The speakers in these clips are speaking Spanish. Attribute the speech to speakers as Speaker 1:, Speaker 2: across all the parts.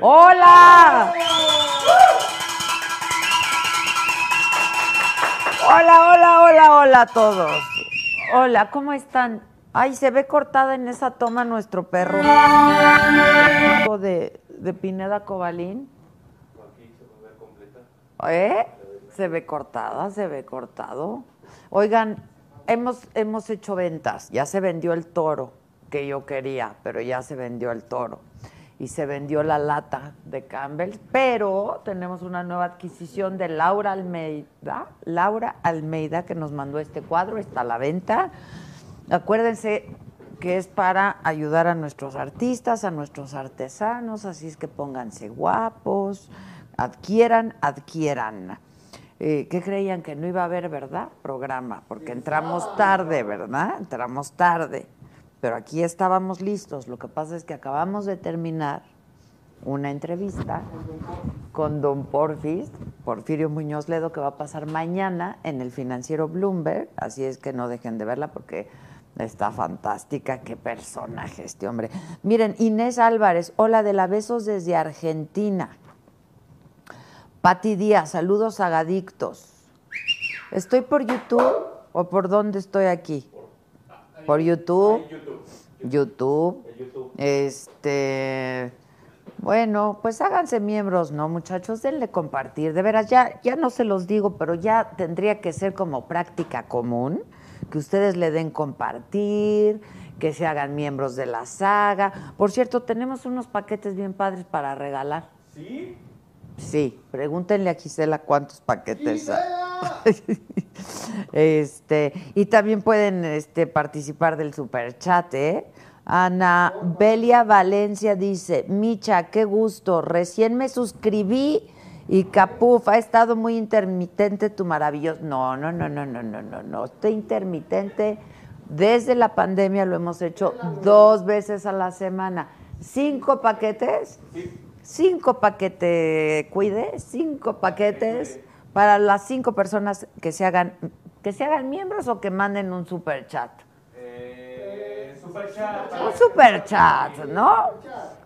Speaker 1: ¡Hola! Hola, hola, hola, hola a todos. Hola, ¿cómo están? Ay, se ve cortada en esa toma nuestro perro. De, de Pineda Cobalín. ¿Eh? Se ve cortada, se ve cortado. Oigan, hemos, hemos hecho ventas. Ya se vendió el toro que yo quería, pero ya se vendió el toro. Y se vendió la lata de Campbell. Pero tenemos una nueva adquisición de Laura Almeida. Laura Almeida que nos mandó este cuadro, está a la venta. Acuérdense que es para ayudar a nuestros artistas, a nuestros artesanos, así es que pónganse guapos adquieran, adquieran. Eh, ¿Qué creían que no iba a haber, verdad? Programa, porque entramos tarde, ¿verdad? Entramos tarde. Pero aquí estábamos listos. Lo que pasa es que acabamos de terminar una entrevista con don Porfis, Porfirio Muñoz Ledo, que va a pasar mañana en el financiero Bloomberg. Así es que no dejen de verla porque Está fantástica, qué personaje este hombre. Miren, Inés Álvarez, hola de la Besos desde Argentina. Pati Díaz, saludos agadictos. ¿Estoy por YouTube o por dónde estoy aquí? Por YouTube. YouTube. Este. Bueno, pues háganse miembros, ¿no, muchachos? Denle compartir. De veras, ya, ya no se los digo, pero ya tendría que ser como práctica común que ustedes le den compartir, que se hagan miembros de la saga. Por cierto, tenemos unos paquetes bien padres para regalar.
Speaker 2: ¿Sí?
Speaker 1: Sí, pregúntenle a Gisela cuántos paquetes hay. este, y también pueden este, participar del superchat, ¿eh? Ana Belia Valencia dice, Micha, qué gusto, recién me suscribí y Capuf, ha estado muy intermitente tu maravilloso. No, no, no, no, no, no, no, no. Este intermitente, desde la pandemia lo hemos hecho dos veces a la semana. ¿Cinco paquetes?
Speaker 2: Sí.
Speaker 1: Cinco paquetes, cuide, cinco paquetes para las cinco personas que se hagan, que se hagan miembros o que manden un super chat.
Speaker 2: Eh, superchat.
Speaker 1: Un super chat, ¿no?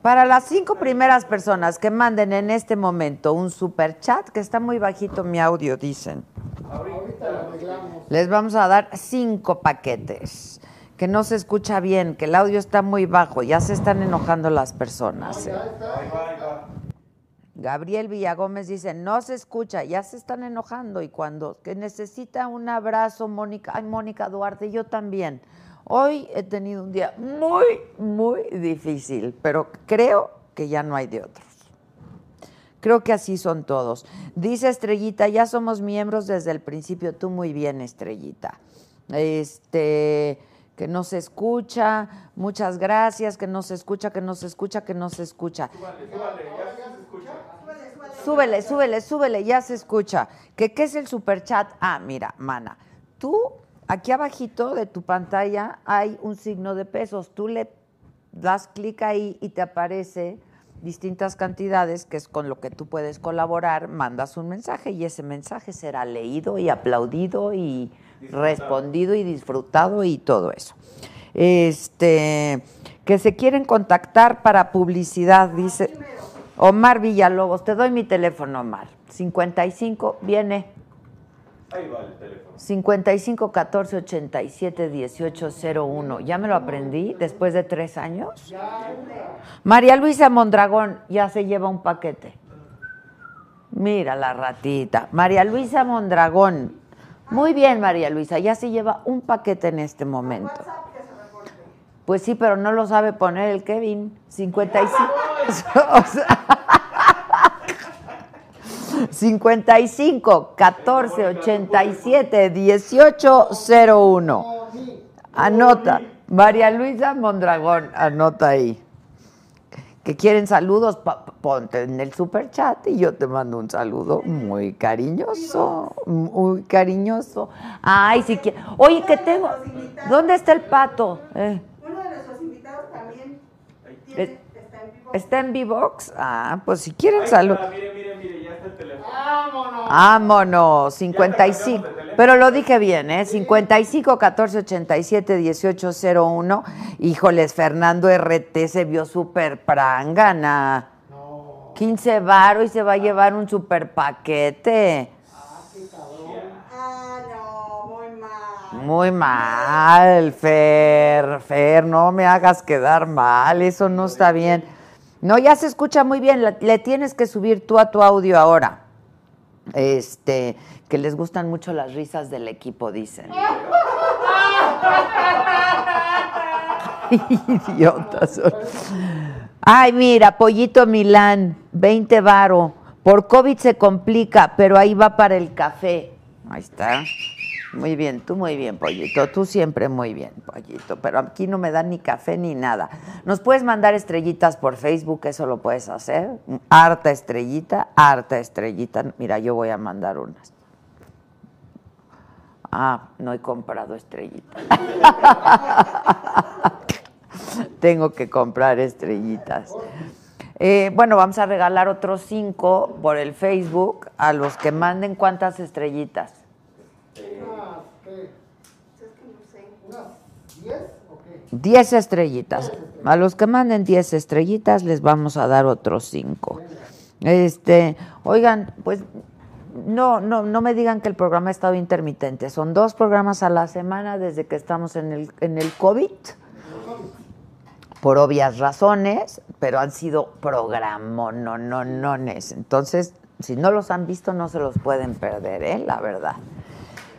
Speaker 1: Para las cinco primeras personas que manden en este momento un super chat, que está muy bajito mi audio, dicen. Les vamos a dar cinco paquetes. Que no se escucha bien, que el audio está muy bajo, ya se están enojando las personas. ¿eh?
Speaker 2: Ahí va, ahí va.
Speaker 1: Gabriel Villagómez dice, no se escucha, ya se están enojando y cuando que necesita un abrazo, Mónica, ay, Mónica Duarte, yo también. Hoy he tenido un día muy, muy difícil, pero creo que ya no hay de otros. Creo que así son todos. Dice Estrellita, ya somos miembros desde el principio, tú muy bien, Estrellita. Este, que no se escucha, muchas gracias, que no se escucha, que no se escucha, que no se escucha. Súbele, súbele, súbele, ya se escucha. ¿Qué, qué es el superchat? Ah, mira, mana, tú, aquí abajito de tu pantalla hay un signo de pesos. Tú le das clic ahí y te aparece distintas cantidades, que es con lo que tú puedes colaborar, mandas un mensaje y ese mensaje será leído y aplaudido y respondido y disfrutado y todo eso. Este, que se quieren contactar para publicidad, dice Omar Villalobos. Te doy mi teléfono, Omar. 55, viene.
Speaker 2: Ahí va el teléfono.
Speaker 1: 55 14 87 18 01. ¿Ya me lo aprendí después de tres años? María Luisa Mondragón ya se lleva un paquete. Mira la ratita. María Luisa Mondragón. Muy bien, María Luisa, ya se lleva un paquete en este momento. Pues sí, pero no lo sabe poner el Kevin. 55. O sea, 55 14 87 18 01. Anota. María Luisa Mondragón, anota ahí. Que quieren saludos, pa- pa- ponte en el super chat y yo te mando un saludo muy cariñoso, muy cariñoso. Ay, si quieres. Oye, que tengo. ¿Dónde está el pato? Eh,
Speaker 3: Uno de nuestros invitados también
Speaker 1: eh,
Speaker 3: tiene, está en vivo.
Speaker 1: ¿Está en V-Box? Ah, pues si quieren
Speaker 2: Ahí está,
Speaker 1: saludos.
Speaker 2: Mire, mire, mire, ya está el teléfono.
Speaker 1: Vámonos,
Speaker 2: Ya te
Speaker 1: 55.
Speaker 2: cambiamos de teléfono.
Speaker 1: Pero lo dije bien, ¿eh? 55 14 87 18 01. Híjoles, Fernando RT se vio súper prangana. 15 varo y se va a llevar un super paquete.
Speaker 3: Ah, no, muy mal.
Speaker 1: Muy mal, Fer, Fer, no me hagas quedar mal, eso no está bien. No, ya se escucha muy bien, la- le tienes que subir tú a tu audio ahora. Este, que les gustan mucho las risas del equipo, dicen. Idiotas son. Ay, mira, Pollito Milán, 20 varo. Por COVID se complica, pero ahí va para el café. Ahí está. Muy bien, tú muy bien, Pollito. Tú siempre muy bien, Pollito. Pero aquí no me dan ni café ni nada. Nos puedes mandar estrellitas por Facebook, eso lo puedes hacer. Harta estrellita, harta estrellita. Mira, yo voy a mandar unas. Ah, no he comprado estrellita. Tengo que comprar estrellitas. Eh, bueno, vamos a regalar otros cinco por el Facebook a los que manden cuántas estrellitas. Diez estrellitas. A los que manden diez estrellitas les vamos a dar otros cinco. Este, oigan, pues no, no, no me digan que el programa ha estado intermitente. Son dos programas a la semana desde que estamos en el, en el COVID por obvias razones, pero han sido programas, no, no, no, Entonces, si no los han visto, no se los pueden perder, ¿eh? La verdad.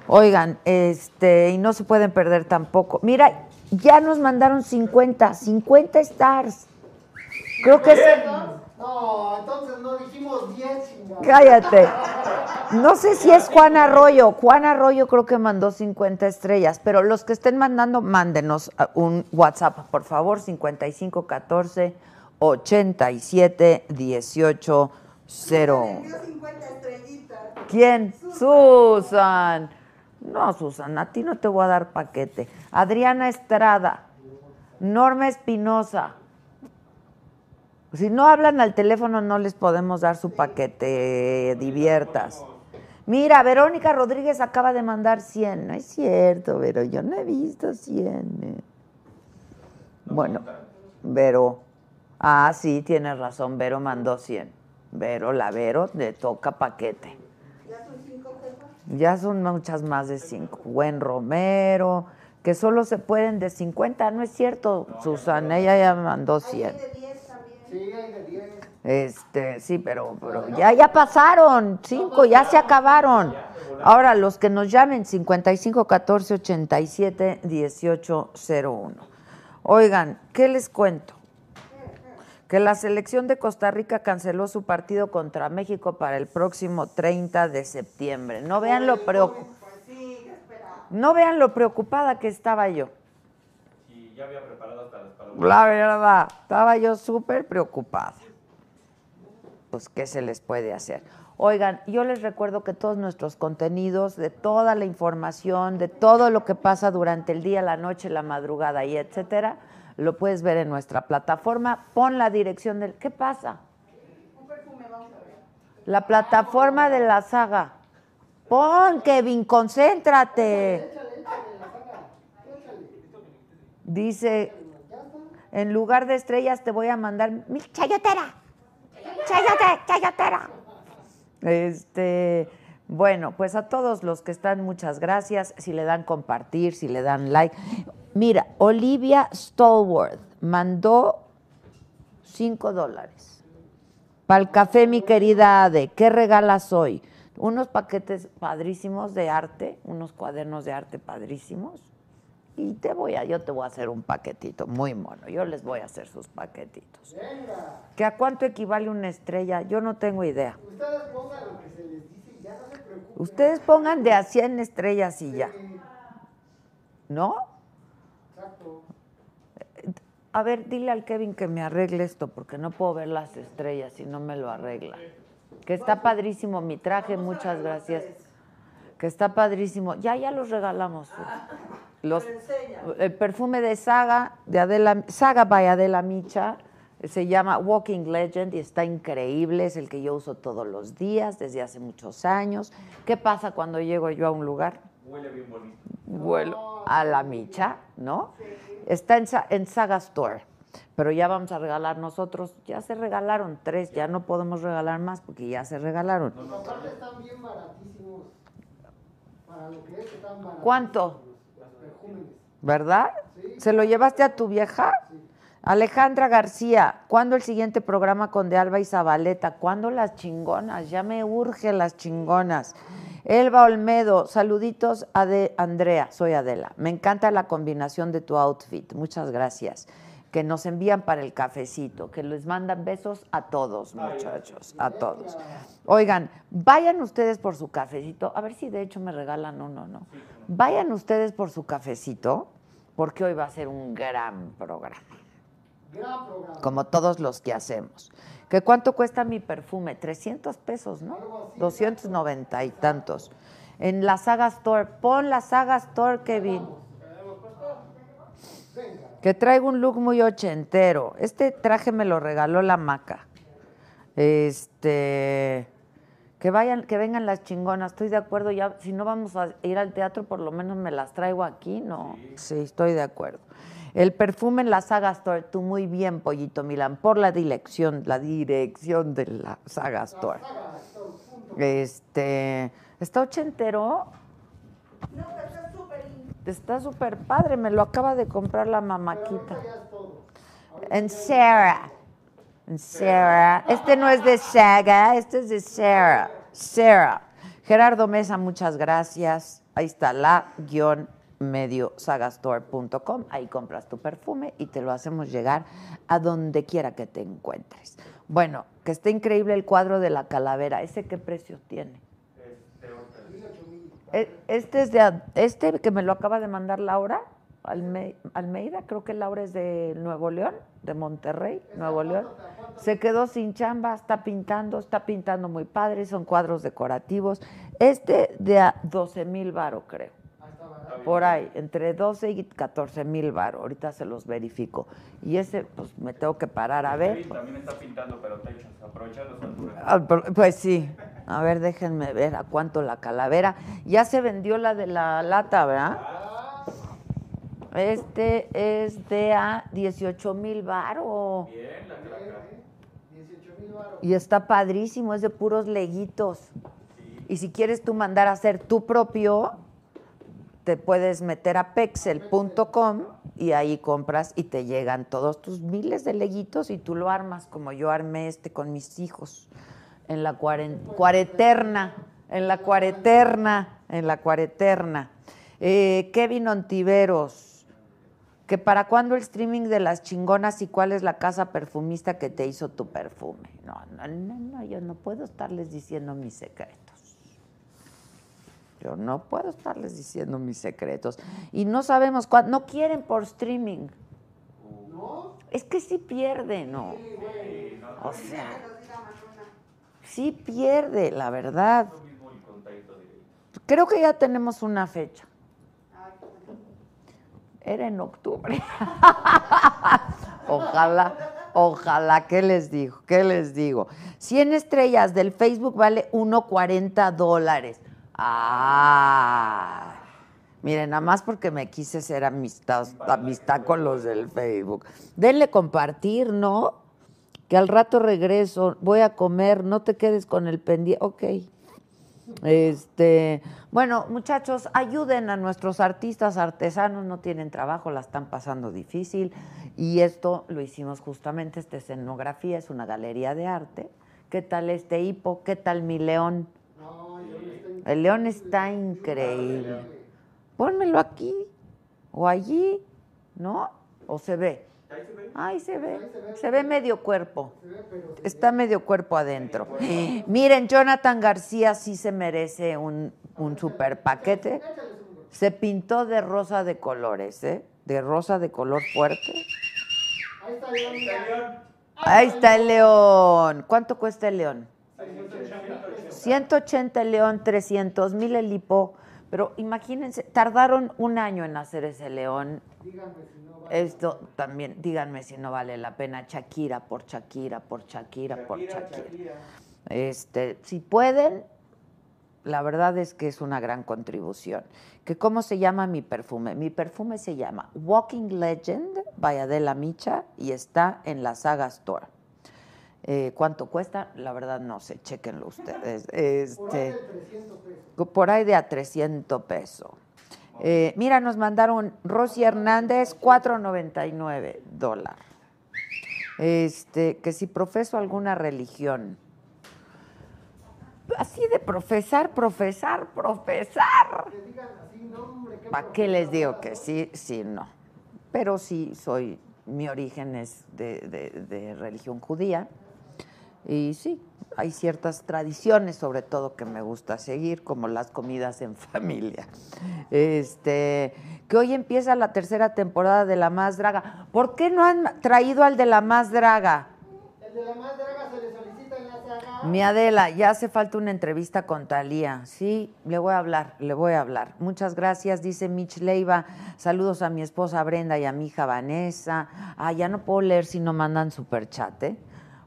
Speaker 1: Oigan, este, y no se pueden perder tampoco. Mira, ya nos mandaron 50, 50 stars. Creo que es.
Speaker 4: No, entonces no dijimos 10, chingada.
Speaker 1: Cállate. No sé si es Juan Arroyo. Juan Arroyo creo que mandó 50 estrellas, pero los que estén mandando, mándenos a un WhatsApp, por favor, 5514 87 18 01.
Speaker 3: Dio 50 estrellitas.
Speaker 1: ¿Quién? Susan. No, Susan, a ti no te voy a dar paquete. Adriana Estrada. Norma Espinosa. Si no hablan al teléfono, no les podemos dar su paquete. Diviertas. Mira, Verónica Rodríguez acaba de mandar 100. No es cierto, pero yo no he visto 100. eh. Bueno, Vero. Ah, sí, tienes razón. Vero mandó 100. Vero, la Vero, le toca paquete. Ya son muchas más de cinco. Buen Romero, que solo se pueden de 50, no es cierto, Susana, ella ya mandó 100. Este, sí, pero, pero ya, ya pasaron, cinco, ya se acabaron. Ahora, los que nos llamen, 55 14 87 18 01. Oigan, ¿qué les cuento? que la selección de Costa Rica canceló su partido contra México para el próximo 30 de septiembre. No vean lo preocu- No vean lo preocupada que estaba yo.
Speaker 2: Y ya había preparado hasta las palomas.
Speaker 1: La verdad, estaba yo súper preocupada. Pues, ¿qué se les puede hacer? Oigan, yo les recuerdo que todos nuestros contenidos, de toda la información, de todo lo que pasa durante el día, la noche, la madrugada y etcétera, Lo puedes ver en nuestra plataforma. Pon la dirección del. ¿Qué pasa? La plataforma de la saga. Pon, Kevin, concéntrate. Dice, en lugar de estrellas te voy a mandar mil chayotera. Chayote, chayotera. Este, bueno, pues a todos los que están, muchas gracias. Si le dan compartir, si le dan like. Mira, Olivia Stallworth mandó 5 dólares. Pa'l café, mi querida Ade, ¿qué regalas hoy? Unos paquetes padrísimos de arte, unos cuadernos de arte padrísimos. Y te voy a, yo te voy a hacer un paquetito, muy mono. Yo les voy a hacer sus paquetitos. ¿Que a cuánto equivale una estrella? Yo no tengo idea.
Speaker 4: Ustedes pongan lo que se les dice y ya no se preocupen.
Speaker 1: Ustedes pongan de a 100 estrellas y ya. ¿No? A ver, dile al Kevin que me arregle esto, porque no puedo ver las estrellas si no me lo arregla. Que está padrísimo mi traje, muchas gracias. Que está padrísimo. Ya, ya los regalamos. Los, el perfume de Saga, de Adela, Saga by Adela Micha, se llama Walking Legend y está increíble. Es el que yo uso todos los días, desde hace muchos años. ¿Qué pasa cuando llego yo a un lugar?
Speaker 2: Huele bien bonito.
Speaker 4: Oh,
Speaker 1: vuelo a la micha, ¿no? Está en, Sa- en Saga Store, pero ya vamos a regalar nosotros, ya se regalaron tres, ya no podemos regalar más porque ya se regalaron.
Speaker 4: Aparte están bien baratísimos. Para lo que es que están baratos.
Speaker 1: ¿Cuánto?
Speaker 4: Los perfúmenes.
Speaker 1: ¿Verdad? ¿Se lo llevaste a tu vieja? Alejandra García, ¿cuándo el siguiente programa con De Alba y Zabaleta? ¿Cuándo las chingonas? Ya me urge las chingonas. Elba Olmedo, saluditos a de Andrea, soy Adela. Me encanta la combinación de tu outfit, muchas gracias. Que nos envían para el cafecito, que les mandan besos a todos, muchachos, a todos. Oigan, vayan ustedes por su cafecito, a ver si de hecho me regalan uno, ¿no? Vayan ustedes por su cafecito, porque hoy va a ser un gran programa
Speaker 4: Gran programa.
Speaker 1: como todos los que hacemos. ¿Que cuánto cuesta mi perfume? 300 pesos, ¿no? 290 y tantos. En la Saga Store, pon la Saga Store, Kevin. Que traigo un look muy ochentero. Este traje me lo regaló la maca. Este que vayan, que vengan las chingonas, estoy de acuerdo, ya si no vamos a ir al teatro, por lo menos me las traigo aquí, ¿no? Sí, estoy de acuerdo. El perfume en la saga Store, tú muy bien, Pollito Milán, por la dirección, la dirección de la saga Store. Este, está ochentero,
Speaker 3: No, pero está súper lindo.
Speaker 1: está súper padre, me lo acaba de comprar la mamaquita. En Sarah. En Sarah. Este no es de Saga, este es de Sarah. Sarah. Gerardo Mesa, muchas gracias. Ahí está la guión medio sagastore.com. Ahí compras tu perfume y te lo hacemos llegar a donde quiera que te encuentres. Bueno, que esté increíble el cuadro de la calavera. ¿Ese qué precio tiene? E- Este es de Ad- este que me lo acaba de mandar Laura Alme- Almeida, creo que Laura es de Nuevo León, de Monterrey, Nuevo León. Se quedó sin chamba, está pintando, está pintando muy padre, son cuadros decorativos. Este de a 12 mil varo, creo. Por ahí, entre 12 y 14 mil varo, ahorita se los verifico. Y ese, pues me tengo que parar a ver.
Speaker 2: Kevin también está pintando, pero techos. Aprovecha las alturas.
Speaker 1: Ah, pero- Pues sí. A ver, déjenme ver a cuánto la calavera. Ya se vendió la de la lata, ¿verdad? Este es de a 18 mil varo.
Speaker 2: Bien, la claca.
Speaker 1: Y está padrísimo, es de puros leguitos. Y si quieres tú mandar a hacer tu propio, te puedes meter a pexel.com y ahí compras y te llegan todos tus miles de leguitos y tú lo armas como yo armé este con mis hijos en la cuaren- cuareterna, en la cuareterna, en la cuareterna. Eh, Kevin Ontiveros, que para cuándo el streaming de las chingonas y cuál es la casa perfumista que te hizo tu perfume. No, no, no, no, yo no puedo estarles diciendo mis secretos. Yo no puedo estarles diciendo mis secretos. Y no sabemos cuándo, no quieren por streaming. Es que sí pierde, ¿no? O sea, sí pierde, la verdad. Creo que ya tenemos una fecha. Era en octubre. ojalá, ojalá, ¿qué les digo? ¿Qué les digo? 100 estrellas del Facebook vale 1.40 dólares. Ah. Miren, nada más porque me quise ser amistad, amistad con los del Facebook. Denle compartir, ¿no? Que al rato regreso, voy a comer, no te quedes con el pendiente. Ok. Este, bueno, muchachos, ayuden a nuestros artistas artesanos, no tienen trabajo, la están pasando difícil. Y esto lo hicimos justamente, esta escenografía es una galería de arte. ¿Qué tal este hipo? ¿Qué tal mi león? El león está increíble. Pónmelo aquí o allí, ¿no? ¿O se ve? Ahí se ve. Se ve medio cuerpo. Está medio cuerpo adentro. Miren, Jonathan García sí se merece un, un super paquete. Se pintó de rosa de colores, ¿eh? De rosa de color fuerte.
Speaker 4: Ahí está León, mira.
Speaker 1: Ahí está el león. ¿Cuánto cuesta el león? 180 el león, 300 mil el hipo. Pero imagínense, tardaron un año en hacer ese león. Esto también, díganme si no vale la pena. Shakira por Shakira, por Shakira, por Shakira. Este, si pueden, la verdad es que es una gran contribución. Que ¿Cómo se llama mi perfume? Mi perfume se llama Walking Legend by Adela Micha y está en la saga Store. Eh, ¿Cuánto cuesta? La verdad no sé, chequenlo ustedes. Este, por ahí de a 300 pesos. Eh, mira, nos mandaron Rosy Hernández, 4.99 dólar. Este, que si profeso alguna religión. Así de profesar, profesar, profesar. ¿Para qué les digo que sí, sí, no? Pero sí soy, mi origen es de, de- de religión judía. Y sí, hay ciertas tradiciones, sobre todo, que me gusta seguir, como las comidas en familia. Este, que hoy empieza la tercera temporada de La Más Draga. ¿Por qué no han traído al de La Más Draga?
Speaker 4: El de la más draga se le solicita en la saga.
Speaker 1: Mi Adela, ya hace falta una entrevista con Talía. Sí, le voy a hablar, le voy a hablar. Muchas gracias, dice Mitch Leiva. Saludos a mi esposa Brenda y a mi hija Vanessa. Ah, ya no puedo leer si no mandan superchat, ¿eh?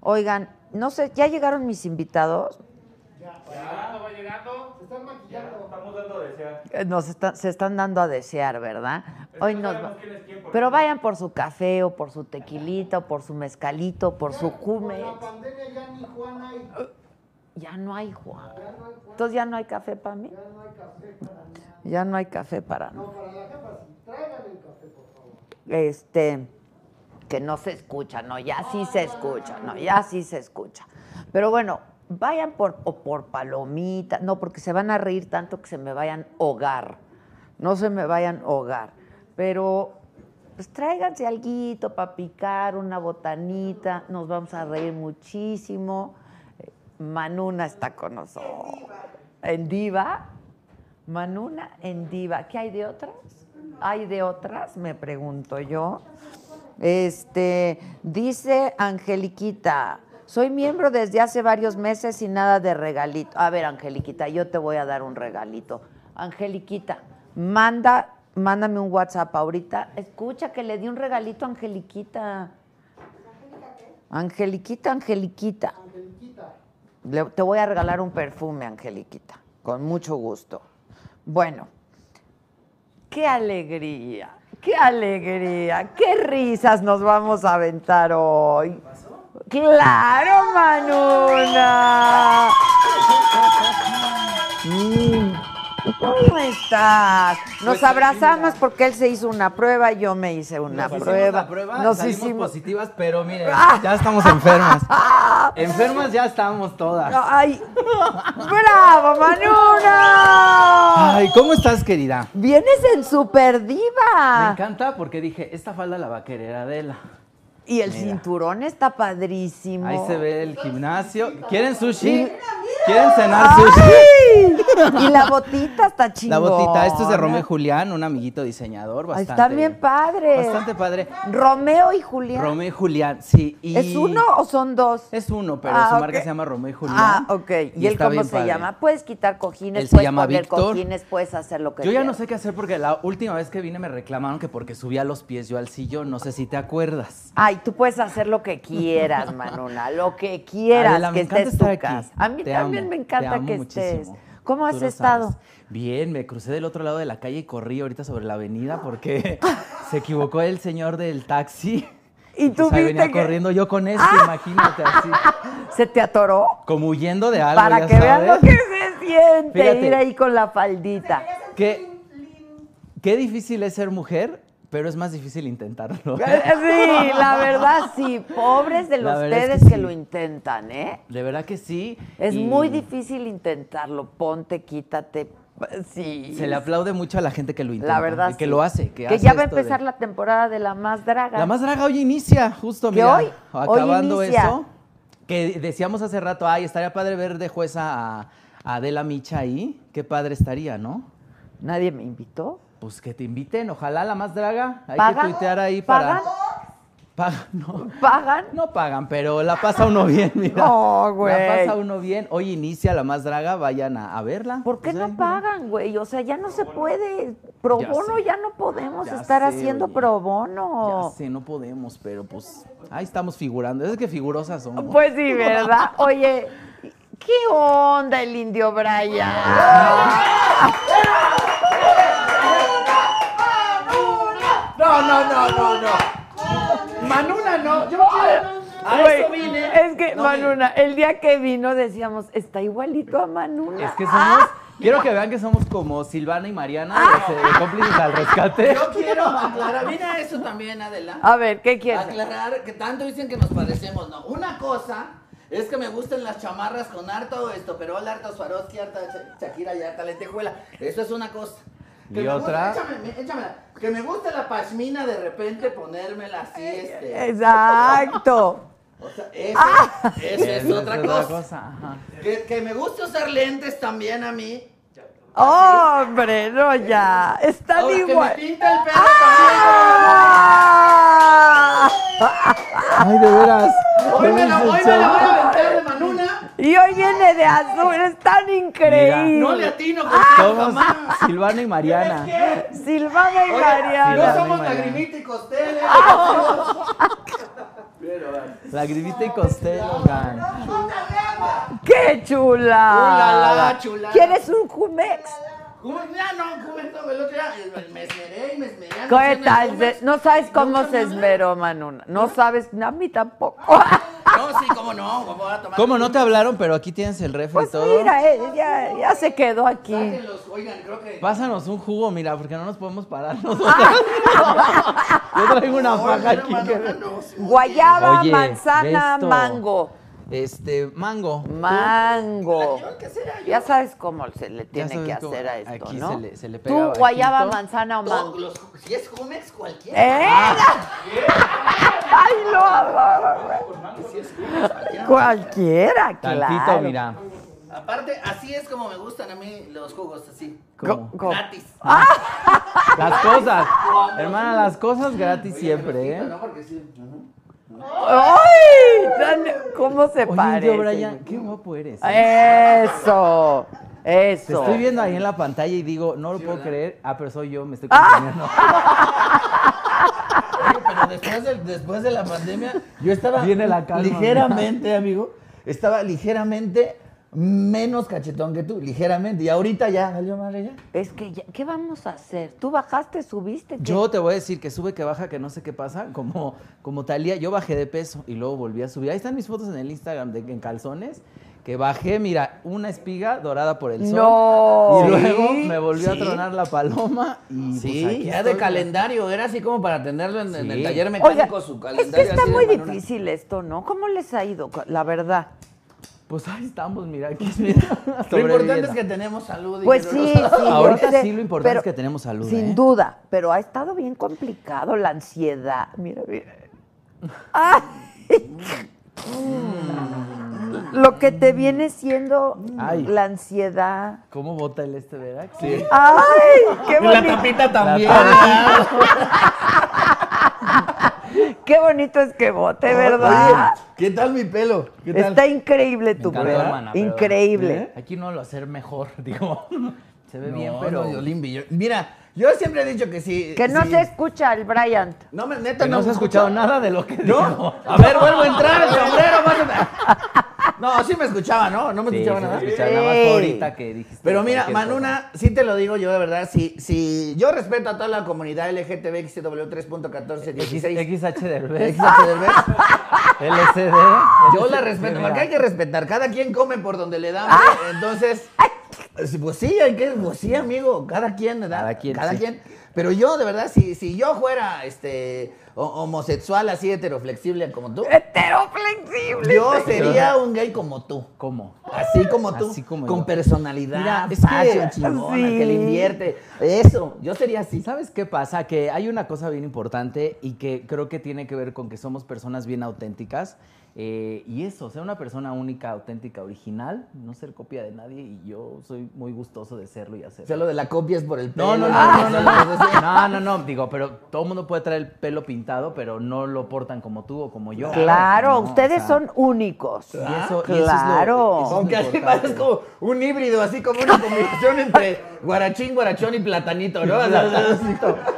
Speaker 1: Oigan, no sé, ¿ya llegaron mis invitados?
Speaker 4: Se están maquillando.
Speaker 2: Estamos dando a desear.
Speaker 1: Eh, Nos está- se están dando a desear, ¿verdad?
Speaker 2: Es que
Speaker 1: Hoy
Speaker 2: no
Speaker 1: nos
Speaker 2: sabemos
Speaker 1: va-
Speaker 2: quién es quién, porque-
Speaker 1: Pero vayan por su café o por su tequilita o por su mezcalito, por su cume. Uh,
Speaker 4: Con la pandemia ya ni Juan hay.
Speaker 1: Ya no hay Juan. Entonces ya no hay café para mí. Ya no hay café para mí.
Speaker 4: No, para la jefa sí. Tráiganle el café, por favor.
Speaker 1: este que no se escucha, no, ya sí se escucha, no, ya sí se escucha. Pero bueno, vayan por o por palomita, no, porque se van a reír tanto que se me vayan a hogar. No se me vayan a hogar, pero pues tráiganse alguito para picar, una botanita, nos vamos a reír muchísimo. Eh, Manuna está con nosotros. En diva. Manuna en diva. ¿Qué hay de otras? ¿Hay de otras? Me pregunto yo. Este, dice Angeliquita, soy miembro desde hace varios meses y nada de regalito. A ver, Angeliquita, yo te voy a dar un regalito. Angeliquita, manda, mándame un WhatsApp ahorita. Escucha que le di un regalito a Angeliquita. Angeliquita, Angeliquita. Le- te voy a regalar un perfume, Angeliquita, con mucho gusto. Bueno, qué alegría, qué alegría, qué risas nos vamos a aventar hoy. Claro, Manuna. Mm. ¿Cómo estás?
Speaker 5: Pues
Speaker 1: Nos abrazamos porque él se hizo una prueba, yo me hice una
Speaker 5: Nos hicimos
Speaker 1: prueba.
Speaker 5: la prueba,
Speaker 1: Nos
Speaker 5: salimos
Speaker 1: hicimos Ah.
Speaker 5: positivas, pero miren, ya estamos enfermas. enfermas ya estamos todas.
Speaker 1: ¡Ay! ¡Bravo, Manuna!
Speaker 5: Ay, ¿cómo estás, querida?
Speaker 1: Vienes en Super
Speaker 5: Me
Speaker 1: Diva.
Speaker 5: encanta porque dije, esta falda la va a querer Adela.
Speaker 1: Y el
Speaker 5: Mira.
Speaker 1: cinturón está padrísimo.
Speaker 5: Ahí se ve el gimnasio. ¿Quieren sushi? ¿Quieren cenar sushi?
Speaker 1: ¡Ay! Y la botita está chingona.
Speaker 5: La botita, esto es de Romeo y Julián, un amiguito diseñador
Speaker 1: Ay,
Speaker 5: bastante.
Speaker 1: Están bien padres.
Speaker 5: Bastante padre.
Speaker 1: Romeo y Julián.
Speaker 5: Romeo y Julián, sí. y-
Speaker 1: ¿Es uno o son dos?
Speaker 5: Es uno, pero
Speaker 1: Ah,
Speaker 5: su
Speaker 1: ok.
Speaker 5: marca se llama Romeo y Julián.
Speaker 1: Ah, ok. ¿Y, él
Speaker 5: está
Speaker 1: cómo
Speaker 5: bien
Speaker 1: se
Speaker 5: padre.
Speaker 1: llama? Puedes quitar cojines,
Speaker 5: Él se
Speaker 1: puedes
Speaker 5: llama
Speaker 1: poner
Speaker 5: Víctor.
Speaker 1: cojines, puedes hacer lo que
Speaker 5: Yo ya no
Speaker 1: quieras.
Speaker 5: sé qué hacer porque la última vez que vine me reclamaron que porque subía los pies yo al sillón, no sé si te acuerdas.
Speaker 1: Ay, tú puedes hacer lo que quieras, Manona, lo que quieras,
Speaker 5: Adela, me
Speaker 1: que
Speaker 5: encanta
Speaker 1: estés tu
Speaker 5: estar aquí.
Speaker 1: casa. A mí
Speaker 5: Te
Speaker 1: también
Speaker 5: amo,
Speaker 1: me
Speaker 5: te
Speaker 1: encanta
Speaker 5: amo
Speaker 1: que
Speaker 5: muchísimo.
Speaker 1: estés. ¿Cómo
Speaker 5: Tú
Speaker 1: has
Speaker 5: lo
Speaker 1: estado?
Speaker 5: sabes. Bien, me crucé del otro lado de la calle y corrí ahorita sobre la avenida porque se equivocó el señor del taxi.
Speaker 1: Y tú
Speaker 5: pues ahí
Speaker 1: viste
Speaker 5: venía
Speaker 1: que-
Speaker 5: corriendo yo con esto, imagínate así.
Speaker 1: ¿Se te atoró?
Speaker 5: Como huyendo de algo,
Speaker 1: Para
Speaker 5: ya
Speaker 1: que vean lo
Speaker 5: sabes.
Speaker 1: que se siente
Speaker 5: Fíjate.
Speaker 1: ir ahí con la faldita.
Speaker 5: Qué, qué difícil es ser mujer, pero es más difícil intentarlo. ¿eh?
Speaker 1: Sí, la verdad sí. Pobres de
Speaker 5: La
Speaker 1: los
Speaker 5: verdad es que
Speaker 1: ustedes que,
Speaker 5: sí.
Speaker 1: lo intentan, ¿eh?
Speaker 5: De verdad que sí.
Speaker 1: Es
Speaker 5: y
Speaker 1: muy difícil intentarlo. Ponte, quítate. Sí.
Speaker 5: Se le aplaude mucho a la gente que lo intenta.
Speaker 1: La verdad.
Speaker 5: y que
Speaker 1: sí.
Speaker 5: lo hace. Que, hace
Speaker 1: ya va a
Speaker 5: esto de-
Speaker 1: empezar la temporada de la más draga.
Speaker 5: La más draga hoy inicia, justo,
Speaker 1: Que
Speaker 5: mira.
Speaker 1: hoy- hoy
Speaker 5: acabando
Speaker 1: inicia.
Speaker 5: eso. Que decíamos hace rato, ay, estaría padre ver de jueza a, a Adela Micha ahí. Qué padre estaría, ¿no?
Speaker 1: Nadie me invitó.
Speaker 5: Pues que te inviten, ojalá la más draga. Hay
Speaker 1: ¿Pagan?
Speaker 5: que tuitear ahí para.
Speaker 1: ¿Pagan?
Speaker 5: Pagan, no.
Speaker 1: ¿Pagan?
Speaker 5: No pagan, pero la pasa uno bien, mira.
Speaker 1: No, güey.
Speaker 5: La pasa uno bien. Hoy inicia la más draga, vayan a, a verla.
Speaker 1: ¿Por qué
Speaker 5: Pues ahí,
Speaker 1: no
Speaker 5: mira.
Speaker 1: pagan, güey? O sea, ya no se puede. Pro
Speaker 5: Ya
Speaker 1: bono
Speaker 5: sé.
Speaker 1: ya no podemos
Speaker 5: Ya
Speaker 1: estar
Speaker 5: sé,
Speaker 1: haciendo
Speaker 5: oye.
Speaker 1: pro bono.
Speaker 5: Ya sé, no podemos, pero pues ahí estamos figurando. Es que figurosas somos.
Speaker 1: Pues sí, ¿verdad? Oye, ¿qué onda el indio Brian?
Speaker 5: No, no, no, no, no. Manuna no. Yo quiero.
Speaker 1: Güey, Es que Manuna, el día que vino decíamos, está igualito a Manuna.
Speaker 5: Es que somos.
Speaker 1: Ah.
Speaker 5: Quiero que vean que somos como Silvana y Mariana, de- de cómplices al rescate.
Speaker 6: Yo quiero aclarar, mira eso también, Adela.
Speaker 1: A ver, ¿qué quieres?
Speaker 6: Aclarar que tanto dicen que nos parecemos, no. Una cosa es que me gustan las chamarras con harto estoperol, harto Swarovski, harta Sha- Shakira y harta lentejuela. Eso es una cosa.
Speaker 5: Y
Speaker 6: me
Speaker 5: otra-
Speaker 6: Gusta, échame- échamela. Que me gusta la pashmina de repente ponérmela así, este.
Speaker 1: Exacto.
Speaker 6: O sea, eso,
Speaker 1: Ah.
Speaker 6: eso es
Speaker 5: Esa
Speaker 6: otra cosa. Que, que me gusta usar lentes también a mí.
Speaker 5: ¿Ah,
Speaker 1: Hombre, no ya. Están
Speaker 6: Ahora, que me
Speaker 1: igual.
Speaker 6: pinta el pelo
Speaker 1: ¡Ah!
Speaker 5: Ay, de veras.
Speaker 6: también. Hoy me, la, hoy me la voy a aventar de Manuna.
Speaker 1: Y hoy viene de azul, es tan increíble.
Speaker 6: No le atino
Speaker 1: Ah.
Speaker 6: con
Speaker 5: Somos Silvana y Mariana.
Speaker 1: Silvana y
Speaker 6: Oye,
Speaker 1: Mariana.
Speaker 6: No somos
Speaker 5: Mariana.
Speaker 6: lagrimita y costeles.
Speaker 1: Ah.
Speaker 5: Lagrimita y Costello. oigan.
Speaker 1: ¡Qué chula!
Speaker 6: Ulala, chulada.
Speaker 1: ¿Quieres un Jumex?
Speaker 6: ¿Cómo? Ya no, ¿cómo esto? El otro día eh, me esmeré y me esmeré.
Speaker 1: ¿Qué
Speaker 6: Anoche
Speaker 1: tal?
Speaker 6: en
Speaker 1: Se-
Speaker 6: el
Speaker 1: No sabes cómo
Speaker 6: Nunca
Speaker 1: se
Speaker 6: me
Speaker 1: esmeró, Manuna. No sabes, ni a mí tampoco.
Speaker 6: hablé. No, sí, cómo no. ¿Cómo, voy a tomar
Speaker 5: ¿Cómo no te hablaron? Pero aquí tienes el refri y
Speaker 1: Pues
Speaker 5: todo.
Speaker 1: mira, eh, ya, ya se quedó aquí.
Speaker 6: Sáquenlos, oigan, creo que.
Speaker 5: Pásanos un jugo, mira, porque no nos podemos parar nosotras. Yo traigo una faja
Speaker 6: Oigan,
Speaker 5: aquí.
Speaker 6: Manuna,
Speaker 5: que-
Speaker 6: no, sí.
Speaker 1: Guayaba,
Speaker 5: Oye,
Speaker 1: manzana,
Speaker 5: de esto.
Speaker 1: mango.
Speaker 5: Este, mango.
Speaker 1: Mango.
Speaker 6: Yo, ¿qué será? Yo-
Speaker 1: Ya sabes cómo se le
Speaker 5: Ya
Speaker 1: tiene que
Speaker 5: sabes cómo-
Speaker 1: hacer a esto,
Speaker 5: aquí
Speaker 1: ¿no?
Speaker 5: se le- se le pega
Speaker 1: ¿Tú, guayaba,
Speaker 5: bajito.
Speaker 1: manzana o
Speaker 6: Todos
Speaker 1: mango?
Speaker 6: los- Si es Jumex, cualquiera.
Speaker 1: ¡Eh! ¡Ay, lo adoro! Cualquiera,
Speaker 5: Tantito,
Speaker 1: claro.
Speaker 5: mira.
Speaker 6: Aparte, así es como me gustan a mí los jugos, así.
Speaker 5: ¿Cómo?
Speaker 1: Co-
Speaker 6: Gratis.
Speaker 1: Ah.
Speaker 5: Las cosas. Hermana, las cosas gratis siempre, ¿eh?
Speaker 6: No, porque sí. ajá.
Speaker 1: ¡Ay! Tan- ¿Cómo se
Speaker 5: Oye,
Speaker 1: parece?
Speaker 5: Indio Brian, qué guapo eres. ¿eh?
Speaker 1: Eso,
Speaker 5: Te
Speaker 1: eso.
Speaker 5: estoy viendo ahí en la pantalla y digo, no lo puedo creer. Ah, pero soy yo, me estoy confundiendo.
Speaker 6: Oye, pero después de, después de la pandemia, yo estaba
Speaker 5: Viene la calma,
Speaker 6: ligeramente, amigo, estaba ligeramente menos cachetón que tú, ligeramente. Y ahorita ya, valió madre ya.
Speaker 1: Es que, ya- ¿qué vamos a hacer? ¿Tú bajaste, subiste? ¿Qué?
Speaker 5: Yo te voy a decir que sube, que baja, que no sé qué pasa. Como, como Talía, yo bajé de peso y luego volví a subir. Ahí están mis fotos en el Instagram de, en calzones. Que bajé, mira, una espiga dorada por el sol.
Speaker 1: ¡No!
Speaker 5: Y luego
Speaker 6: Sí,
Speaker 5: me volvió
Speaker 6: sí.
Speaker 5: a tronar la paloma. Y
Speaker 6: Sí,
Speaker 5: pues, aquí
Speaker 6: ya de
Speaker 5: estoy.
Speaker 6: calendario, era así como para tenerlo en, en
Speaker 5: Sí.
Speaker 6: el taller
Speaker 1: Oiga,
Speaker 6: mecánico su
Speaker 1: es
Speaker 6: calendario.
Speaker 1: que está
Speaker 6: así de
Speaker 1: muy
Speaker 6: Manuna.
Speaker 1: difícil esto, ¿no? ¿Cómo les ha ido? La verdad.
Speaker 5: Pues ahí estamos, mira, aquí mira,
Speaker 6: Lo importante
Speaker 5: sobreviviendo.
Speaker 6: es que tenemos salud. y
Speaker 1: Pues
Speaker 6: que no
Speaker 1: sí, sí.
Speaker 6: nos-
Speaker 5: Ahorita
Speaker 1: yo sé,
Speaker 5: sí lo importante
Speaker 1: pero
Speaker 5: es que tenemos salud,
Speaker 1: Sin
Speaker 5: ¿eh?
Speaker 1: duda, pero ha estado bien complicado la ansiedad. Mira, mira. ¡Ay! Lo que te viene siendo
Speaker 5: Mm. Ay.
Speaker 1: la ansiedad.
Speaker 5: ¿Cómo bota el este Verax? Sí.
Speaker 1: ¡Ay! ¡Qué
Speaker 6: Y la
Speaker 1: bonito!
Speaker 6: tapita también.
Speaker 1: ¡Qué bonito es que bote,
Speaker 6: Oye,
Speaker 1: ¿verdad?
Speaker 6: ¿Qué tal mi pelo? ¿Qué tal?
Speaker 1: Está increíble tu
Speaker 5: encantó,
Speaker 1: pelo.
Speaker 5: hermana, pero- ¿Eh?
Speaker 1: Increíble.
Speaker 5: Aquí no lo hacer mejor, digo. Se ve
Speaker 6: No,
Speaker 5: bien, pero.
Speaker 6: no, yo le envidio. Mira, yo siempre he dicho que sí.
Speaker 1: Que no
Speaker 6: sí.
Speaker 1: se escucha el Bryant.
Speaker 6: No, me- neta,
Speaker 5: Que no se ha escuchado nada de lo que dijo.
Speaker 6: ¿No? A ver, vuelvo a entrar, el sombrero, más- No, sí me escuchaba, ¿no? No me
Speaker 5: Sí,
Speaker 6: escuchaba
Speaker 5: sí,
Speaker 6: nada.
Speaker 5: se escuchaba nada más
Speaker 1: Sí.
Speaker 5: ahorita que dijiste.
Speaker 6: Pero mira,
Speaker 5: cualquier
Speaker 6: Manuna, sí te lo digo yo de verdad, si, si yo respeto a toda la comunidad LGTBXW
Speaker 5: cosa. X- XH del
Speaker 6: 3.1416 X-
Speaker 5: B,
Speaker 6: Derbez,
Speaker 5: LCD.
Speaker 6: yo la respeto, porque hay que respetar, cada quien come por donde le
Speaker 5: Ah.
Speaker 6: da, entonces, sí, pues sí, hay que, pues sí, amigo, cada quien, ¿verdad?
Speaker 5: Cada quien, sí.
Speaker 6: Pero yo, de verdad, si, si yo fuera este ho- homosexual así heteroflexible como tú,
Speaker 1: ¡Heteroflexible!
Speaker 6: yo sería un gay como tú.
Speaker 5: ¿Cómo?
Speaker 6: Así como tú,
Speaker 5: Así como
Speaker 6: con
Speaker 5: yo.
Speaker 6: personalidad,
Speaker 5: Mira, es
Speaker 6: fashion
Speaker 5: que-
Speaker 6: chingona,
Speaker 1: sí.
Speaker 6: que le invierte. Eso, yo sería así.
Speaker 5: ¿Sabes qué pasa? Que hay una cosa bien importante y que creo que tiene que ver con que somos personas bien auténticas. eh, y eso, ser una persona única, auténtica, original, no ser copia de nadie. Y yo soy muy gustoso de serlo y
Speaker 6: O
Speaker 5: hacerlo.
Speaker 6: sea, lo de la copia es por el pelo.
Speaker 5: No, no, no,
Speaker 6: Ah,
Speaker 5: no, no, no, no, no, no, no, digo, pero todo el mundo puede traer el pelo pintado, pero no lo portan como tú o como yo.
Speaker 1: Claro,
Speaker 5: No, o
Speaker 1: ustedes
Speaker 5: sea,
Speaker 1: son únicos.
Speaker 5: y eso- y eso es lo-
Speaker 1: claro.
Speaker 5: eso es lo
Speaker 6: Aunque además es
Speaker 5: importante.
Speaker 6: como un híbrido, así como una combinación entre guarachín, guarachón y platanito, ¿no? O sea,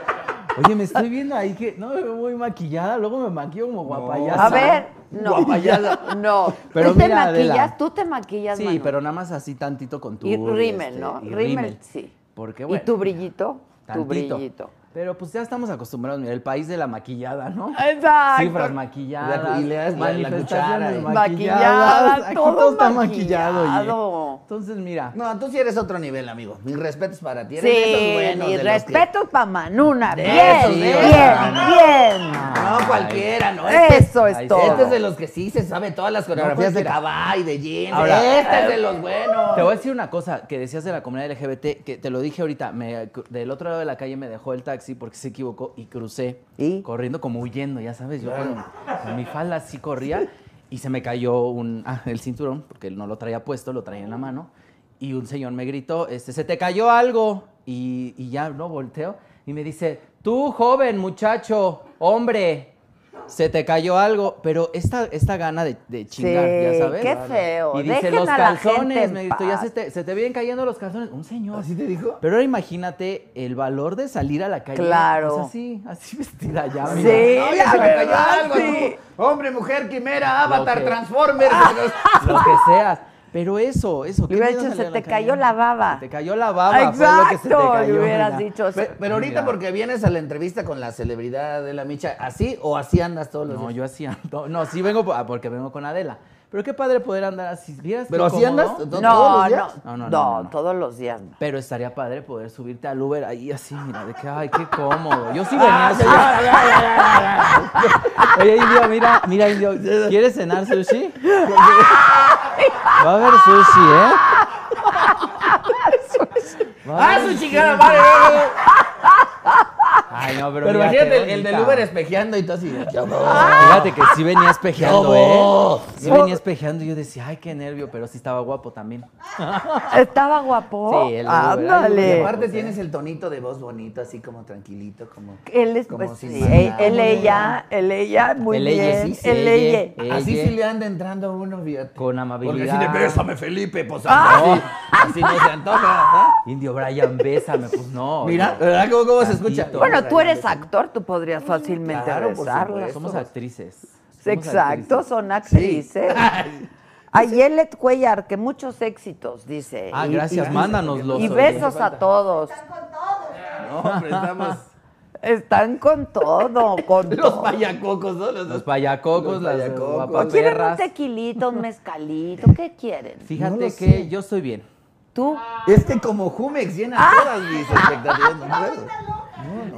Speaker 5: Oye, me estoy viendo ahí que no me veo muy maquillada, luego me maquillo como guapayasa.
Speaker 1: A ver, no.
Speaker 6: Guapayada.
Speaker 1: No.
Speaker 5: Pero
Speaker 1: ¿Tú te
Speaker 5: mira,
Speaker 1: maquillas?
Speaker 5: Adela.
Speaker 1: ¿Tú te maquillas,
Speaker 5: Sí,
Speaker 1: Manu?
Speaker 5: pero nada más así tantito con tu
Speaker 1: Y rímel,
Speaker 5: este,
Speaker 1: ¿no?
Speaker 5: y
Speaker 1: Rímel, sí.
Speaker 5: Porque bueno.
Speaker 1: ¿Y tu brillito? Tu
Speaker 5: tantito.
Speaker 1: brillito.
Speaker 5: Pero pues ya estamos acostumbrados, mira, el país de la maquillada, ¿no?
Speaker 1: Exacto.
Speaker 5: Cifras maquilladas,
Speaker 6: La cu- y le das la- la cuchara
Speaker 5: manifestaciones
Speaker 6: y-
Speaker 5: maquilladas.
Speaker 1: Maquillada,
Speaker 5: Aquí
Speaker 1: todo
Speaker 5: está
Speaker 1: maquillado.
Speaker 5: maquillado. oye. Entonces, mira,
Speaker 6: No, tú sí eres otro nivel, amigo. Mis respetos para ti. Eres de esos
Speaker 1: Sí,
Speaker 6: buenos
Speaker 1: mi
Speaker 6: de los que-
Speaker 1: respeto para Manuna.
Speaker 6: De
Speaker 1: Bien,
Speaker 6: esos, de
Speaker 1: bien,
Speaker 6: esos, Manu.
Speaker 1: bien.
Speaker 6: No, cualquiera, no.
Speaker 5: Ah,
Speaker 1: Eso es
Speaker 6: este
Speaker 1: todo.
Speaker 6: Este es de los que sí se sabe todas las coreografías de
Speaker 5: cualquiera.
Speaker 6: caballo y de jeans.
Speaker 5: Ahora, eh,
Speaker 6: este es de los
Speaker 5: Te
Speaker 6: buenos.
Speaker 5: voy a decir una cosa que decías de la comunidad LGBT, que te lo dije ahorita, me- del otro lado de la calle me dejó el taxi porque se equivocó y crucé,
Speaker 1: ¿Y?
Speaker 5: corriendo como huyendo, ya sabes, yo con, con mi falda así corría y se me cayó un, ah, el cinturón, porque no lo traía puesto, lo traía en la mano, y un señor me gritó, este, se te cayó algo, y, y ya, ¿no? Volteo y me dice, tú joven muchacho, hombre. Se te cayó algo, pero esta, esta gana de, de chingar,
Speaker 1: Sí,
Speaker 5: ya sabes.
Speaker 1: qué feo.
Speaker 5: Y dice,
Speaker 1: Dejen
Speaker 5: los
Speaker 1: a la gente
Speaker 5: calzones,
Speaker 1: en
Speaker 5: me gritó, ya
Speaker 1: paz".
Speaker 5: se te, se te vienen cayendo los calzones. Un señor.
Speaker 6: ¿Así te dijo?
Speaker 5: Pero ahora imagínate el valor de salir a la calle.
Speaker 1: Claro.
Speaker 5: pues, así, así vestida ya.
Speaker 1: Sí,
Speaker 5: mira.
Speaker 6: No, ya
Speaker 1: la
Speaker 6: se me cayó
Speaker 1: verdad,
Speaker 6: algo,
Speaker 1: sí. Ah.
Speaker 6: tú. Hombre, mujer, quimera, avatar,
Speaker 5: que-
Speaker 6: transformer.
Speaker 5: Lo que seas. Pero eso, eso.
Speaker 1: Le
Speaker 5: ¿qué
Speaker 1: hubiera
Speaker 5: miedo
Speaker 1: dicho,
Speaker 5: salir
Speaker 1: se te
Speaker 5: a calle?
Speaker 1: cayó la baba.
Speaker 5: Se te cayó la baba. fue lo que se te
Speaker 1: Exacto,
Speaker 5: cayó,
Speaker 1: le hubieras
Speaker 5: mira.
Speaker 1: dicho.
Speaker 6: Pe- Pero ahorita porque vienes a la entrevista con la celebridad de la Micha, ¿así o así andas todos los
Speaker 5: No,
Speaker 6: días?
Speaker 5: yo así ando. No, sí vengo po- ah, porque vengo con Adela. Pero qué padre poder andar así. ¿Vieras qué
Speaker 6: ¿Pero así
Speaker 5: cómodo?
Speaker 6: andas?
Speaker 1: No,
Speaker 6: ¿Todos los
Speaker 1: no,
Speaker 5: No,
Speaker 6: días?
Speaker 5: no,
Speaker 1: no,
Speaker 5: no, no, no.
Speaker 1: todos los días no.
Speaker 5: Pero estaría padre poder subirte al Uber ahí así, mira, de que, ay, qué cómodo. Yo sí venía
Speaker 6: Ah,
Speaker 5: así. Oye, Indio, mira, mira, Indio, ¿quieres cenar sushi? Va a haber sushi, ¿eh? Va a
Speaker 6: ¡Ah,
Speaker 5: haber-
Speaker 6: su chingada madre! no, no, no.
Speaker 5: Ay, no, pero,
Speaker 6: Pero
Speaker 5: mira,
Speaker 6: imagínate
Speaker 5: qué
Speaker 6: el, el del
Speaker 5: bonita.
Speaker 6: Uber espejeando y todo así.
Speaker 1: Ah.
Speaker 5: Fíjate que sí venía espejeando,
Speaker 6: ¡Lobo!
Speaker 5: ¿eh? Sí venía espejeando y yo decía, ay, qué nervio, pero sí estaba guapo también.
Speaker 1: Estaba guapo.
Speaker 5: Sí, el Uber, ay,
Speaker 6: Y
Speaker 1: Ándale.
Speaker 5: Uber.
Speaker 6: aparte tienes el tonito de voz bonito, así como tranquilito, como...
Speaker 1: Él es,
Speaker 6: como
Speaker 1: pues,
Speaker 6: si
Speaker 1: sí,
Speaker 6: nada.
Speaker 1: él, él, ella, él, ella, muy
Speaker 5: Él,
Speaker 1: bien.
Speaker 5: ella,
Speaker 1: Él,
Speaker 5: sí, sí,
Speaker 1: ella.
Speaker 5: ella.
Speaker 6: Así
Speaker 5: Ella.
Speaker 6: sí le anda entrando a uno, fíjate.
Speaker 5: Con
Speaker 6: Porque
Speaker 5: amabilidad.
Speaker 6: si le bésame, Felipe, pues
Speaker 1: Ah.
Speaker 6: así, así no se antoja, ¿verdad?
Speaker 5: Indio Brian, bésame, pues no.
Speaker 6: Mira, eh,
Speaker 5: oye.
Speaker 6: ¿verdad cómo, cómo se
Speaker 5: Tantito.
Speaker 6: escucha?
Speaker 1: Bueno, tú eres actor, tú podrías fácilmente
Speaker 6: Claro, por
Speaker 1: besarla.
Speaker 6: supuesto.
Speaker 5: Somos actrices. Somos
Speaker 1: Exacto,
Speaker 5: actrices.
Speaker 1: son actrices. A Yelet Cuellar, que muchos éxitos, dice.
Speaker 5: Ah,
Speaker 1: Y-
Speaker 5: gracias,
Speaker 1: y-
Speaker 5: mándanoslos.
Speaker 1: Y
Speaker 5: oye.
Speaker 1: besos a todos.
Speaker 3: Están con todo.
Speaker 6: No, hombre, estamos...
Speaker 1: Están con todo, con
Speaker 6: Los
Speaker 1: todo.
Speaker 6: payacocos, ¿no? Los,
Speaker 5: Los payacocos,
Speaker 6: Los
Speaker 5: las
Speaker 6: payacocos.
Speaker 1: ¿O quieren un
Speaker 5: guapaperras.
Speaker 1: tequilito, un mezcalito? ¿Qué quieren?
Speaker 5: Fíjate
Speaker 6: No
Speaker 5: que
Speaker 6: lo sé.
Speaker 5: yo estoy bien.
Speaker 1: ¿Tú?
Speaker 5: Ah.
Speaker 6: Es que como Jumex llena todas mis expectativas, no puedo.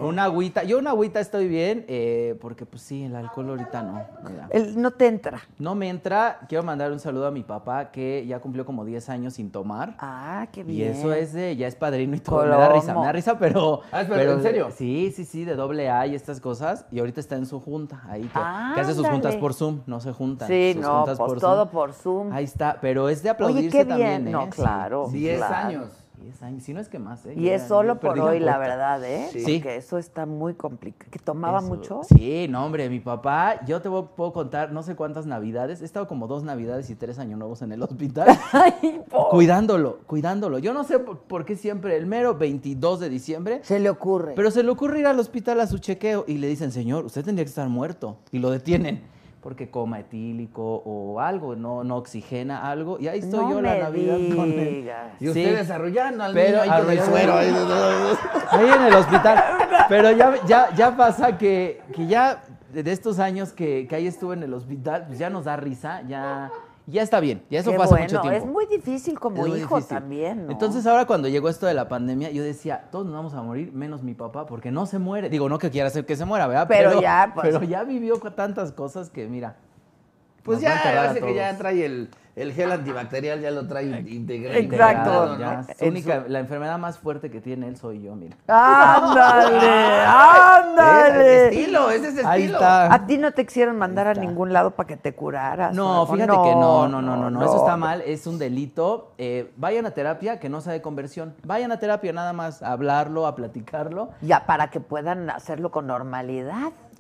Speaker 5: Una agüita. Yo una agüita estoy bien, eh, porque pues sí, el alcohol ahorita no. me da.
Speaker 1: El- no te entra.
Speaker 5: No me entra. Quiero mandar un saludo a mi papá, que ya cumplió como 10 años sin tomar.
Speaker 1: Ah, qué
Speaker 5: Y
Speaker 1: bien.
Speaker 5: eso es de, ya es padrino y todo. Me da risa, me da risa, pero.
Speaker 6: Ah, espera, ¿en serio?
Speaker 5: Sí, sí, sí, de doble A y estas cosas. Y ahorita está en su junta, ahí que, que hace sus
Speaker 1: Ándale.
Speaker 5: juntas por Zoom, no se juntan.
Speaker 1: Sí,
Speaker 5: sus
Speaker 1: no,
Speaker 5: juntas
Speaker 1: pues
Speaker 5: por
Speaker 1: todo
Speaker 5: Zoom.
Speaker 1: por Zoom.
Speaker 5: Ahí está, pero es de aplaudirse
Speaker 1: qué bien.
Speaker 5: también, ¿eh?
Speaker 1: No,
Speaker 5: Sí,
Speaker 1: claro,
Speaker 5: sí,
Speaker 6: 10
Speaker 1: claro.
Speaker 6: años.
Speaker 5: 10 años, si no es que más, ¿eh?
Speaker 1: y
Speaker 5: Yo
Speaker 1: es
Speaker 5: ya-
Speaker 1: solo
Speaker 5: yo
Speaker 1: por
Speaker 5: perdí
Speaker 1: hoy, la
Speaker 5: cuenta.
Speaker 1: verdad, ¿eh?
Speaker 5: Sí.
Speaker 1: Porque eso está muy complicado. ¿Que tomaba
Speaker 5: Eso.
Speaker 1: mucho?
Speaker 5: Sí, no, hombre, mi papá, yo te voy- puedo contar no sé cuántas navidades, he estado como dos navidades y tres años nuevos en el hospital,
Speaker 1: Ay, po-
Speaker 5: cuidándolo, cuidándolo. Yo no sé por, por qué siempre, el mero 22 de diciembre,
Speaker 1: Se le ocurre.
Speaker 5: pero se le ocurre ir al hospital a su chequeo y le dicen, señor, usted tendría que estar muerto, y lo detienen. Porque coma etílico o algo, no, no oxigena algo. Y ahí estoy
Speaker 1: No
Speaker 5: yo la
Speaker 1: me
Speaker 5: Navidad con él.
Speaker 1: digas.
Speaker 6: Y
Speaker 5: Sí.
Speaker 6: ustedes arrullando al
Speaker 5: Pero
Speaker 6: niño ahí con el
Speaker 5: arrullando.
Speaker 6: suero. ahí.
Speaker 5: Ahí en el hospital. Pero ya, ya, ya pasa que, que ya de estos años que, que ahí estuve en el hospital, pues ya nos da risa, ya, ya está bien. Ya eso
Speaker 1: Qué
Speaker 5: pasa
Speaker 1: bueno,
Speaker 5: mucho tiempo.
Speaker 1: es muy difícil como
Speaker 5: Es muy
Speaker 1: hijo
Speaker 5: difícil.
Speaker 1: también, ¿no?
Speaker 5: Entonces ahora cuando llegó esto de la pandemia, yo decía, todos nos vamos a morir, menos mi papá, porque no se muere. Digo, no que quiera hacer que se muera, ¿verdad?
Speaker 1: Pero ya, pues.
Speaker 5: Pero ya vivió con tantas cosas que, mira.
Speaker 6: Pues
Speaker 5: nos va a
Speaker 6: ya,
Speaker 5: enterrar a
Speaker 6: parece que ya
Speaker 5: todos.
Speaker 6: trae el, el gel antibacterial, ya lo trae integrado. ¿Eh?
Speaker 1: Exacto.
Speaker 6: integrado, ¿no?
Speaker 5: Ya, su
Speaker 1: En
Speaker 5: única- La enfermedad más fuerte que tiene él soy yo, mira.
Speaker 1: ¡Ándale!
Speaker 6: Ese
Speaker 1: ¡Ándale!
Speaker 6: es el estilo, ese es el estilo.
Speaker 5: Ahí está.
Speaker 1: A ti no te quisieron mandar a
Speaker 5: Está.
Speaker 1: ningún lado para que te curaras.
Speaker 5: No, fíjate que no, no, no, no, no, eso está mal, es un delito. Eh, vayan a terapia que no sea de conversión. Vayan a terapia nada más a hablarlo, a platicarlo.
Speaker 1: Ya, para que puedan hacerlo con normalidad.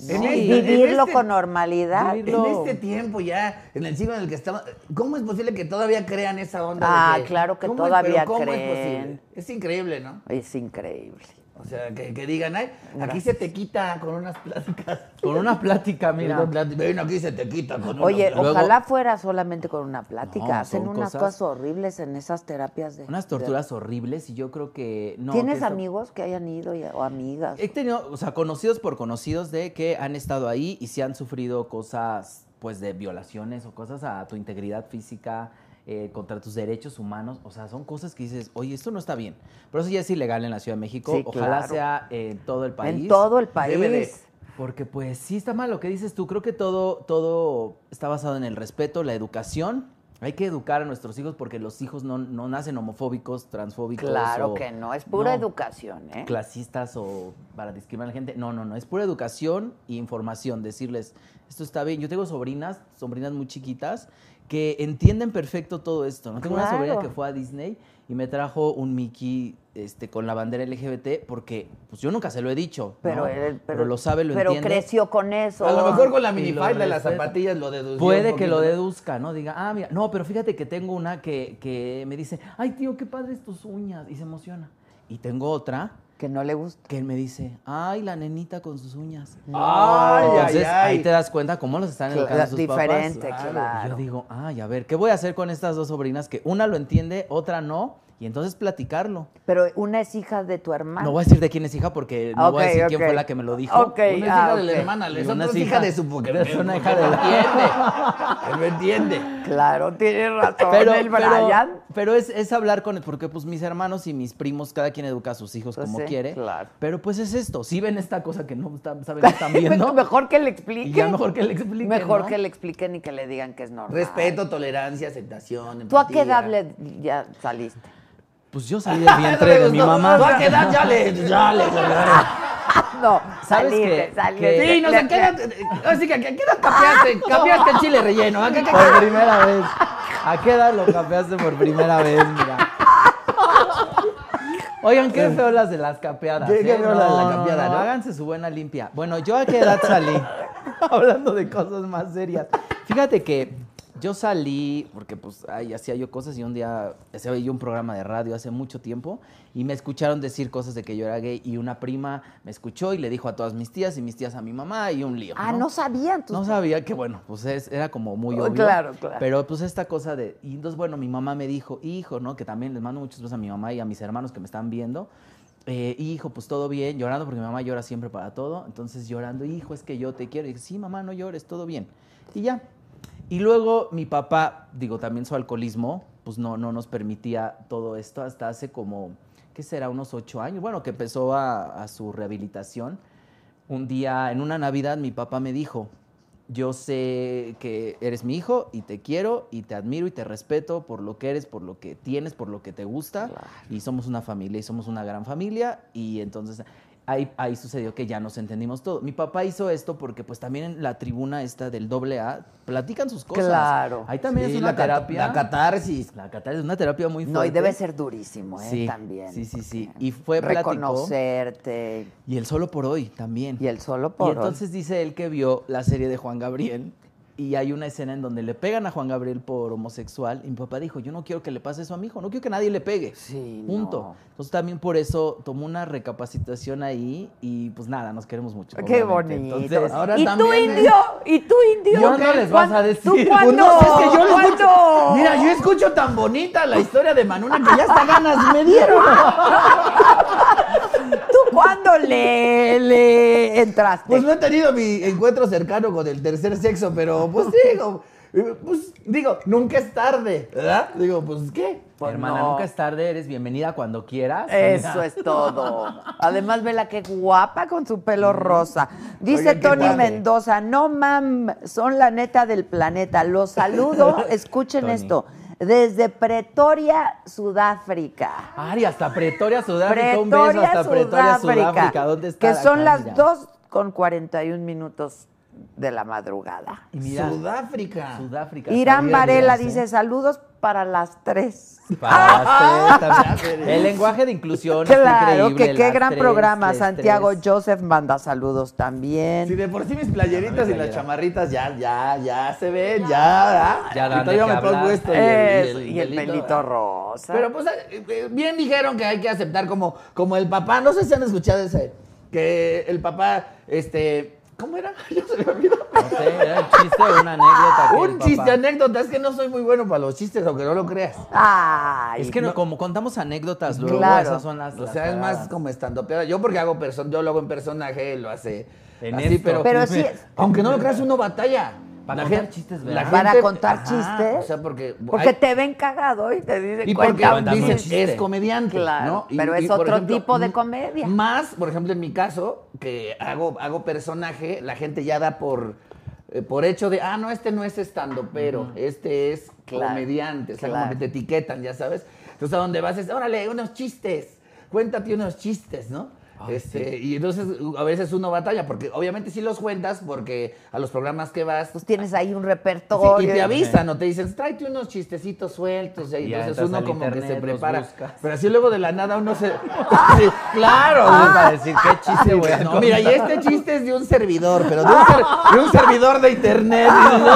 Speaker 1: ¿no?
Speaker 6: En
Speaker 1: Y
Speaker 6: este- en
Speaker 1: vivirlo
Speaker 6: este-
Speaker 1: con normalidad.
Speaker 5: Vivir-
Speaker 6: En este tiempo ya, en el siglo en el que estamos, ¿cómo es posible que todavía crean esa onda?
Speaker 1: Ah,
Speaker 6: de
Speaker 1: claro que
Speaker 6: ¿cómo es-
Speaker 1: todavía
Speaker 6: pero ¿cómo Es,
Speaker 1: creen.
Speaker 6: posible? es increíble, ¿no?
Speaker 1: Es increíble.
Speaker 6: O sea, que, que digan, ay, aquí se te quita con unas pláticas.
Speaker 5: Con una plática, mira.
Speaker 6: Ven, aquí se te quita con unas
Speaker 1: Oye,
Speaker 6: pláticas.
Speaker 1: ojalá fuera solamente con una plática.
Speaker 5: No,
Speaker 1: Hacen
Speaker 5: son
Speaker 1: unas cosas...
Speaker 5: cosas-
Speaker 1: horribles en esas terapias de.
Speaker 5: Unas torturas horribles y yo creo que
Speaker 1: de-
Speaker 5: no.
Speaker 1: ¿Tienes
Speaker 5: que eso- Eh,
Speaker 1: amigos que hayan ido y- o amigas?
Speaker 5: He tenido, o sea, conocidos por conocidos de que han estado ahí y se han sufrido cosas, pues, de violaciones o cosas a tu integridad física, eh, contra tus derechos humanos. O sea, son cosas que dices, oye, esto no está bien. Pero eso ya es ilegal en la Ciudad de México.
Speaker 1: Sí,
Speaker 5: Ojalá
Speaker 1: claro.
Speaker 5: sea en todo el país.
Speaker 1: En todo el país.
Speaker 6: Debe de-
Speaker 5: Porque pues sí está mal lo que dices tú. Creo que todo, todo está basado en el respeto, la educación. Hay que educar a nuestros hijos porque los hijos no, no nacen homofóbicos, transfóbicos.
Speaker 1: Claro
Speaker 5: o-
Speaker 1: que no, es pura
Speaker 5: no,
Speaker 1: educación, ¿eh?
Speaker 5: Clasistas o para discriminar a la gente. No, no, no. Es pura educación e información. Decirles, esto está bien. Yo tengo sobrinas, sobrinas muy chiquitas, que entienden perfecto todo esto. No tengo una sobrina
Speaker 1: Claro.
Speaker 5: que fue a Disney y me trajo un Mickey este, con la bandera LGBT porque pues yo nunca se lo he dicho.
Speaker 1: Pero,
Speaker 5: ¿no?
Speaker 1: él-
Speaker 5: Pero lo sabe, lo
Speaker 1: pero
Speaker 5: entiende.
Speaker 1: creció con eso.
Speaker 6: A lo mejor con la
Speaker 5: Y lo
Speaker 6: minifalda, las
Speaker 5: respeto.
Speaker 6: zapatillas, lo dedució.
Speaker 5: Pues, Puede
Speaker 6: un
Speaker 5: que lo
Speaker 6: poquito.
Speaker 5: deduzca, ¿no? Diga, ah, mira, no, pero fíjate que tengo una que, que me dice, ay, tío, qué padres tus uñas, y se emociona. Y tengo otra
Speaker 1: Que no le gusta.
Speaker 5: que me dice, ay, la nenita con sus uñas. Ah.
Speaker 6: Ay,
Speaker 5: Entonces,
Speaker 6: ay, ay.
Speaker 5: ahí te das cuenta cómo los están
Speaker 1: Claro,
Speaker 5: educando sus
Speaker 1: diferente,
Speaker 5: papás.
Speaker 1: claro.
Speaker 5: Y Yo digo, ay, a ver, ¿qué voy a hacer con estas dos sobrinas que una lo entiende, otra no? Y entonces platicarlo.
Speaker 1: Pero una es hija de tu hermano.
Speaker 5: No voy a decir de quién es hija porque no voy a
Speaker 1: Ok,
Speaker 5: decir quién
Speaker 1: ok.
Speaker 5: fue la que me lo dijo.
Speaker 1: Ok,
Speaker 6: Una es hija
Speaker 1: ah,
Speaker 6: de la
Speaker 1: ok.
Speaker 6: hermana,
Speaker 5: Y
Speaker 6: la
Speaker 5: una
Speaker 6: otra es
Speaker 5: es
Speaker 6: hija
Speaker 5: hija-
Speaker 6: de su porque
Speaker 5: es una hija
Speaker 6: porque
Speaker 5: de la-
Speaker 6: no entiende. Él no entiende.
Speaker 1: Claro, tienes razón.
Speaker 5: pero,
Speaker 1: el
Speaker 5: pero-
Speaker 1: Brian.
Speaker 5: pero es, es hablar con él, porque pues mis hermanos y mis primos, cada quien educa a sus hijos
Speaker 1: Pues
Speaker 5: como
Speaker 1: sí,
Speaker 5: quiere.
Speaker 1: claro.
Speaker 5: Pero pues es esto, si ven esta cosa que no está- saben, no están viendo,
Speaker 1: mejor que le
Speaker 5: y
Speaker 1: expliquen.
Speaker 5: ya mejor que le expliquen.
Speaker 1: Mejor
Speaker 5: ¿no?
Speaker 1: que le expliquen y que le digan que es normal.
Speaker 6: Respeto, tolerancia, aceptación.
Speaker 1: ¿Tú a qué
Speaker 6: empatía.
Speaker 1: edad le- ya saliste?
Speaker 5: Pues yo salí del vientre de mi
Speaker 6: ¿Tú a
Speaker 5: mamá.
Speaker 6: qué edad ya le, ya le
Speaker 1: No,
Speaker 5: ¿Sabes
Speaker 1: saliste,
Speaker 5: qué?
Speaker 1: saliste.
Speaker 5: Que-
Speaker 6: Sí, no sé, ¿a qué edad? Así que, ¿a qué edad cambiaste? Cambiaste el chile relleno. ¿A qué, qué-
Speaker 5: Por primera vez. ¿A qué edad lo capeaste por primera vez? Mira. Oigan, qué feo las de las capeadas.
Speaker 6: Qué- qué
Speaker 5: ¿eh?
Speaker 6: feo las de la capeada, ¿no?
Speaker 5: Háganse su buena limpia. Bueno, ¿yo a qué edad salí? Hablando de cosas más serias. Fíjate que yo salí, porque pues ahí hacía yo cosas y un día hacía yo un programa de radio hace mucho tiempo y me escucharon decir cosas de que yo era gay y una prima me escuchó y le dijo a todas mis tías y mis tías a mi mamá y un lío.
Speaker 1: Ah, no sabían tus
Speaker 5: No sabía que, bueno, pues es- era como muy
Speaker 1: Oh,
Speaker 5: obvio.
Speaker 1: claro, claro.
Speaker 5: Pero pues esta cosa de. Y entonces, bueno, mi mamá me dijo, hijo, ¿no? Que también les mando muchos besos a mi mamá y a mis hermanos que me están viendo. Eh, hijo, pues todo bien, llorando, porque mi mamá llora siempre para todo. Entonces llorando, hijo, es que yo te quiero. Y dije, sí, mamá, no llores, todo bien. Y ya. Y luego mi papá, digo, también su alcoholismo, pues no, no nos permitía todo esto hasta hace como ¿qué será? Unos ocho años. Bueno, que empezó a, a su rehabilitación. Un día, en una Navidad, mi papá me dijo, yo sé que eres mi hijo y te quiero y te admiro y te respeto por lo que eres, por lo que tienes, por lo que te gusta. Y somos una familia y somos una gran familia. Y entonces ahí, ahí sucedió que ya nos entendimos todo. Mi papá hizo esto porque pues también en la tribuna esta del doble A platican sus cosas.
Speaker 1: Claro.
Speaker 5: Ahí también
Speaker 6: Sí,
Speaker 5: es una
Speaker 6: la cat-
Speaker 5: terapia.
Speaker 6: la catarsis.
Speaker 5: La catarsis es una terapia muy fuerte.
Speaker 1: No, y debe ser durísimo, ¿eh?
Speaker 5: Sí,
Speaker 1: También.
Speaker 5: sí, sí, sí.
Speaker 1: porque
Speaker 5: Y fue, platicó.
Speaker 1: Reconocerte.
Speaker 5: Y el solo por hoy también.
Speaker 1: Y el solo
Speaker 5: Y
Speaker 1: por
Speaker 5: entonces dice él que vio la serie de Juan Gabriel y hay una escena en donde le pegan a Juan Gabriel por homosexual y mi papá dijo, yo no quiero que le pase eso a mi hijo, no quiero que nadie le pegue.
Speaker 1: Sí,
Speaker 5: Punto.
Speaker 1: no.
Speaker 5: Entonces también por eso tomó una recapacitación ahí y pues nada, nos queremos mucho.
Speaker 1: Qué
Speaker 5: obviamente.
Speaker 1: bonito.
Speaker 5: Entonces, ahora
Speaker 1: y tú,
Speaker 5: también es-
Speaker 1: indio, y tú, indio.
Speaker 5: Yo no les vas a decir.
Speaker 1: ¿Tú cuándo?
Speaker 5: Pues no, es que yo lo escucho-
Speaker 1: ¿Cuándo?
Speaker 6: Mira, yo escucho tan bonita la historia de Manuna que ya hasta ganas me dieron.
Speaker 1: ¿Tú cuándo le, le entraste?
Speaker 6: Pues no he tenido mi encuentro cercano con el tercer sexo, pero pues digo, eh, pues digo, nunca es tarde, ¿verdad? Digo, pues ¿qué?
Speaker 1: Pues
Speaker 5: Hermana,
Speaker 1: no.
Speaker 5: nunca es tarde, eres bienvenida cuando quieras.
Speaker 1: Eso es todo. Además, vela qué guapa con su
Speaker 5: Mm.
Speaker 1: pelo rosa. Dice
Speaker 6: Oigan, qué
Speaker 1: Tony
Speaker 6: padre.
Speaker 1: Mendoza, no mam, son la neta del planeta. Los saludo, escuchen
Speaker 5: Tony.
Speaker 1: esto, desde Pretoria, Sudáfrica.
Speaker 5: Ari, hasta Pretoria, Sudáfrica. un beso
Speaker 1: Pretoria,
Speaker 5: hasta Pretoria,
Speaker 1: Sudáfrica.
Speaker 5: Sudáfrica. ¿Dónde está
Speaker 1: Que
Speaker 5: la
Speaker 1: son las
Speaker 5: Camila?
Speaker 1: 2 con 41 minutos de la madrugada.
Speaker 5: Y mira,
Speaker 6: Sudáfrica.
Speaker 5: Sudáfrica.
Speaker 1: Irán
Speaker 5: Sudáfrica,
Speaker 1: Varela
Speaker 5: ¿eh?
Speaker 1: dice, saludos para las 3.
Speaker 5: Para las tres también. El lenguaje de inclusión es
Speaker 1: Claro,
Speaker 5: increíble.
Speaker 1: que qué
Speaker 5: las
Speaker 1: gran
Speaker 5: tres,
Speaker 1: programa.
Speaker 5: las
Speaker 1: Santiago
Speaker 5: tres.
Speaker 1: Joseph manda saludos también.
Speaker 6: Si de por sí mis playeritas y las
Speaker 5: playera.
Speaker 6: chamarritas ya, ya, ya se ven, ya, ¿verdad?
Speaker 5: Ya dan
Speaker 6: y todavía
Speaker 5: de
Speaker 6: me
Speaker 5: qué
Speaker 6: pongo
Speaker 5: hablar.
Speaker 6: esto y el,
Speaker 1: Eso,
Speaker 6: y
Speaker 1: y el pelito
Speaker 6: ¿verdad?
Speaker 1: rosa.
Speaker 6: Pero pues eh, eh, bien dijeron que hay que aceptar como, como el papá, no sé si han escuchado ese, que el papá, este, ¿cómo era? Ya se me olvidó.
Speaker 5: No sé, era el chiste de una anécdota. que el
Speaker 6: Un
Speaker 5: papá-
Speaker 6: chiste, anécdota, es que no soy muy bueno para los chistes, aunque no lo creas.
Speaker 1: Ay,
Speaker 5: Es que no- como contamos anécdotas luego,
Speaker 1: Claro.
Speaker 5: esas son las.
Speaker 6: O
Speaker 5: las
Speaker 6: sea, es más
Speaker 5: cagadas.
Speaker 6: como estandopeada. Yo porque hago person yo lo hago en personaje, él lo hace
Speaker 5: En
Speaker 6: así,
Speaker 5: esto.
Speaker 6: pero, pues,
Speaker 1: Pero sí es-
Speaker 6: aunque no lo creas, uno batalla.
Speaker 5: Para
Speaker 6: La
Speaker 5: contar
Speaker 6: gen-
Speaker 5: chistes,
Speaker 6: la
Speaker 5: ¿verdad?
Speaker 6: gente-
Speaker 1: Para contar
Speaker 6: Ajá,
Speaker 1: chistes.
Speaker 6: O sea, porque...
Speaker 1: porque
Speaker 6: hay-
Speaker 1: te ven cagado y te dicen
Speaker 6: Y porque
Speaker 1: cuenta un
Speaker 5: Cuéntame un
Speaker 6: dicen,
Speaker 1: chiste".
Speaker 5: chiste.
Speaker 6: es comediante,
Speaker 1: Claro,
Speaker 6: ¿no? Y-
Speaker 1: pero
Speaker 6: y,
Speaker 1: es
Speaker 6: por
Speaker 1: otro tipo de
Speaker 6: m-
Speaker 1: comedia.
Speaker 6: Más, por ejemplo, en mi caso, que hago, hago personaje, la gente ya da por, eh, por hecho de, ah, no, este no es estando, pero este es
Speaker 1: Claro,
Speaker 6: comediante. O sea,
Speaker 1: claro.
Speaker 6: como que te etiquetan, ya sabes. Entonces, a donde vas es, órale, unos chistes, cuéntate unos chistes, ¿no? Este, Y entonces u- a veces uno batalla, porque obviamente sí los cuentas, porque a los programas que vas,
Speaker 1: Pues tienes ahí un
Speaker 6: Sí,
Speaker 1: repertorio.
Speaker 6: y te avisan o te dicen, tráete unos chistecitos sueltos. Y
Speaker 5: Y ya
Speaker 6: entonces
Speaker 5: entras
Speaker 6: uno
Speaker 5: al
Speaker 6: como que se
Speaker 5: internet, los
Speaker 6: prepara.
Speaker 5: buscas.
Speaker 6: Pero así luego de la nada uno se. Sí, claro.
Speaker 5: Para decir qué chiste, güey.
Speaker 6: No, mira, y este chiste es de un servidor, pero de un, ser- de un servidor de internet.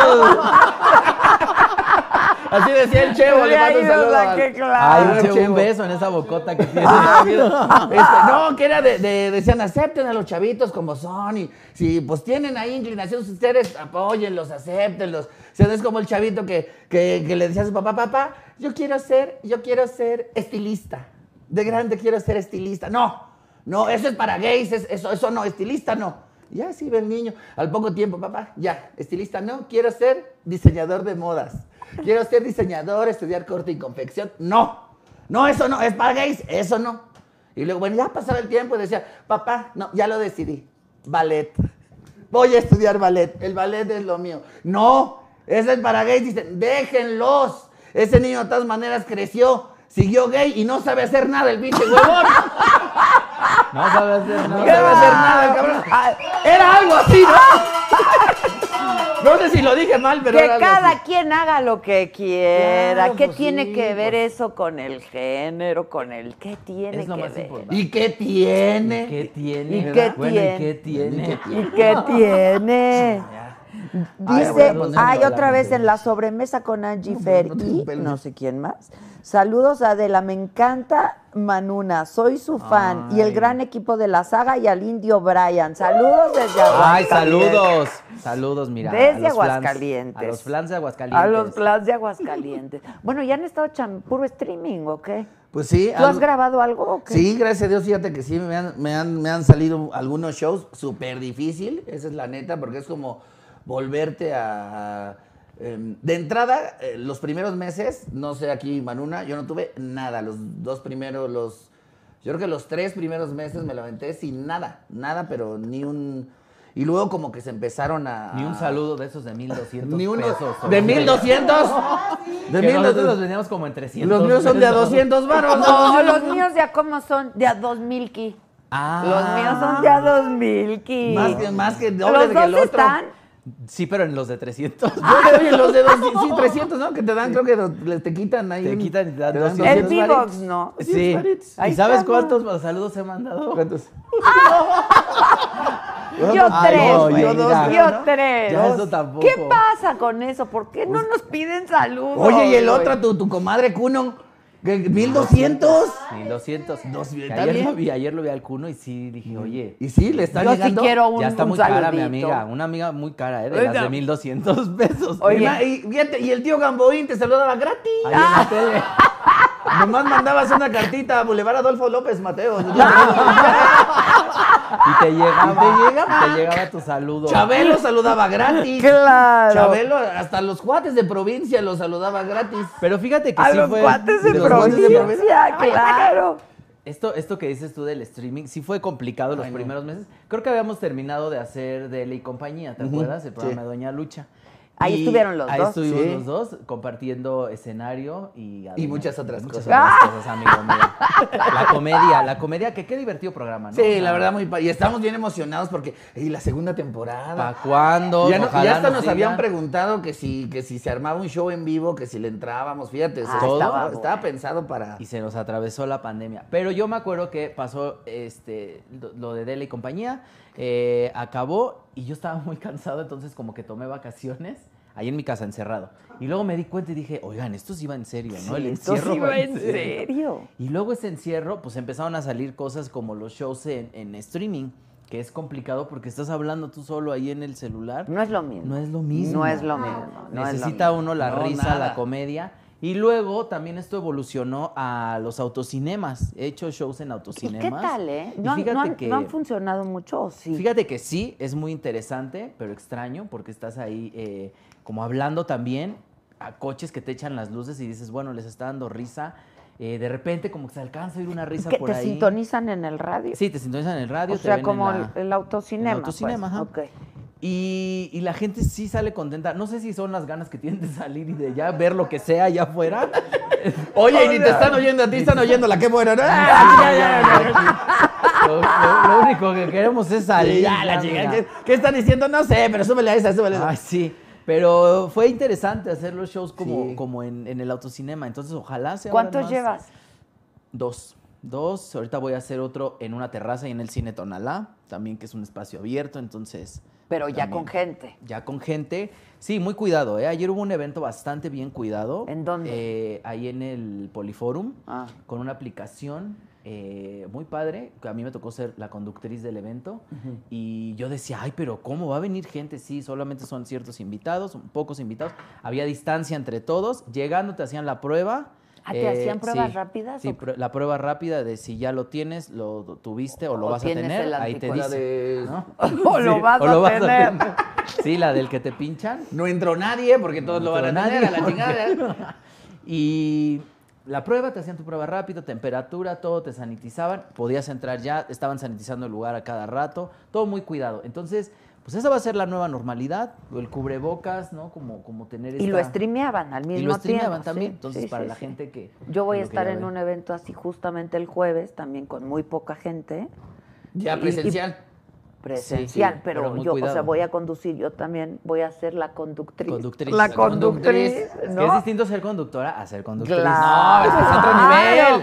Speaker 6: Así decía el Chevo, le mando un saludo. al-
Speaker 1: que claro.
Speaker 5: Ay, che, un
Speaker 6: Chevo.
Speaker 5: beso en esa bocota que tiene.
Speaker 6: Este, no, que era de, de- decían, acepten a los chavitos como son y si pues tienen ahí inclinaciones ustedes, apóyenlos, acéptenlos. O sea, es como el chavito que, que- que le decía a su papá, papá, yo quiero ser, yo quiero ser estilista. De grande quiero ser estilista. No, no, eso es para gays, es- eso, eso no, estilista no. Ya sí ve el niño. Al poco tiempo, papá, ya, estilista no, quiero ser diseñador de modas. Quiero ser diseñador, estudiar corte y confección. No, no, eso no, es para gays, eso no. Y luego, bueno, ya pasaba el tiempo y decía, papá, no, ya lo decidí, ballet. Voy a estudiar ballet, el ballet es lo mío. No, ese es para gays, dicen, déjenlos. Ese niño de todas maneras creció, siguió gay y no sabe hacer nada el pinche huevón.
Speaker 5: No sabes hacer
Speaker 6: No
Speaker 5: nada.
Speaker 6: sabe hacer nada, el cabrón. Ah, Era algo así, ¿no? No sé si lo dije mal, pero
Speaker 1: Que
Speaker 6: era algo
Speaker 1: cada
Speaker 6: así.
Speaker 1: quien haga lo que quiera.
Speaker 6: Claro,
Speaker 1: ¿Qué
Speaker 6: pues
Speaker 1: tiene
Speaker 6: sí,
Speaker 1: que ver eso con el género, con el qué tiene
Speaker 5: Es lo
Speaker 1: que
Speaker 5: más
Speaker 1: ver?
Speaker 5: importante.
Speaker 6: ¿Y qué tiene?
Speaker 5: ¿Qué tiene?
Speaker 1: ¿Y qué
Speaker 5: verdad? Bueno,
Speaker 1: tiene?
Speaker 5: ¿y qué tiene?
Speaker 1: ¿Y qué tiene?
Speaker 5: Ay, voy
Speaker 1: Dice,
Speaker 5: a ponerlo
Speaker 1: ay,
Speaker 5: a la
Speaker 1: otra vez
Speaker 5: gente.
Speaker 1: en la sobremesa con Angie Fer
Speaker 6: no tengo
Speaker 1: y
Speaker 6: pelo.
Speaker 1: no sé quién más. Saludos a Adela, me encanta Manuna, soy su fan y el
Speaker 5: Ay.
Speaker 1: gran equipo de la saga y al indio Brian. Saludos desde
Speaker 5: Ay,
Speaker 1: Aguascalientes.
Speaker 5: saludos. Saludos, mira. a
Speaker 1: Desde
Speaker 5: los flans-
Speaker 1: Aguascalientes.
Speaker 5: a los flans de Aguascalientes.
Speaker 1: A los plans de Aguascalientes. Bueno, ya han estado cham- puro streaming, ¿o qué?
Speaker 6: Pues sí.
Speaker 1: ¿Tú has
Speaker 6: algo-
Speaker 1: grabado algo o qué?
Speaker 6: Sí, gracias a Dios, fíjate que sí, me han, me han, me han salido algunos shows súper difícil, esa es la neta, porque es como volverte a... em, de entrada, eh, los primeros meses, no sé, aquí Manuna, yo no tuve nada, los dos primeros, los Yo creo que los tres primeros meses me lo aventé sin nada, nada, pero ni un... Y luego como que se empezaron a...
Speaker 5: Ni un saludo de esos de 1200
Speaker 6: Ni uno...
Speaker 5: pesos.
Speaker 6: ¿De
Speaker 5: hombre.
Speaker 6: 1200?
Speaker 1: Ah,
Speaker 5: Que
Speaker 6: De 1200.
Speaker 5: nosotros los veníamos como en 300.
Speaker 6: Los míos son de a
Speaker 5: pesos.
Speaker 6: 200 varos.
Speaker 1: No, los míos ya como son, de a dos mil ki.
Speaker 5: Ah.
Speaker 1: Los míos son de a dos mil ki.
Speaker 6: Más que, más que doble
Speaker 1: los
Speaker 6: de que
Speaker 1: dos
Speaker 6: el otro.
Speaker 1: están.
Speaker 5: Sí, pero en los de 300.
Speaker 6: Yo creo que los de 200, sí, 300, ¿no? Que te dan, creo que do- le- te quitan ahí.
Speaker 5: Te
Speaker 6: un-
Speaker 5: quitan y te dan
Speaker 6: te
Speaker 5: 200
Speaker 1: En
Speaker 6: 200
Speaker 1: Vivox,
Speaker 6: varitos.
Speaker 1: ¿no? Ah.
Speaker 5: Sí.
Speaker 1: Ahí
Speaker 5: ¿Y sabes
Speaker 1: estamos.
Speaker 5: cuántos saludos he mandado?
Speaker 6: ¿Cuántos?
Speaker 1: Yo
Speaker 5: Ay,
Speaker 1: tres,
Speaker 5: no,
Speaker 1: güey.
Speaker 5: yo dos,
Speaker 1: Yo
Speaker 5: creo, ¿no?
Speaker 1: tres.
Speaker 5: Ya eso tampoco.
Speaker 1: ¿Qué pasa con eso? ¿Por qué no nos piden saludos?
Speaker 6: Oye, y el
Speaker 1: güey?
Speaker 6: otro, tu, tu comadre Cuno, que- 1200.
Speaker 5: 1200.
Speaker 6: Dos,
Speaker 5: Que
Speaker 6: está
Speaker 5: ayer
Speaker 6: bien.
Speaker 5: lo vi, ayer lo vi al cuno y sí dije, oye.
Speaker 6: Y sí, le está
Speaker 1: Yo sí
Speaker 6: llegando.
Speaker 1: quiero un-
Speaker 5: ya está
Speaker 1: un
Speaker 5: muy cara mi
Speaker 1: saludito.
Speaker 5: amiga, una amiga muy cara, ¿eh? De
Speaker 1: Oiga.
Speaker 5: las de 1200 pesos.
Speaker 1: Oye.
Speaker 6: Oye, y, fíjate, y el tío Gamboín te saludaba gratis.
Speaker 5: Ahí en la tele.
Speaker 6: Nomás mandabas una cartita a Boulevard Adolfo López Mateo.
Speaker 1: Ah.
Speaker 5: Y te llegaba.
Speaker 6: Y te llegaba.
Speaker 5: y te llegaba tu saludo.
Speaker 6: Chabelo saludaba gratis.
Speaker 1: Claro.
Speaker 6: Chabelo, hasta los cuates de provincia los saludaba gratis.
Speaker 5: Pero fíjate que
Speaker 1: A
Speaker 5: sí
Speaker 1: los
Speaker 5: fue.
Speaker 1: cuates de
Speaker 5: los cuates de provincia.
Speaker 1: provincia, claro.
Speaker 5: Esto, esto que dices tú del streaming, sí fue complicado los
Speaker 6: Ay, no.
Speaker 5: primeros meses. Creo que habíamos terminado de hacer de y compañía, ¿te acuerdas? El programa de Doña Lucha.
Speaker 1: Ahí estuvieron los
Speaker 5: ahí
Speaker 1: dos.
Speaker 5: estuvimos
Speaker 6: Sí.
Speaker 5: los dos compartiendo escenario y... a
Speaker 6: Y
Speaker 5: Doña-
Speaker 6: muchas otras
Speaker 5: muchas
Speaker 6: cosas.
Speaker 5: otras cosas, amigo mío. La comedia, la comedia, que qué divertido programa, ¿no?
Speaker 6: Sí, la verdad, muy pa- Y estamos bien emocionados porque. Y la segunda temporada.
Speaker 5: ¿Para cuándo?
Speaker 6: Ya, no-
Speaker 5: Ojalá
Speaker 6: ya hasta nos
Speaker 5: sigan.
Speaker 6: habían preguntado que si, que si se armaba un show en vivo, que si le entrábamos, fíjate, o sea,
Speaker 1: Ah,
Speaker 6: todo
Speaker 1: estaba
Speaker 6: estaba,
Speaker 1: bueno.
Speaker 6: pensado para.
Speaker 5: Y se nos atravesó la pandemia. Pero yo me acuerdo que pasó este lo- lo de Dele y compañía, eh, acabó y yo estaba muy cansado, entonces como que tomé vacaciones ahí en mi casa encerrado. Y luego me di cuenta y dije, oigan, esto sí va en serio, ¿no? El
Speaker 1: Esto
Speaker 5: encierro
Speaker 1: sí
Speaker 5: va
Speaker 1: va en serio.
Speaker 5: Y luego ese encierro, pues empezaron a salir cosas como los shows en, en streaming, que es complicado porque estás hablando tú solo ahí en el celular.
Speaker 1: No es lo mismo.
Speaker 5: No es lo mismo.
Speaker 1: No es lo mismo. no es lo
Speaker 5: Necesita
Speaker 1: mismo.
Speaker 5: uno la
Speaker 6: No,
Speaker 5: risa,
Speaker 6: nada.
Speaker 5: la comedia. Y luego también esto evolucionó a los autocinemas. He hecho shows en
Speaker 1: ¿Y
Speaker 5: autocinemas.
Speaker 1: qué tal, eh?
Speaker 5: Y
Speaker 1: ¿No han, no
Speaker 5: fíjate
Speaker 1: han-
Speaker 5: que,
Speaker 1: no han funcionado mucho o sí?
Speaker 5: fíjate que sí, es muy interesante, pero extraño, porque estás ahí eh, como hablando también a coches que te echan las luces y dices, bueno, les está dando risa. Eh, de repente como que se alcanza a ir una risa
Speaker 1: que
Speaker 5: por
Speaker 1: te
Speaker 5: ahí.
Speaker 1: sintonizan en el radio.
Speaker 5: Sí, te sintonizan en el radio.
Speaker 1: o
Speaker 5: te
Speaker 1: sea,
Speaker 5: ven en
Speaker 1: como
Speaker 5: la-
Speaker 1: el, el autocinema.
Speaker 5: el autocinema,
Speaker 1: pues.
Speaker 5: ajá.
Speaker 1: Ok.
Speaker 5: Y, y la gente sí sale contenta. No sé si son las ganas que tienen de salir y de ya ver lo que sea allá afuera.
Speaker 6: Oye, y ni te están oyendo a ti, están oyendo la que buena. ¿no?
Speaker 5: Lo, lo- lo único que queremos es salir.
Speaker 6: Ya, la chica,
Speaker 5: mira.
Speaker 6: ¿qué, qué están diciendo? No sé, pero súbele a esa, súbele a
Speaker 5: Ay,
Speaker 6: esa.
Speaker 5: Ah, sí. Pero fue interesante hacer los shows como,
Speaker 6: Sí.
Speaker 5: como en, en el autocinema. Entonces, ojalá sea.
Speaker 1: ¿Cuántos llevas?
Speaker 5: Dos. Dos. Ahorita voy a hacer otro en una terraza y en el cine Tonalá, también que es un espacio abierto. Entonces.
Speaker 1: Pero ya
Speaker 5: también.
Speaker 1: con gente.
Speaker 5: Ya con gente. Sí, muy cuidado, ¿eh? Ayer hubo un evento bastante bien cuidado.
Speaker 1: ¿En dónde?
Speaker 5: Eh, ahí en el Poliforum,
Speaker 1: Ah.
Speaker 5: con una aplicación eh, muy padre, que a mí me tocó ser la conductriz del evento. Y yo decía, ay, pero ¿cómo va a venir gente? Sí, solamente son ciertos invitados, pocos invitados. Había distancia entre todos. Llegando te hacían la prueba. eh,
Speaker 1: Ah, ¿te hacían pruebas rápidas
Speaker 5: Sí,
Speaker 1: o qué?
Speaker 5: prue- la prueba rápida de si ya lo tienes, lo tuviste o lo
Speaker 1: O
Speaker 5: vas a
Speaker 1: tienes
Speaker 5: tener.
Speaker 1: el
Speaker 5: Ahí te
Speaker 1: anticuerpo.
Speaker 6: La
Speaker 5: dice.
Speaker 6: de.
Speaker 1: O lo vas
Speaker 5: O
Speaker 1: a
Speaker 5: lo vas a
Speaker 1: tener.
Speaker 5: tener. Sí, la del que te pinchan.
Speaker 6: No entró nadie porque todos lo van a
Speaker 5: entró
Speaker 6: tener a la
Speaker 5: nadie,
Speaker 6: chingada.
Speaker 5: Y la prueba, te hacían tu prueba rápido, temperatura, todo, te sanitizaban, podías entrar ya, estaban sanitizando el lugar a cada rato, todo muy cuidado. Entonces, pues esa va a ser la nueva normalidad, el cubrebocas, ¿no? Como, como tener
Speaker 1: Y lo
Speaker 5: esta-
Speaker 1: streameaban al mismo
Speaker 5: Y
Speaker 1: tiempo.
Speaker 5: lo streameaban
Speaker 1: sí,
Speaker 5: también,
Speaker 1: sí,
Speaker 5: entonces
Speaker 1: sí,
Speaker 5: para la
Speaker 1: sí.
Speaker 5: gente que...
Speaker 1: Yo voy a
Speaker 5: lo que
Speaker 1: estar
Speaker 5: ya
Speaker 1: en
Speaker 5: ve.
Speaker 1: un evento así justamente el jueves, también con muy poca gente,
Speaker 6: Ya
Speaker 1: Y- y-
Speaker 6: presencial.
Speaker 1: presencial,
Speaker 5: sí,
Speaker 1: pero,
Speaker 5: pero muy
Speaker 1: yo, o sea,
Speaker 5: cuidado.
Speaker 1: voy a conducir, yo también voy a ser la conductriz.
Speaker 5: Conductriz.
Speaker 1: La conductriz,
Speaker 5: Es
Speaker 1: ¿no?
Speaker 5: que es distinto ser conductora a ser conductriz.
Speaker 1: Claro.
Speaker 6: No, es que es otro nivel.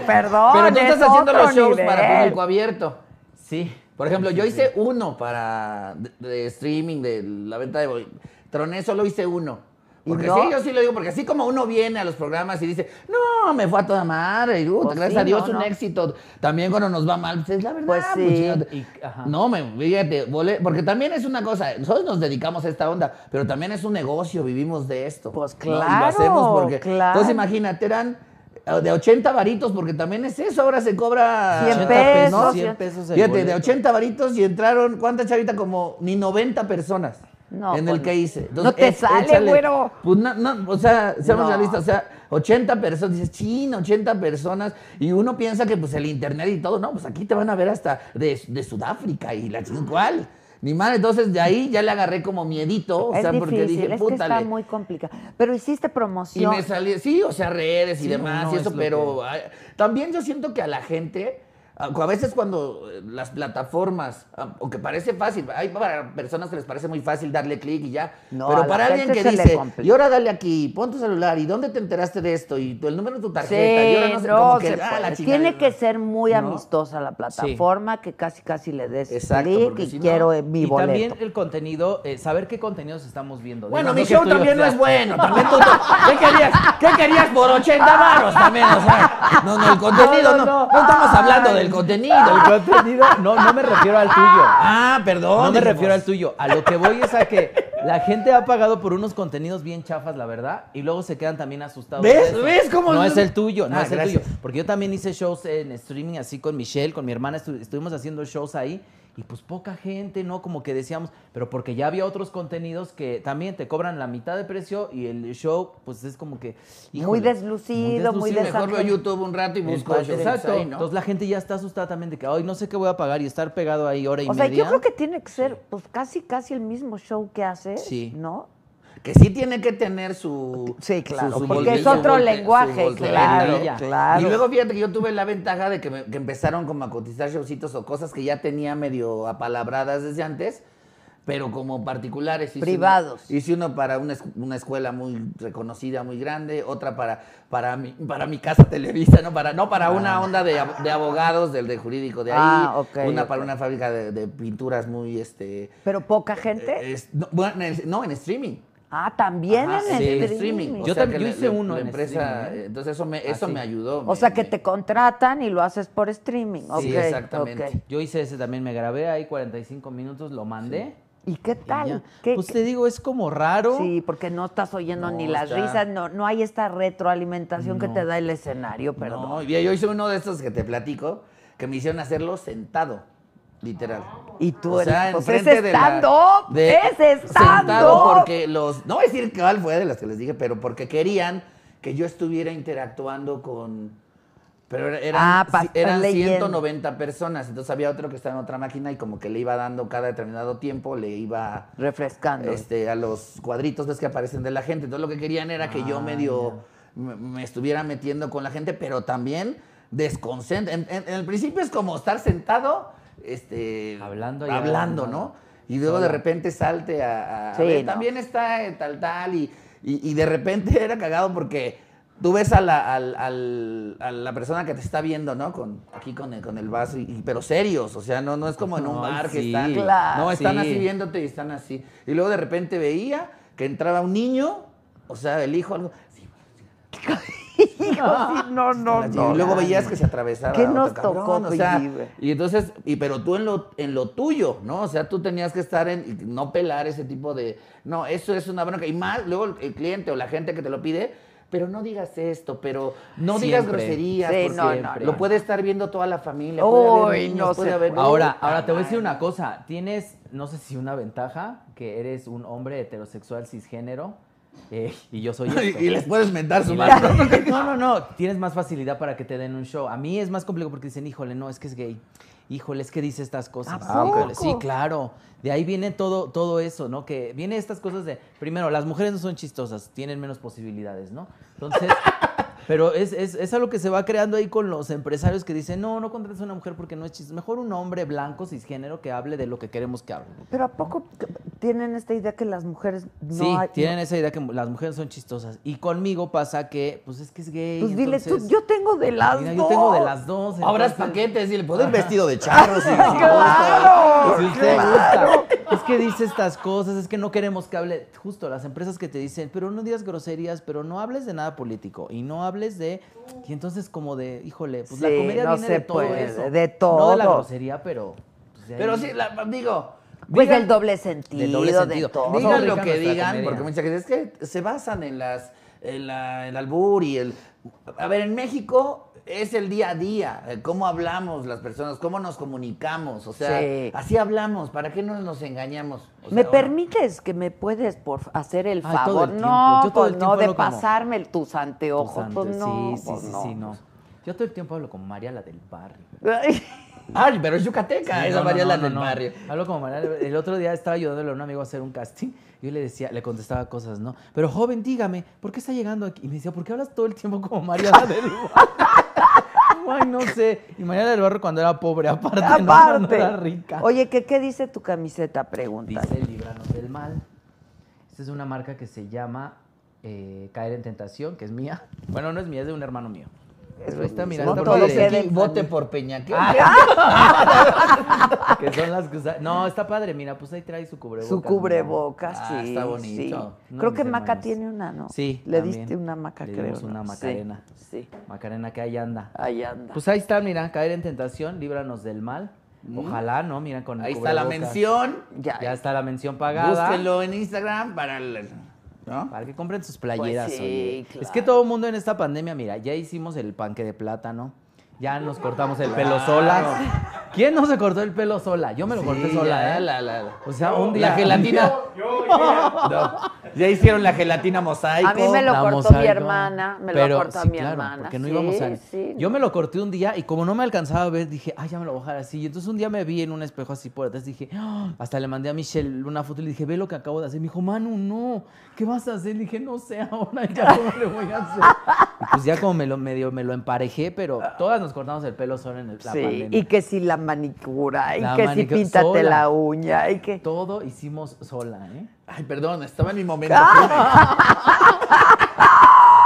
Speaker 1: Claro, perdón,
Speaker 6: Pero tú
Speaker 1: es
Speaker 6: estás haciendo
Speaker 1: otro
Speaker 6: los shows
Speaker 1: nivel.
Speaker 6: para público abierto.
Speaker 5: Sí.
Speaker 6: Por ejemplo, yo hice uno para de, de streaming de la venta de bol- Troné solo hice uno.
Speaker 1: ¿Y
Speaker 6: Porque
Speaker 1: no?
Speaker 6: sí, yo sí lo digo, porque así como uno viene a los programas y dice, no, me fue a toda madre, y, uh,
Speaker 1: Pues
Speaker 6: gracias
Speaker 1: sí,
Speaker 6: a Dios
Speaker 1: no,
Speaker 6: un
Speaker 1: no.
Speaker 6: éxito. También cuando nos va mal, pues es la verdad.
Speaker 1: Pues sí.
Speaker 6: chingate.
Speaker 5: Y- ajá.
Speaker 6: no, me, fíjate, vole- porque también es una cosa, nosotros nos dedicamos a esta onda, pero también es un negocio, vivimos de esto.
Speaker 1: Pues
Speaker 6: ¿no? Y
Speaker 1: claro,
Speaker 6: lo hacemos porque.
Speaker 1: claro.
Speaker 6: Entonces imagínate, eran eh, de 80 varitos, porque también es eso, ahora se cobra
Speaker 1: 100
Speaker 6: ¿no?
Speaker 1: pesos,
Speaker 5: 100 pesos el
Speaker 6: Fíjate, de
Speaker 5: boleto.
Speaker 6: 80 varitos y entraron, ¿cuántas chavitas? Como ni 90 personas.
Speaker 1: No,
Speaker 6: en
Speaker 1: pues,
Speaker 6: el que hice. Entonces,
Speaker 1: no te
Speaker 6: e-
Speaker 1: sale,
Speaker 6: échale.
Speaker 1: güero.
Speaker 6: Pues no, no, o sea, seamos
Speaker 1: No.
Speaker 6: realistas, o sea, 80 personas, dices, chin, 80 personas, y uno piensa que pues el internet y todo, no, pues aquí te van a ver hasta de, de Sudáfrica y la chingada, ¿cuál? Ni mal, entonces de ahí ya le agarré como miedito, o
Speaker 1: es
Speaker 6: sea, porque
Speaker 1: difícil,
Speaker 6: dije,
Speaker 1: es que está
Speaker 6: pútale.
Speaker 1: muy complicado. Pero hiciste
Speaker 6: Y
Speaker 1: promoción.
Speaker 6: me salí, sí, o sea, redes y
Speaker 5: Sí,
Speaker 6: demás
Speaker 5: no,
Speaker 6: y
Speaker 5: es
Speaker 6: eso,
Speaker 5: lo
Speaker 6: pero
Speaker 5: que-
Speaker 6: ay, también yo siento que a la gente, a a veces cuando eh, las plataformas, a- aunque parece fácil, hay para personas que les parece muy fácil darle clic y ya,
Speaker 1: No, a
Speaker 6: pero
Speaker 1: la
Speaker 6: para alguien
Speaker 1: gente
Speaker 6: que
Speaker 1: se le
Speaker 6: dice,
Speaker 1: complica.
Speaker 6: y ahora dale aquí, pon tu celular, y dónde te enteraste de esto, y tu- el número de tu tarjeta, y ahora no sé, como que,
Speaker 1: se
Speaker 6: ah,
Speaker 1: puede.
Speaker 6: la chingada.
Speaker 1: Tiene que ser muy
Speaker 6: ¿No?
Speaker 1: amistosa la plataforma, que casi casi le des
Speaker 6: Exacto,
Speaker 1: clic
Speaker 6: porque
Speaker 1: y
Speaker 6: si no-
Speaker 1: quiero eh, mi
Speaker 5: y
Speaker 1: boleto.
Speaker 5: también el contenido, eh, saber qué contenidos estamos viendo.
Speaker 6: Bueno,
Speaker 5: Digo,
Speaker 6: mi
Speaker 5: no que
Speaker 6: show
Speaker 5: tú y yo
Speaker 6: también no
Speaker 5: sea-
Speaker 6: es bueno. También tú, ¿qué, querías, ¿Qué querías por 80 varos también? O sea, no, no, el contenido
Speaker 5: No,
Speaker 6: no.
Speaker 5: no,
Speaker 6: No,
Speaker 5: no.
Speaker 6: estamos hablando del contenido.
Speaker 5: El contenido, no, no me refiero al tuyo.
Speaker 6: Ah, perdón.
Speaker 5: No me
Speaker 6: dije,
Speaker 5: refiero al
Speaker 6: pues,
Speaker 5: tuyo. A lo que voy es a que la gente ha pagado por unos contenidos bien chafas, la verdad, y luego se quedan también asustados. de
Speaker 6: ¿Ves?
Speaker 5: eso.
Speaker 6: ¿Ves cómo
Speaker 5: No
Speaker 6: es-
Speaker 5: es el tuyo, no
Speaker 6: Ah,
Speaker 5: es el
Speaker 6: gracias.
Speaker 5: tuyo. Porque yo también hice shows en streaming así con Michelle, con mi hermana, estu- estuvimos haciendo shows ahí. Y pues poca gente, ¿no? Como que decíamos, pero porque ya había otros contenidos que también te cobran la mitad de precio y el show, pues es como que.
Speaker 1: Muy
Speaker 5: híjole,
Speaker 1: deslucido, muy
Speaker 6: sí,
Speaker 5: deslucido.
Speaker 6: mejor veo YouTube un rato y busco shows
Speaker 5: Exacto.
Speaker 6: ahí, ¿no?
Speaker 5: Entonces la gente ya está asustada también de que, ay, no sé qué voy a pagar y estar pegado ahí hora y
Speaker 1: o sea,
Speaker 5: media.
Speaker 1: yo creo que tiene que ser pues casi casi el mismo show que hace,
Speaker 5: Sí.
Speaker 1: ¿no?
Speaker 6: que sí tiene que tener su.
Speaker 1: Sí, claro,
Speaker 6: su- su
Speaker 1: porque es
Speaker 6: bolsillo,
Speaker 1: otro
Speaker 6: su bolte-
Speaker 1: lenguaje,
Speaker 6: su bolsillo,
Speaker 1: claro,
Speaker 6: ¿no?
Speaker 1: claro.
Speaker 6: Y luego fíjate que yo tuve la ventaja de que, me- que empezaron como a cotizar showcitos o cosas que ya tenía medio apalabradas desde antes, pero como particulares. Hice uno-
Speaker 1: Privados.
Speaker 6: hice uno para una, es- una escuela muy reconocida, muy grande, otra para, para, mi, para mi casa Televisa, no para, no, para una onda de, ab- de abogados, del de jurídico de ahí,
Speaker 1: Ah, ok,
Speaker 6: una
Speaker 1: ok.
Speaker 6: para una fábrica de, de pinturas muy... este
Speaker 1: Pero poca gente.
Speaker 6: eh, es- no, bueno, en- no, en streaming.
Speaker 1: ah, también
Speaker 6: Ajá,
Speaker 1: en
Speaker 6: sí,
Speaker 1: el
Speaker 6: en
Speaker 1: streaming.
Speaker 6: O
Speaker 5: Yo
Speaker 6: sea
Speaker 5: también-
Speaker 6: que
Speaker 5: yo
Speaker 6: la-
Speaker 5: hice
Speaker 6: la-
Speaker 5: uno
Speaker 6: la
Speaker 5: en
Speaker 6: empresa,
Speaker 5: streaming, ¿eh?
Speaker 6: Entonces eso me, eso
Speaker 5: Así.
Speaker 6: me ayudó.
Speaker 1: Ah, O
Speaker 6: me-
Speaker 1: sea que
Speaker 6: me-
Speaker 1: te contratan y lo haces por streaming.
Speaker 6: Sí,
Speaker 1: ok,
Speaker 6: exactamente.
Speaker 1: ok.
Speaker 5: Yo hice ese también, me grabé ahí 45 minutos, lo mandé.
Speaker 1: ¿Y qué
Speaker 5: y
Speaker 1: tal?
Speaker 5: ya.
Speaker 1: ¿Qué-
Speaker 5: pues
Speaker 1: qué-
Speaker 5: te digo, es como raro.
Speaker 1: Sí, porque no estás oyendo
Speaker 6: No,
Speaker 1: ni las
Speaker 6: está-
Speaker 1: risas, no, no hay esta retroalimentación que
Speaker 5: No.
Speaker 1: te da el escenario, perdón.
Speaker 6: No, y yo hice uno de estos que te platico, que me hicieron hacerlo sentado, literal.
Speaker 1: Y tú
Speaker 6: O
Speaker 1: eres,
Speaker 6: sea,
Speaker 1: pues es
Speaker 6: enfrente de la-
Speaker 1: stand-up,
Speaker 6: de-
Speaker 1: es stand-up.
Speaker 6: Sentado porque los, no voy a decir cuál fue de las que les dije, pero porque querían que yo estuviera interactuando con, pero era- eran,
Speaker 1: Ah, pa-
Speaker 6: sí, eran
Speaker 1: leyendo.
Speaker 6: 190 personas, entonces había otro que estaba en otra máquina y como que le iba dando cada determinado tiempo, le iba...
Speaker 1: Refrescando.
Speaker 6: este, a los cuadritos ves que aparecen de la gente. Entonces lo que querían era que
Speaker 5: Ah,
Speaker 6: yo medio me, me estuviera metiendo con la gente, pero también desconcentra. En, en- en el principio es como estar sentado, este,
Speaker 5: Hablando y
Speaker 6: hablando, ¿no?
Speaker 5: hablando.
Speaker 6: Y luego de
Speaker 5: Sola.
Speaker 6: repente salte a, a- a
Speaker 1: Sí,
Speaker 6: ver,
Speaker 1: no.
Speaker 6: también está eh, tal tal y, y- y de repente era cagado porque tú ves a la, al- al- a la persona que te está viendo, ¿no? Con, aquí con el, con el vaso, y- y- pero serios, o sea, no, no es como en un
Speaker 5: Ay,
Speaker 6: bar que
Speaker 5: sí.
Speaker 6: están,
Speaker 5: Claro.
Speaker 6: no, están
Speaker 5: Sí.
Speaker 6: así viéndote y están así. Y luego de repente veía que entraba un niño, o sea, el hijo, algo. sí,
Speaker 1: Hijo, sí, no, no,
Speaker 6: y
Speaker 1: no.
Speaker 6: luego veías que se atravesaba.
Speaker 1: ¿Qué
Speaker 6: otro
Speaker 1: nos
Speaker 6: cabrón,
Speaker 1: tocó
Speaker 6: o sea,
Speaker 1: vivir?
Speaker 6: y entonces, y pero tú en lo, en lo tuyo, ¿no? O sea, tú tenías que estar en, y no pelar ese tipo de, no, eso es una bronca. Y más, luego el, el cliente o la gente que te lo pide, pero no digas esto, pero no digas
Speaker 5: Siempre.
Speaker 6: groserías.
Speaker 1: Sí,
Speaker 6: porque
Speaker 1: no, no,
Speaker 6: Lo
Speaker 5: no.
Speaker 6: puede estar viendo toda la familia.
Speaker 1: Uy,
Speaker 6: puede haber niños,
Speaker 1: no
Speaker 6: puede
Speaker 1: se
Speaker 6: haber-
Speaker 1: puede.
Speaker 5: Ahora, ahora te voy a
Speaker 6: ah,
Speaker 5: decir una cosa. Tienes, no sé si una ventaja, que eres un hombre heterosexual cisgénero eh, y yo soy esto.
Speaker 6: Y les puedes mentar su
Speaker 5: Y
Speaker 6: madre.
Speaker 5: la- No, no, no. Tienes más facilidad para que te den un show. A mí es más complicado porque dicen, híjole, no, es que es gay. Híjole, es que dice estas cosas.
Speaker 1: ¿A
Speaker 5: Híjole,
Speaker 1: poco?
Speaker 5: sí, claro. De ahí viene todo, todo eso, ¿no? Que viene estas cosas de, primero, las mujeres no son chistosas, tienen menos posibilidades, ¿no? Entonces, pero es, es, es algo que se va creando ahí con los empresarios que dicen, no, no contrates a una mujer porque no es chistosa. Mejor un hombre blanco, cisgénero, que hable de lo que queremos que hable.
Speaker 1: Pero ¿a poco que- tienen esta idea que las mujeres no
Speaker 5: sí,
Speaker 1: hay-
Speaker 5: tienen
Speaker 1: no-
Speaker 5: esa idea que mu- las mujeres son chistosas. Y conmigo pasa que, pues es que es gay.
Speaker 1: Pues dile tú,
Speaker 5: entonces-
Speaker 1: yo tengo de las
Speaker 5: Mira,
Speaker 1: dos.
Speaker 5: yo tengo de las dos.
Speaker 6: Ahora es
Speaker 5: entonces-
Speaker 6: paquetes y le puedo ir vestido de charro. sí, sí,
Speaker 1: ¡Claro!
Speaker 6: sí, sí,
Speaker 5: Claro. Es que dice estas cosas, es que no queremos que hable. Justo las empresas que te dicen, pero no digas groserías, pero no hables de nada político y no hables de. Y entonces, como de, híjole, pues la
Speaker 1: Sí,
Speaker 5: comedia
Speaker 1: no
Speaker 5: viene
Speaker 1: se
Speaker 5: de todo
Speaker 1: puede,
Speaker 5: eso.
Speaker 1: de
Speaker 5: No de la
Speaker 1: todo.
Speaker 5: grosería, pero. pues, de
Speaker 6: Pero
Speaker 5: ahí-
Speaker 6: sí, la- digo.
Speaker 1: Pues
Speaker 6: digan-
Speaker 1: del doble sentido,
Speaker 5: doble
Speaker 1: de
Speaker 5: sentido.
Speaker 1: todo.
Speaker 5: Diga-
Speaker 6: Digan
Speaker 5: rica
Speaker 6: lo que
Speaker 5: nuestra
Speaker 6: digan,
Speaker 5: comedia.
Speaker 6: porque muchas veces es que se basan en las. En la- el albur y el. A ver, en México es el día a día, eh, cómo hablamos las personas, cómo nos comunicamos, o sea,
Speaker 1: Sí.
Speaker 6: así hablamos, ¿para qué no nos engañamos? O sea,
Speaker 1: ¿Me
Speaker 6: ahora-
Speaker 1: permites que me puedes por fa- hacer el
Speaker 5: Ay, todo
Speaker 1: favor?
Speaker 5: el tiempo.
Speaker 1: no,
Speaker 5: Yo todo
Speaker 1: pues
Speaker 5: el
Speaker 1: no,
Speaker 5: tiempo
Speaker 1: de
Speaker 5: lo como.
Speaker 1: pasarme el- tus anteojos.
Speaker 5: Tus
Speaker 1: pues
Speaker 5: antes.
Speaker 1: no,
Speaker 5: sí, sí,
Speaker 1: pues
Speaker 5: sí,
Speaker 1: no.
Speaker 5: sí, no. Yo todo el tiempo hablo como María la del barrio.
Speaker 1: Ay,
Speaker 6: Ay, pero es Yucateca,
Speaker 5: Sí,
Speaker 6: esa
Speaker 5: no, no,
Speaker 6: María
Speaker 5: no,
Speaker 6: la
Speaker 5: no,
Speaker 6: del
Speaker 5: no.
Speaker 6: barrio.
Speaker 5: Hablo como María. del- El otro día estaba ayudándole a un amigo a hacer un casting. y Yo le decía, le contestaba cosas, ¿no? Pero joven, dígame, ¿por qué está llegando aquí? Y me decía, ¿por qué hablas todo el tiempo como María la del Barrio? Ay, no sé. Y María la del Barrio cuando era pobre, aparte, no, no, no
Speaker 1: Aparte.
Speaker 5: era rica.
Speaker 1: Oye, ¿qué, ¿qué dice tu camiseta? Pregunta.
Speaker 5: Dice Libranos del Mal. Esta es una marca que se llama eh, Caer en Tentación, que es mía. Bueno, no es mía, es de un hermano mío. Pero "Pues está, mira,
Speaker 6: No
Speaker 5: es
Speaker 1: todo
Speaker 6: todo
Speaker 5: porque-
Speaker 1: se debe-
Speaker 6: vote por Peña. ¿Qué-
Speaker 5: que son las que usa- No, está padre, mira, pues ahí trae su cubrebocas.
Speaker 1: Ah. Su cubrebocas,
Speaker 6: Ah,
Speaker 1: sí.
Speaker 6: está bonito.
Speaker 1: sí.
Speaker 5: No,
Speaker 1: creo
Speaker 5: mis
Speaker 1: que Maca
Speaker 5: hermanos.
Speaker 1: tiene una, ¿no?
Speaker 5: Sí,
Speaker 1: Le
Speaker 5: también.
Speaker 1: diste una Maca,
Speaker 5: Le
Speaker 1: creo.
Speaker 5: dimos una
Speaker 1: ¿no? Sí,
Speaker 5: Macarena.
Speaker 1: Sí,
Speaker 5: Macarena, que ahí anda.
Speaker 1: ahí anda.
Speaker 5: Pues ahí está, mira, caer en tentación, líbranos del mal.
Speaker 1: Mm.
Speaker 5: Ojalá, ¿no? Mira, con el
Speaker 6: Ahí está la
Speaker 5: cubrebocas.
Speaker 6: mención.
Speaker 1: ya,
Speaker 5: Ya está la mención pagada.
Speaker 6: Búsquenlo en Instagram para el- ¿no?
Speaker 5: Para que compren sus playeras.
Speaker 1: Pues sí,
Speaker 5: oye.
Speaker 1: claro.
Speaker 5: Es que todo el mundo en esta pandemia, mira, ya hicimos el panque de plátano, ya nos cortamos el pelo solas. ¿Quién no se cortó el pelo sola? Yo me lo corté
Speaker 6: Sí,
Speaker 5: sola,
Speaker 6: ya,
Speaker 5: ¿eh?
Speaker 6: la- la- la-
Speaker 5: O sea, un día.
Speaker 6: La gelatina.
Speaker 2: Yo, yo,
Speaker 6: No, ya hicieron la gelatina mosaico.
Speaker 1: A mí me lo
Speaker 5: la
Speaker 1: cortó
Speaker 5: mosaico.
Speaker 1: mi hermana, me
Speaker 5: Pero-
Speaker 1: lo cortó
Speaker 5: sí,
Speaker 1: mi
Speaker 5: claro,
Speaker 1: hermana.
Speaker 5: Porque no
Speaker 1: sí,
Speaker 5: íbamos a.
Speaker 1: sí,
Speaker 5: Yo me lo corté un día y como no me alcanzaba a ver, dije, ay, ya me lo voy a dejar así. Y entonces un día me vi en un espejo así por atrás, dije, "Ah", hasta le mandé a Michelle una foto y le dije, ve lo que acabo de hacer. Me dijo, Manu, no, ¿qué vas a hacer? Le dije, no sé ahora, ya cómo le voy a hacer. Y pues ya como me lo medio me lo emparejé, pero todas nos cortamos el pelo solo en el, la
Speaker 1: Sí,
Speaker 5: pandemia.
Speaker 1: y que si la manicura, y
Speaker 5: La
Speaker 1: que si
Speaker 5: manicura
Speaker 1: píntate
Speaker 5: sola.
Speaker 1: la uña, y que...
Speaker 5: Todo hicimos sola, ¿eh?
Speaker 6: Ay, perdón, estaba en mi momento.
Speaker 1: Ah.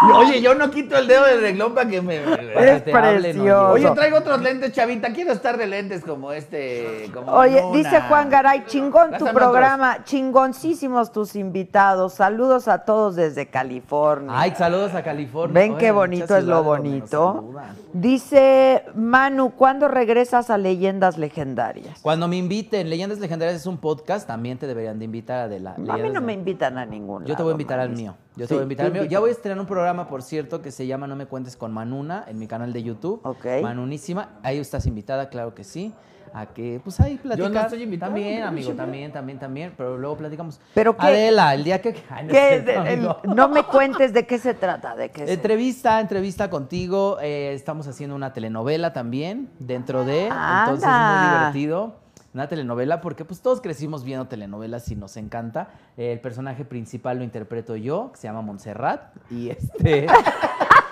Speaker 6: Y, Oye, yo no quito el dedo del renglón para que me.
Speaker 5: Para
Speaker 1: Es
Speaker 5: que te hablen, oye.
Speaker 1: precioso.
Speaker 6: Oye, traigo otros lentes, chavita. Quiero estar de lentes como este. Como
Speaker 1: Oye,
Speaker 6: Luna.
Speaker 1: dice Juan Garay, chingón tu
Speaker 6: Pásame
Speaker 1: programa, chingoncísimos tus invitados, saludos a todos desde California.
Speaker 5: Ay, saludos a California.
Speaker 1: Ven
Speaker 5: Oye,
Speaker 1: qué
Speaker 5: muchas
Speaker 1: bonito es lo
Speaker 5: ciudades donde nos
Speaker 1: bonito.
Speaker 5: saludan.
Speaker 1: Dice Manu, ¿cuándo regresas a Leyendas Legendarias?
Speaker 5: Cuando me inviten, Leyendas Legendarias es un podcast, también te deberían de invitar a de la.
Speaker 1: A mí no me invitan a ningún
Speaker 5: Yo te voy a
Speaker 1: lado,
Speaker 5: invitar al
Speaker 1: Manis.
Speaker 5: mío. Yo
Speaker 1: Sí,
Speaker 5: te voy a invitar
Speaker 1: tú
Speaker 5: al mío. Ya
Speaker 1: invítame.
Speaker 5: voy a estrenar un programa, por cierto, que se llama No me cuentes con Manuna en mi canal de YouTube.
Speaker 1: Ok.
Speaker 5: Manunísima. Ahí estás invitada, claro que sí. A que, pues ahí platicamos.
Speaker 6: estoy invitado,
Speaker 5: También,
Speaker 6: ¿no?
Speaker 5: amigo, también, también, también. Pero luego platicamos.
Speaker 1: Pero qué-
Speaker 5: Adela, el día que. Ay, no
Speaker 1: ¿Qué
Speaker 5: es
Speaker 1: es
Speaker 5: cierto,
Speaker 1: de- el-
Speaker 5: amigo.
Speaker 1: no me cuentes de qué se trata, de qué se
Speaker 5: Entrevista, entrevista contigo. eh, estamos haciendo una telenovela también dentro de. Entonces, muy
Speaker 1: Ah, Anda.
Speaker 5: divertido. Una telenovela porque pues todos crecimos viendo telenovelas y nos encanta. Eh, el personaje principal lo interpreto yo, que se llama Montserrat. Y este...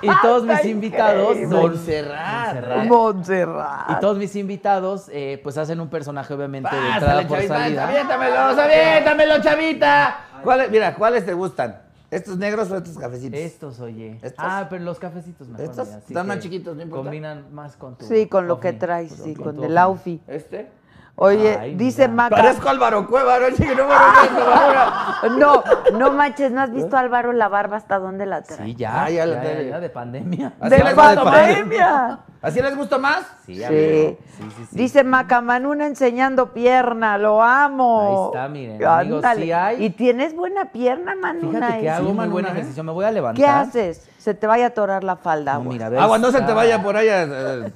Speaker 5: y todos mis
Speaker 1: Está
Speaker 5: invitados son...
Speaker 6: Montserrat.
Speaker 5: Montserrat.
Speaker 1: Montserrat.
Speaker 5: Y todos mis invitados eh, pues hacen un personaje obviamente de
Speaker 6: Pásale,
Speaker 5: entrada por
Speaker 6: chavita.
Speaker 5: salida.
Speaker 6: Aviéntamelo, aviéntamelo, chavita. ¿Cuál- mira, ¿cuáles te gustan? ¿Estos negros o estos cafecitos?
Speaker 5: Estos, oye.
Speaker 6: Estos.
Speaker 5: Ah, pero los cafecitos mejor.
Speaker 6: Estos
Speaker 5: mira, así
Speaker 6: están más
Speaker 5: que
Speaker 6: chiquitos, no importa.
Speaker 5: Combinan más con tu
Speaker 1: Sí, con lo que
Speaker 5: ovni,
Speaker 1: traes, sí,
Speaker 5: tu-
Speaker 1: con
Speaker 5: tu
Speaker 1: el
Speaker 5: ovni.
Speaker 1: outfit.
Speaker 6: ¿Este?
Speaker 1: Oye,
Speaker 5: Ay,
Speaker 1: dice
Speaker 5: mira.
Speaker 1: Maca.
Speaker 6: Parezco Álvaro Cueva, no, Chico, no me lo
Speaker 1: No, no manches, ¿no has visto a Álvaro la barba hasta dónde la trae?
Speaker 5: ¿Eh? Sí, ya.
Speaker 6: Ah, ya
Speaker 5: ya,
Speaker 6: la
Speaker 5: ya,
Speaker 6: trae. Ah,
Speaker 5: ya, de pandemia.
Speaker 6: Así
Speaker 1: ¡De
Speaker 6: les gusta
Speaker 1: pandemia!
Speaker 6: ¿Así les gusta más?
Speaker 5: Sí,
Speaker 1: Sí.
Speaker 5: amigo. Sí, sí, sí.
Speaker 1: Dice Maca Manuna enseñando pierna, lo amo.
Speaker 5: Ahí está, miren, amigos, sí hay.
Speaker 1: Y tienes buena pierna, Manuna.
Speaker 5: Fíjate
Speaker 1: ¿eh?
Speaker 5: que hago
Speaker 1: Sí,
Speaker 5: muy buen
Speaker 1: Manuna, ¿eh?
Speaker 5: ejercicio. Me voy a levantar.
Speaker 1: ¿Qué haces? Se te vaya a atorar la falda.
Speaker 5: No,
Speaker 1: güey.
Speaker 5: mira, a ver,
Speaker 6: Agua, Ah, no se te
Speaker 5: está-
Speaker 6: vaya por allá. eh,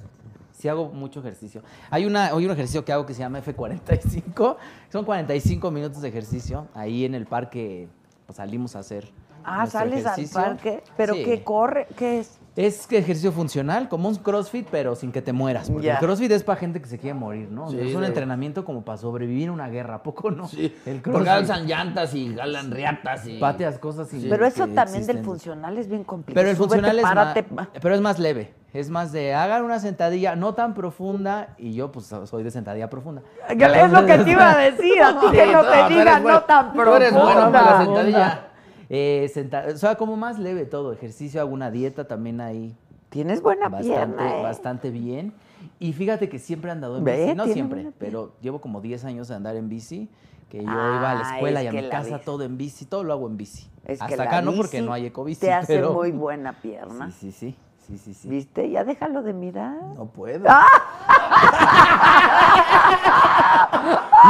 Speaker 5: Sí hago mucho ejercicio. Hay, una, hay un ejercicio que hago que se llama F45. Son 45 minutos de ejercicio. Ahí en el parque pues, salimos a hacer
Speaker 1: ah,
Speaker 5: nuestro
Speaker 1: sales
Speaker 5: ejercicio.
Speaker 1: al parque, pero
Speaker 5: Sí.
Speaker 1: ¿qué corre? ¿Qué es?
Speaker 5: Es que ejercicio funcional, como un crossfit, pero sin que te mueras. Porque
Speaker 1: Ya.
Speaker 5: el crossfit es para gente que se quiere morir, ¿no? O sea,
Speaker 6: Sí,
Speaker 5: es un
Speaker 6: de-
Speaker 5: entrenamiento como para sobrevivir a una guerra, ¿a poco no?
Speaker 6: Sí,
Speaker 5: El
Speaker 6: porque
Speaker 5: crossfit.
Speaker 6: alzan llantas y jalan riatas y...
Speaker 5: Pateas cosas sin
Speaker 1: pero eso
Speaker 5: que
Speaker 1: también del
Speaker 5: existen.
Speaker 1: funcional es bien complicado.
Speaker 5: Pero el
Speaker 1: Súbete,
Speaker 5: funcional es
Speaker 1: párate,
Speaker 5: más,
Speaker 1: pa-
Speaker 5: pero es más leve. Es más de hagan una sentadilla no tan profunda y yo pues soy de sentadilla profunda.
Speaker 1: Es lo que te iba a decir, a ti
Speaker 6: Sí,
Speaker 1: que no
Speaker 6: pero
Speaker 1: te
Speaker 6: eres
Speaker 1: digan,
Speaker 6: bueno,
Speaker 1: no tan
Speaker 6: tú eres bueno
Speaker 1: profunda.
Speaker 6: para la
Speaker 5: Profunda.
Speaker 6: sentadilla.
Speaker 5: pues, Eh, senta- o sea, como más leve todo, ejercicio, hago una dieta también ahí
Speaker 1: Tienes buena
Speaker 5: bastante,
Speaker 1: pierna, ¿eh?
Speaker 5: bastante bien. Y fíjate que siempre he andado en
Speaker 1: Ve,
Speaker 5: bici, no
Speaker 1: tiene
Speaker 5: siempre,
Speaker 1: buena
Speaker 5: pero llevo como 10 años de andar en bici, que yo
Speaker 1: Ah,
Speaker 5: iba a la escuela
Speaker 1: es
Speaker 5: y a
Speaker 1: que
Speaker 5: mi
Speaker 1: la
Speaker 5: casa
Speaker 1: bici.
Speaker 5: todo en bici, todo lo hago en bici.
Speaker 1: Es que
Speaker 5: Hasta
Speaker 1: la
Speaker 5: acá no porque
Speaker 1: bici
Speaker 5: no hay ecobici,
Speaker 1: Te hace
Speaker 5: pero-
Speaker 1: muy buena pierna.
Speaker 5: Sí, sí, sí, sí, sí, sí.
Speaker 1: ¿Viste? Ya déjalo de mirar.
Speaker 6: No puedo.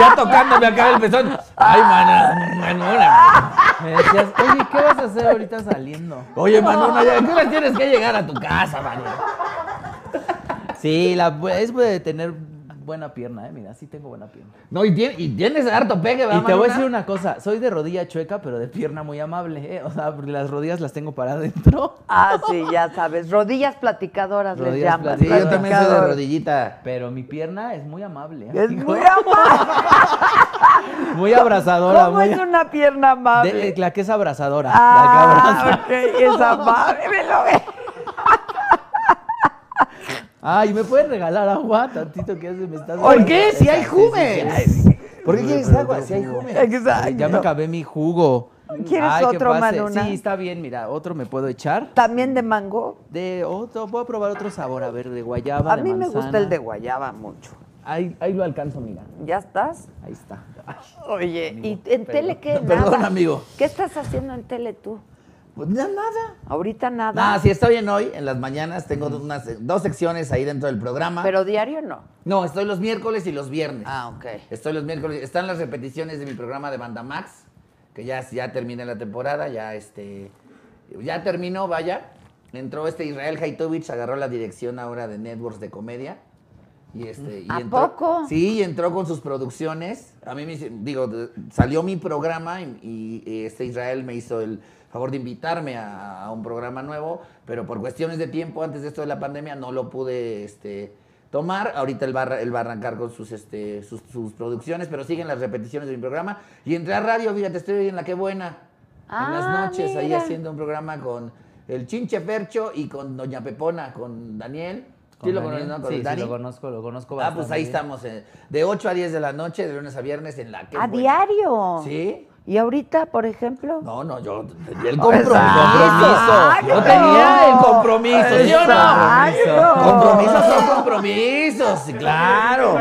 Speaker 5: Ya tocándome acá el pezón. Ay, mana, manona. Me decías, oye, ¿qué vas a hacer ahorita saliendo?
Speaker 6: Oye, Manona, ¿ya qué hora tienes que llegar a tu casa, Manona?
Speaker 5: Sí, la, bu- es de tener buena pierna, ¿eh? Mira, sí tengo buena pierna.
Speaker 6: No, y, tiene- y tienes harto pegue, ¿verdad,
Speaker 5: Y te voy a
Speaker 6: Manona?
Speaker 5: decir una cosa, soy de rodilla chueca, pero de pierna muy amable, ¿eh? O sea, porque las rodillas las tengo para adentro.
Speaker 1: Ah, sí, ya sabes. Rodillas platicadoras les
Speaker 5: Rodillas
Speaker 1: llaman.
Speaker 5: plati-
Speaker 6: Sí, yo también soy de
Speaker 1: Platicador.
Speaker 6: rodillita.
Speaker 5: Pero mi pierna es muy amable.
Speaker 1: Es
Speaker 5: amigo.
Speaker 1: muy amable.
Speaker 5: Muy abrazadora.
Speaker 1: ¿Cómo
Speaker 5: muy-
Speaker 1: es una pierna amable?
Speaker 5: de- la que es abrazadora. la que
Speaker 1: ah,
Speaker 5: abraza.
Speaker 1: ok, es amable. me lo ve.
Speaker 5: Ay, ¿me puedes regalar agua tantito que hace? Me estás
Speaker 6: ¿Por qué? Si hay
Speaker 5: Sí, sí,
Speaker 6: jumen.
Speaker 5: sí, sí.
Speaker 6: ¿Por qué quieres agua? Si hay jumen.
Speaker 1: Exacto.
Speaker 5: Ya me acabé mi jugo.
Speaker 1: ¿Quieres
Speaker 5: Ay, que
Speaker 1: otro,
Speaker 5: pase.
Speaker 1: Manuna?
Speaker 5: Sí, está bien, mira, otro me puedo echar.
Speaker 1: También de mango.
Speaker 5: De otro, voy a probar otro sabor, a ver, de guayaba,
Speaker 1: A
Speaker 5: de
Speaker 1: mí me gusta
Speaker 5: manzana.
Speaker 1: el de guayaba mucho.
Speaker 5: Ahí, ahí lo alcanzo, mira,
Speaker 1: ¿Ya estás?
Speaker 5: ahí está. Ay,
Speaker 1: Oye, ¿y en tele qué? Nada.
Speaker 6: Perdón, amigo.
Speaker 1: ¿Qué estás haciendo en tele tú?
Speaker 6: Pues na- nada.
Speaker 1: Ahorita nada.
Speaker 6: Nada, si estoy en hoy, en las mañanas tengo unas- eh, dos secciones ahí dentro del programa.
Speaker 1: Pero diario no.
Speaker 6: no, estoy los miércoles y los viernes.
Speaker 1: Ah, ok.
Speaker 6: Estoy los miércoles. Están las repeticiones de mi programa de Banda Max, que ya, ya terminé la temporada, ya este. Ya terminó, vaya. Entró este Israel Haitovich, agarró la dirección ahora de Networks de Comedia. Y este, y
Speaker 1: ¿A
Speaker 6: entró-
Speaker 1: poco?
Speaker 6: Sí, y entró con sus producciones. A mí me hice- digo, de- salió mi programa y, y, este Israel me hizo el favor de invitarme a, a un programa nuevo, pero por cuestiones de tiempo antes de esto de la pandemia no lo pude este, tomar. Ahorita él va, a arra- él va a arrancar con sus, este, sus, sus producciones, pero siguen las repeticiones de mi programa. Y entré a radio, fíjate, estoy hoy en La Qué Buena, en las
Speaker 1: Ah,
Speaker 6: noches, ahí
Speaker 1: mira.
Speaker 6: haciendo un programa con el Chinche Percho y con Doña Pepona, con Daniel.
Speaker 5: ¿con
Speaker 6: ¿Sí lo
Speaker 5: Daniel?
Speaker 6: conoces, no? Con
Speaker 5: Sí, sí,
Speaker 6: Dani.
Speaker 5: lo conozco, lo conozco
Speaker 6: Ah,
Speaker 5: bastante.
Speaker 6: pues ahí
Speaker 5: bien.
Speaker 6: estamos, eh, de 8 a 10 de la noche, de lunes a viernes, en la que...
Speaker 1: ¿A Ah, diario?
Speaker 6: Sí.
Speaker 1: ¿Y ahorita, por ejemplo?
Speaker 6: No, no, yo tenía el
Speaker 1: Exacto.
Speaker 6: compromiso. Yo tenía el compromiso, ¿sí o no?
Speaker 1: Exacto.
Speaker 6: Compromisos son
Speaker 1: Oh.
Speaker 6: compromisos, claro.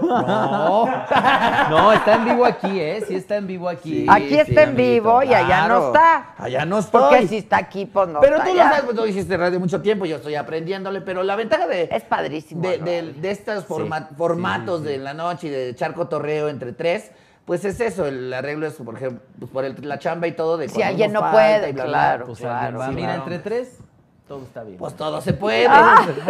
Speaker 6: No.
Speaker 5: No, está en vivo aquí, ¿eh? Sí está en vivo aquí.
Speaker 6: Sí,
Speaker 1: Aquí está en
Speaker 6: amiguito,
Speaker 1: vivo y allá no está.
Speaker 6: Allá no estoy.
Speaker 1: Porque si está aquí, pues no
Speaker 6: Pero
Speaker 1: está
Speaker 6: tú lo
Speaker 1: allá.
Speaker 6: sabes, pues tú hiciste radio mucho tiempo, yo estoy aprendiéndole, pero la ventaja de...
Speaker 1: Es padrísimo.
Speaker 6: de,
Speaker 1: ¿no?
Speaker 6: del- de estos forma- formatos de la noche y de charco torreo entre tres, pues es eso, el arreglo es, por ejemplo, pues, por el- la chamba y todo de
Speaker 1: Si
Speaker 6: cuando
Speaker 1: alguien
Speaker 6: uno
Speaker 1: no
Speaker 6: falta
Speaker 1: puede,
Speaker 6: y bla, bla.
Speaker 1: claro,
Speaker 5: Pues
Speaker 1: claro. Ah.
Speaker 5: alguien va,
Speaker 6: sí,
Speaker 5: mira,
Speaker 6: claro.
Speaker 5: entre tres, todo está bien.
Speaker 6: Pues todo se puede.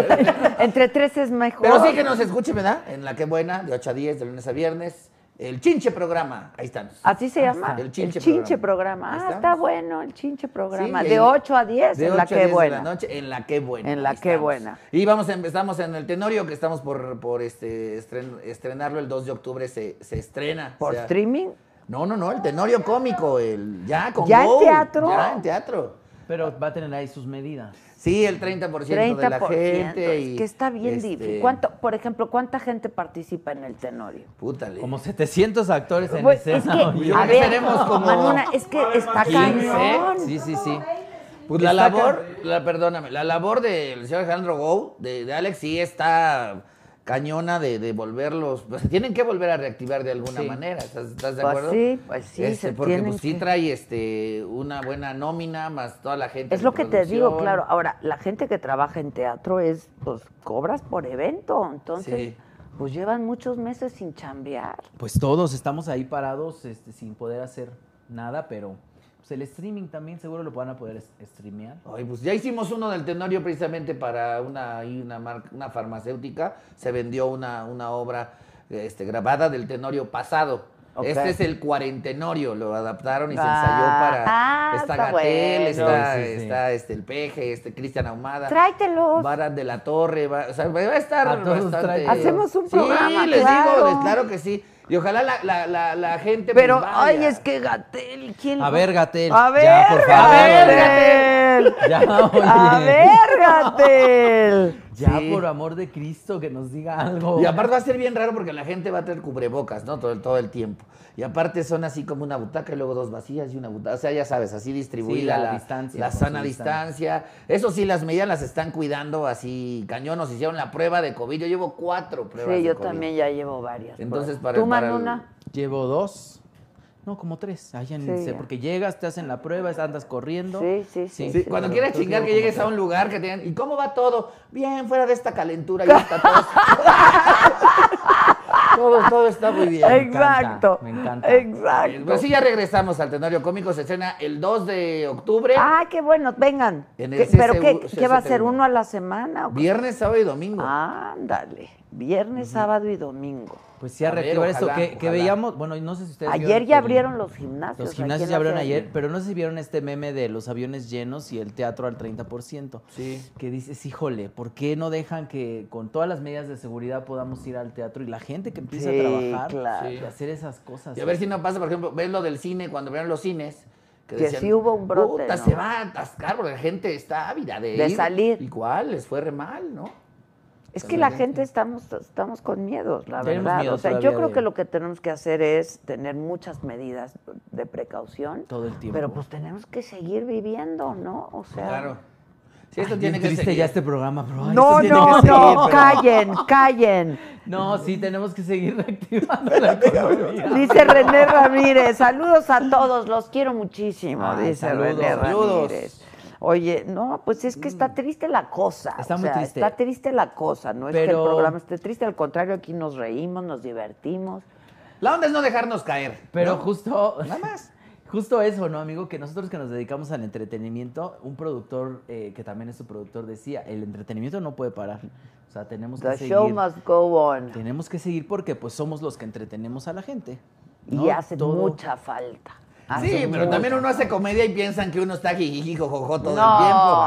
Speaker 1: Entre tres es mejor.
Speaker 6: Pero sí que nos escuchen, ¿verdad? En La Que Buena, de 8 a 10, de lunes a viernes. El Chinche Programa, ahí están.
Speaker 1: Así se llama.
Speaker 6: está. El chinche
Speaker 1: programa.
Speaker 6: programa. Ahí
Speaker 1: Ah,
Speaker 6: estamos.
Speaker 1: está bueno el chinche programa.
Speaker 6: Sí,
Speaker 1: de
Speaker 6: el-
Speaker 1: 8 a 10
Speaker 6: de
Speaker 1: en la
Speaker 6: 8 a
Speaker 1: que
Speaker 6: 10 de
Speaker 1: buena.
Speaker 6: la noche, en la que buena.
Speaker 1: En La
Speaker 6: ahí
Speaker 1: Qué
Speaker 6: estamos.
Speaker 1: Buena.
Speaker 6: Y vamos, a- empezamos en el Tenorio, que estamos por, por este estren- estrenarlo el 2 de octubre, se, se estrena.
Speaker 1: Por
Speaker 6: O sea,
Speaker 1: streaming.
Speaker 6: No, no, no, el Tenorio cómico, el ya con
Speaker 1: ¿Ya en
Speaker 6: Go,
Speaker 1: teatro?
Speaker 6: Ya en teatro.
Speaker 5: Pero va a tener ahí sus medidas.
Speaker 6: Sí, el 30%, de la
Speaker 1: 30%.
Speaker 6: gente.
Speaker 1: es
Speaker 6: y,
Speaker 1: que está bien
Speaker 6: este,
Speaker 1: difícil. ¿Cuánto, por ejemplo, cuánta gente participa en el Tenorio?
Speaker 6: Pútale.
Speaker 5: Como 700 actores en
Speaker 1: Pues, es que,
Speaker 5: escena. oye.
Speaker 1: a
Speaker 6: creo que
Speaker 1: ver,
Speaker 6: seremos como
Speaker 1: Manuna, es que está
Speaker 6: 15.
Speaker 1: cañón.
Speaker 5: Sí, sí, sí.
Speaker 6: Pues la
Speaker 5: Está
Speaker 6: labor, la, perdóname, la labor del señor Alejandro Gou, de, de Alex, sí está cañona de, de volverlos. pues, se tienen que volver a reactivar de alguna
Speaker 5: Sí.
Speaker 6: manera, ¿estás, estás de
Speaker 1: Pues
Speaker 6: acuerdo?
Speaker 1: sí, pues sí,
Speaker 6: Este,
Speaker 1: se
Speaker 6: porque
Speaker 1: tienen
Speaker 6: pues, sí
Speaker 1: que-
Speaker 6: trae este, una buena nómina, más toda la gente.
Speaker 1: Es
Speaker 6: de
Speaker 1: lo que te digo,
Speaker 6: producción.
Speaker 1: claro. Ahora, la gente que trabaja en teatro es, pues, cobras por evento. Entonces,
Speaker 6: Sí.
Speaker 1: pues llevan muchos meses sin chambear.
Speaker 5: Pues todos estamos ahí parados este, sin poder hacer nada, pero pues, el streaming también seguro lo van a poder es- streamear.
Speaker 6: Ay, pues ya hicimos uno del Tenorio precisamente para una, ahí una, marca, una farmacéutica. Se vendió una, una obra este, grabada del Tenorio pasado.
Speaker 1: Ok.
Speaker 6: Este es el cuarentenorio, lo adaptaron y se ensayó
Speaker 1: Ah,
Speaker 6: para.
Speaker 1: ah,
Speaker 6: está
Speaker 1: está
Speaker 6: Gatel,
Speaker 1: bueno.
Speaker 6: está,
Speaker 5: Sí, sí, sí.
Speaker 6: está, este, el Peje, este Cristian Ahumada.
Speaker 1: Tráetelos.
Speaker 6: Varas de la Torre, va, o sea, va a estar
Speaker 5: A todos
Speaker 6: bastante-
Speaker 5: trae-
Speaker 1: Hacemos un
Speaker 6: Sí,
Speaker 1: programa,
Speaker 6: les
Speaker 1: claro.
Speaker 6: digo, les- claro que sí. Y ojalá la, la, la, la gente. pues,
Speaker 1: Pero,
Speaker 6: vaya.
Speaker 1: ay, es que Gatel, ¿quién?
Speaker 5: A
Speaker 1: lo-
Speaker 5: ver, Gatel.
Speaker 1: A ver,
Speaker 5: ya, por favor.
Speaker 1: Gatel.
Speaker 5: Ya, oye.
Speaker 1: A ver, Gatel.
Speaker 5: Ya,
Speaker 6: Sí.
Speaker 5: por amor de Cristo, que nos diga algo.
Speaker 6: Y aparte va a ser bien raro porque la gente va a tener cubrebocas, ¿no? Todo, el- todo el tiempo. Y aparte son así como una butaca y luego dos vacías y una butaca. O sea, ya sabes, así distribuida
Speaker 5: Sí, la
Speaker 6: la,
Speaker 5: distancia,
Speaker 6: la
Speaker 5: por
Speaker 6: sana
Speaker 5: su
Speaker 6: distancia. Eso sí, las medidas las están cuidando así cañón. Nos hicieron la prueba de COVID. Yo llevo cuatro pruebas
Speaker 1: Sí,
Speaker 6: de
Speaker 1: yo
Speaker 6: COVID.
Speaker 1: también ya llevo varias.
Speaker 6: Entonces,
Speaker 1: pruebas.
Speaker 6: para-
Speaker 1: ¿Tú,
Speaker 6: para el-
Speaker 1: Manuna?
Speaker 5: Llevo dos. No, como tres. Allá en
Speaker 1: Sí,
Speaker 5: el-
Speaker 1: ya.
Speaker 5: porque llegas, te hacen la prueba, andas corriendo.
Speaker 1: Sí, sí, sí,
Speaker 6: Sí, cuando quieras
Speaker 5: Creo
Speaker 6: chingar
Speaker 5: hubo
Speaker 6: que
Speaker 5: como
Speaker 6: llegues
Speaker 5: tres.
Speaker 6: a un lugar que tengan. ¿Y cómo va todo? Bien, fuera de esta calentura, ya está todo. todo, todo está muy bien.
Speaker 5: Ay, encanta,
Speaker 1: Exacto.
Speaker 5: me encanta.
Speaker 1: Exacto.
Speaker 6: Pues sí, ya regresamos al Tenorio Cómico. Se estrena el 2 de octubre.
Speaker 1: Ah, qué bueno, vengan.
Speaker 6: En
Speaker 1: ¿Qué-
Speaker 6: el CSU,
Speaker 1: ¿Pero qué, qué va a ser?
Speaker 6: CSTU?
Speaker 1: ¿Uno a la semana? o qué?
Speaker 6: Viernes, sábado y domingo.
Speaker 1: Ah, Ándale, viernes, sábado y domingo.
Speaker 5: Pues sí, a
Speaker 6: A ver,
Speaker 5: reactivar esto
Speaker 6: ojalá,
Speaker 5: que, que
Speaker 6: ojalá.
Speaker 5: veíamos. Bueno, y no sé si ustedes.
Speaker 1: Ayer
Speaker 5: vieron
Speaker 1: ya
Speaker 5: el-
Speaker 1: abrieron los gimnasios.
Speaker 5: Los
Speaker 1: aquí
Speaker 5: gimnasios
Speaker 1: en
Speaker 5: ya
Speaker 1: la
Speaker 5: abrieron
Speaker 1: Ciudad de
Speaker 5: ayer,
Speaker 1: México.
Speaker 5: pero no sé si vieron este meme de los aviones llenos y el teatro al 30%.
Speaker 6: Sí.
Speaker 5: Que dices, híjole, ¿por qué no dejan que con todas las medidas de seguridad podamos ir al teatro y la gente que empieza
Speaker 1: Sí,
Speaker 5: a trabajar
Speaker 1: claro.
Speaker 5: y hacer esas cosas?
Speaker 6: Y a ver si no pasa, por ejemplo, ves lo del cine, cuando vieron los cines.
Speaker 1: Que sí hubo un brote,
Speaker 6: Puta,
Speaker 1: ¿no?
Speaker 6: se va a atascar porque la gente está ávida de,
Speaker 1: De
Speaker 6: ir".
Speaker 1: salir.
Speaker 6: Igual, les fue re mal, ¿no?
Speaker 1: Es que la gente estamos, estamos con miedos, la
Speaker 5: Tenemos
Speaker 1: verdad.
Speaker 5: miedo
Speaker 1: o sea, yo
Speaker 5: todavía
Speaker 1: creo
Speaker 5: de-
Speaker 1: que lo que tenemos que hacer es tener muchas medidas de precaución.
Speaker 5: Todo el tiempo.
Speaker 1: Pero pues tenemos que seguir viviendo, ¿no? O sea.
Speaker 6: Sí, esto
Speaker 5: Ay,
Speaker 6: tiene
Speaker 5: bien
Speaker 6: que
Speaker 5: triste
Speaker 6: seguir.
Speaker 5: ya este programa, pero ay, esto
Speaker 1: No,
Speaker 5: tiene
Speaker 1: no,
Speaker 5: que seguir,
Speaker 1: no,
Speaker 5: pero-
Speaker 1: callen, callen.
Speaker 5: No, sí, tenemos que seguir reactivando la economía.
Speaker 1: Dice René Ramírez, saludos a todos, los quiero muchísimo,
Speaker 5: Ay,
Speaker 1: dice
Speaker 5: saludos,
Speaker 1: René
Speaker 5: saludos. Mm.
Speaker 1: Ramírez. Oye, no, pues es que está triste la cosa.
Speaker 5: Está
Speaker 1: o
Speaker 5: muy
Speaker 1: sea,
Speaker 5: triste.
Speaker 1: Está triste la cosa, no es que el
Speaker 5: Pero-
Speaker 1: programa esté triste, al contrario, aquí nos reímos, nos divertimos.
Speaker 6: La onda es no dejarnos caer.
Speaker 5: Pero
Speaker 6: ¿no?
Speaker 5: justo.
Speaker 6: Nada más.
Speaker 5: Justo eso, ¿no, amigo? Que nosotros que nos dedicamos al entretenimiento, un productor eh, que también es su productor decía, el entretenimiento no puede parar. O sea, tenemos que
Speaker 1: The
Speaker 5: seguir.
Speaker 1: show must go on.
Speaker 5: Tenemos que seguir porque pues somos los que entretenemos a la gente.
Speaker 1: Y
Speaker 5: ¿no?
Speaker 1: hace
Speaker 5: Todo-
Speaker 1: mucha falta.
Speaker 5: Ah,
Speaker 1: Hace
Speaker 6: Sí, pero
Speaker 1: mucha-
Speaker 6: también uno hace comedia y piensan que uno está jijiji, jojojo todo
Speaker 1: No,
Speaker 6: el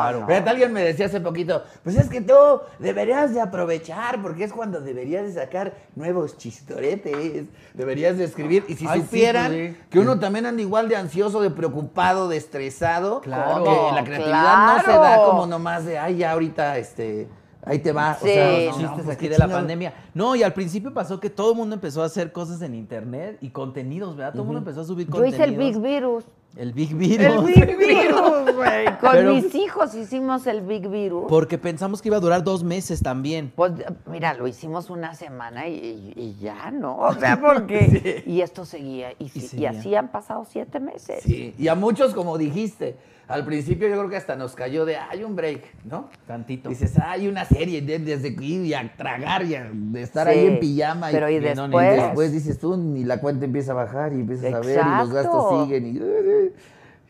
Speaker 6: tiempo.
Speaker 1: no.
Speaker 6: Fíjate, alguien me decía hace poquito, pues es que tú deberías de aprovechar, porque es cuando deberías de sacar nuevos chistoretes, deberías de escribir. Y si
Speaker 5: Ay, sí,
Speaker 6: supieran
Speaker 5: pues, sí.
Speaker 6: que uno también anda igual de ansioso, de preocupado, de estresado,
Speaker 5: Claro.
Speaker 6: que la creatividad no se da
Speaker 1: Claro.
Speaker 6: como nomás de, ay, ya ahorita, este, ahí te va.
Speaker 1: Sí,
Speaker 5: Los
Speaker 1: no,
Speaker 5: chistes
Speaker 6: pues,
Speaker 5: aquí
Speaker 6: qué
Speaker 5: de la
Speaker 6: chingado.
Speaker 5: pandemia. No, y al principio pasó que todo el mundo empezó a hacer cosas en internet y contenidos, ¿verdad? Todo el mundo empezó a subir
Speaker 1: Yo
Speaker 5: contenidos.
Speaker 1: hice el Big Virus.
Speaker 5: El Big Virus.
Speaker 1: El Big Virus, güey. Con
Speaker 5: Pero-
Speaker 1: mis hijos hicimos el Big Virus.
Speaker 5: Porque pensamos que iba a durar dos meses también.
Speaker 1: Pues mira, lo hicimos una semana y, y- y ya, ¿no? O sea, porque. Y esto seguía. Y, sí- y
Speaker 5: seguía.
Speaker 1: así han pasado siete meses.
Speaker 6: Sí, y a muchos, como dijiste, al principio yo creo que hasta nos cayó de, hay un break, ¿no?
Speaker 5: Tantito.
Speaker 6: Dices, hay una serie de- desde aquí y a tragar y a de estar
Speaker 1: Sí,
Speaker 6: ahí en pijama.
Speaker 1: pero y
Speaker 6: viendo
Speaker 1: después-
Speaker 6: Netflix. después dices tú, ni la cuenta empieza a bajar y empiezas a ver y los
Speaker 1: Exacto.
Speaker 6: gastos siguen. Y uh, uh.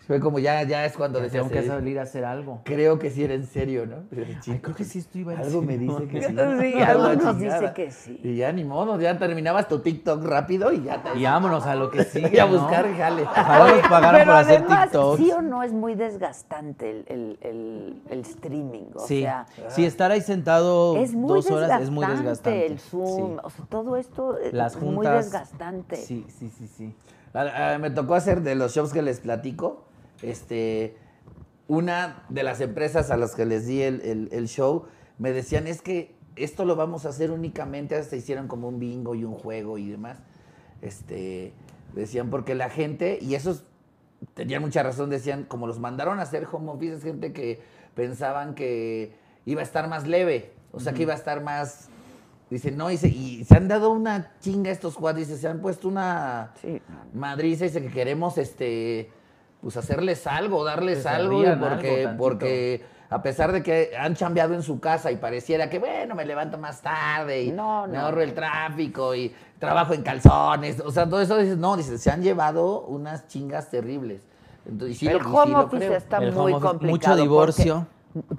Speaker 6: fue como ya, ya es cuando
Speaker 5: Ya
Speaker 6: decías,
Speaker 5: tengo que
Speaker 6: eh,
Speaker 5: salir a hacer algo.
Speaker 6: creo que sí era en serio, ¿no? Ay,
Speaker 5: Ay, creo que sí esto iba en
Speaker 6: Algo me
Speaker 5: serio.
Speaker 6: dice que sí.
Speaker 1: Sí,
Speaker 6: A la
Speaker 1: algo nos
Speaker 6: chingada.
Speaker 1: dice que sí.
Speaker 6: Y ya ni modo, ya terminabas tu TikTok rápido y ya te
Speaker 5: Y vámonos a lo que sigue.
Speaker 6: y a
Speaker 5: ¿no?
Speaker 6: buscar jale.
Speaker 5: Ojalá nos pagaran
Speaker 1: Pero
Speaker 5: por hacer
Speaker 1: además,
Speaker 5: TikToks.
Speaker 1: sí o no es muy desgastante el, el- el- el streaming. O
Speaker 5: Sí,
Speaker 1: sea,
Speaker 5: sí, estar ahí sentado
Speaker 1: es muy
Speaker 5: dos horas
Speaker 1: desgastante
Speaker 5: es muy desgastante.
Speaker 1: el Zoom.
Speaker 5: Sí.
Speaker 1: O sea, todo esto es
Speaker 5: Las
Speaker 1: muy
Speaker 5: juntas.
Speaker 1: desgastante.
Speaker 5: Sí, sí, sí, sí.
Speaker 6: Ah, ah, Me tocó hacer de los shows que les platico, este, una de las empresas a las que les di el, el- el show, me decían, es que esto lo vamos a hacer únicamente, hasta hicieron como un bingo y un juego y demás. Este, decían, porque la gente, y esos tenían mucha razón, decían, como los mandaron a hacer home office, es gente que pensaban que iba a estar más leve, o sea, que iba a estar más... Dice, no, dice, y se han dado una chinga estos cuadros, dice, se han puesto una...
Speaker 1: Sí, no,
Speaker 6: Madrid se dice que queremos este pues hacerles algo, darles
Speaker 5: se
Speaker 6: algo,
Speaker 5: rían algo,
Speaker 6: porque,
Speaker 5: tantito.
Speaker 6: porque a pesar de que han chambeado en su casa y pareciera que bueno, me levanto más tarde y
Speaker 1: No,
Speaker 6: me
Speaker 1: no.
Speaker 6: ahorro el tráfico y trabajo en calzones, o sea, todo eso dices, no, dices, se han llevado unas chingas terribles. Entonces, y sí
Speaker 1: el
Speaker 6: lo- y sí
Speaker 1: home
Speaker 6: lo
Speaker 1: office
Speaker 6: creo.
Speaker 1: está
Speaker 5: El home
Speaker 1: muy
Speaker 5: office, mucho
Speaker 1: complicado. porque
Speaker 5: divorcio.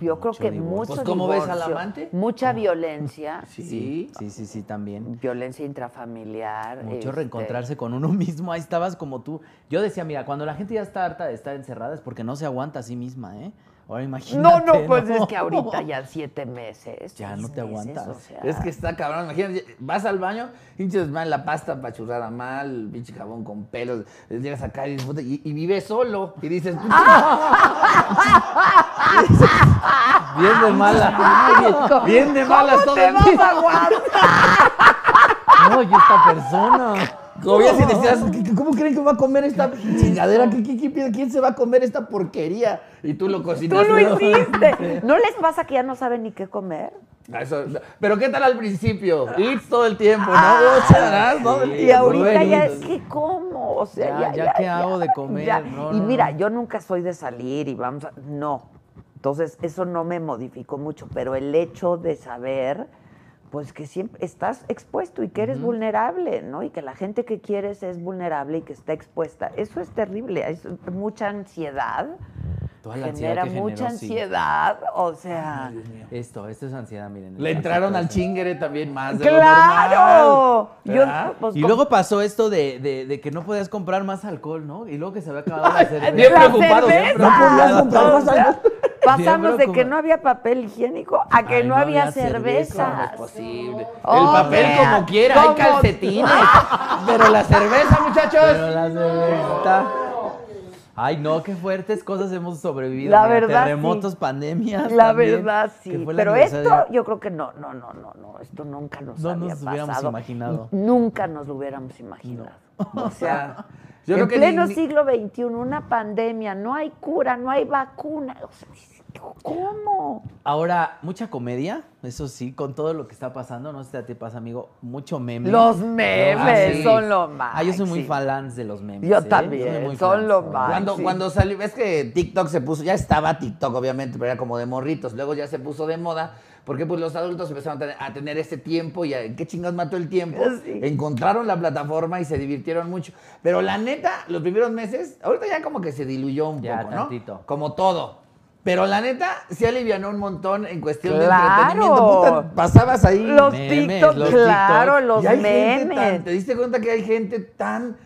Speaker 1: Yo creo
Speaker 5: Mucho
Speaker 1: que
Speaker 5: divorcio.
Speaker 1: mucho
Speaker 6: Pues, ¿cómo ves al
Speaker 1: divorcio,
Speaker 6: amante?
Speaker 1: Mucha violencia,
Speaker 6: Sí.
Speaker 5: Sí, sí, sí, también.
Speaker 1: violencia intrafamiliar.
Speaker 5: Mucho
Speaker 1: este,
Speaker 5: reencontrarse con uno mismo. Ahí estabas como tú. Yo decía, mira, cuando la gente ya está harta de estar encerrada es porque no se aguanta a sí misma, ¿eh? Ahora imagínate.
Speaker 1: No, no, pues es que ahorita ya siete meses.
Speaker 5: Ya
Speaker 1: seis
Speaker 5: no te
Speaker 1: meses,
Speaker 5: aguantas.
Speaker 1: o sea,
Speaker 6: Es que está cabrón, imagínate, vas al baño, pinches mal la pasta pachurrada mal, pinche jabón con pelos, llegas acá y dices, puta, y, y vives solo, y dices, puta,
Speaker 1: Ah.
Speaker 5: Bien de mala. Bien, bien de malas
Speaker 1: ¿Cómo te
Speaker 5: todavía.
Speaker 1: vas a aguantar?
Speaker 5: No, y esta persona.
Speaker 6: Como ya si decías, "¿Qué- ¿cómo creen que va a comer esta chingadera? ¿Qué- qué- qué pi- ¿Quién se va a comer esta porquería? Y tú lo
Speaker 1: Tú
Speaker 6: cocinas.
Speaker 1: lo
Speaker 6: ¿no?
Speaker 1: hiciste. ¿No les pasa que ya no saben ni qué comer?
Speaker 6: Eso- pero ¿qué tal al
Speaker 1: Ah,
Speaker 6: principio? Eats todo el tiempo, ¿no? Ocho horas, ¿no?
Speaker 1: y ahorita ya es que, ¿cómo? o sea,
Speaker 5: pues, Ya,
Speaker 1: ya,
Speaker 5: ya, ¿qué hago de comer?
Speaker 1: ya.
Speaker 5: No,
Speaker 1: y
Speaker 5: no,
Speaker 1: mira,
Speaker 5: no.
Speaker 1: yo nunca soy de salir y vamos a... No. Entonces, eso no me modificó mucho, pero el hecho de saber, pues que siempre estás expuesto y que eres vulnerable, ¿no? Y que la gente que quieres es vulnerable y que está expuesta. Eso es terrible, es mucha ansiedad.
Speaker 5: Toda la ansiedad
Speaker 1: genera
Speaker 5: que generó,
Speaker 1: mucha
Speaker 5: sí. Ah,
Speaker 1: ansiedad, o sea...
Speaker 5: Esto, esto es ansiedad, miren.
Speaker 6: Le entraron al chingere también más de lo
Speaker 1: ¡Claro!
Speaker 6: normal,
Speaker 1: Yo,
Speaker 6: ¿verdad?
Speaker 1: pues,
Speaker 5: Y
Speaker 1: como-
Speaker 5: luego pasó esto de, de- de que no podías comprar más alcohol, ¿no? Y luego que se había acabado la cerveza.
Speaker 6: Bien
Speaker 1: ¡La
Speaker 6: preocupado, bien
Speaker 1: cerveza!
Speaker 6: preocupado. No podías comprar
Speaker 1: O
Speaker 6: más
Speaker 1: sea,
Speaker 6: alcohol.
Speaker 1: Pasamos de
Speaker 5: preocupado.
Speaker 1: que no había papel higiénico a que
Speaker 5: Ay,
Speaker 1: no, había,
Speaker 6: No es
Speaker 1: cerveza.
Speaker 6: posible. El
Speaker 1: Oh,
Speaker 6: papel
Speaker 1: man.
Speaker 6: como quiera,
Speaker 1: ¿Cómo?
Speaker 6: hay calcetines. Pero la cerveza, muchachos.
Speaker 5: Pero la cerveza. Ay, no, qué fuertes cosas hemos sobrevivido.
Speaker 1: La
Speaker 5: mira,
Speaker 1: verdad,
Speaker 5: Terremotos,
Speaker 1: sí.
Speaker 5: pandemias.
Speaker 1: La
Speaker 5: pues, también,
Speaker 1: verdad,
Speaker 5: que
Speaker 1: sí.
Speaker 5: fue la
Speaker 1: Pero esto,
Speaker 5: aniversaria.
Speaker 1: yo creo que no, no, no, no, no. Esto nunca nos
Speaker 5: No
Speaker 1: había
Speaker 5: nos hubiéramos
Speaker 1: pasado.
Speaker 5: imaginado.
Speaker 1: N- Nunca nos lo hubiéramos imaginado. O sea,
Speaker 6: Yo
Speaker 1: en
Speaker 6: creo que
Speaker 1: pleno
Speaker 6: ni- ni-
Speaker 1: siglo XXI, una pandemia, no hay cura, no hay vacuna. O sea, dices, ¿cómo?
Speaker 5: Ahora, mucha comedia, eso sí, con todo lo que está pasando. No sé si a ti pasa, amigo. Mucho meme.
Speaker 1: Los memes
Speaker 5: Ah, sí.
Speaker 1: son lo
Speaker 5: Ah, yo soy muy
Speaker 1: máximo.
Speaker 5: fans de los memes.
Speaker 1: Yo
Speaker 5: ¿eh? Soy
Speaker 1: también,
Speaker 5: muy
Speaker 1: son
Speaker 5: fans,
Speaker 1: lo
Speaker 5: la
Speaker 1: más.
Speaker 5: verdad.
Speaker 6: Cuando,
Speaker 1: sí.
Speaker 6: cuando salió, ves que TikTok se puso, ya estaba TikTok obviamente, pero era como de morritos, luego ya se puso de moda, porque pues los adultos empezaron a tener, a tener ese tiempo y a, qué chingados mató el tiempo,
Speaker 1: Sí.
Speaker 6: encontraron la plataforma y se divirtieron mucho. Pero la neta, los primeros meses, ahorita ya como que se diluyó un
Speaker 5: Ya,
Speaker 6: poco,
Speaker 5: tantito.
Speaker 6: ¿no? Como todo. Pero la neta, se alivianó un montón en cuestión
Speaker 1: ¡Claro!
Speaker 6: de entretenimiento. Puta, pasabas ahí.
Speaker 1: Los
Speaker 5: Memes,
Speaker 1: TikTok,
Speaker 5: los
Speaker 1: claro,
Speaker 5: TikTok.
Speaker 1: los
Speaker 6: Pues Y hay gente
Speaker 1: memes.
Speaker 6: tan- ¿Te diste cuenta que hay gente tan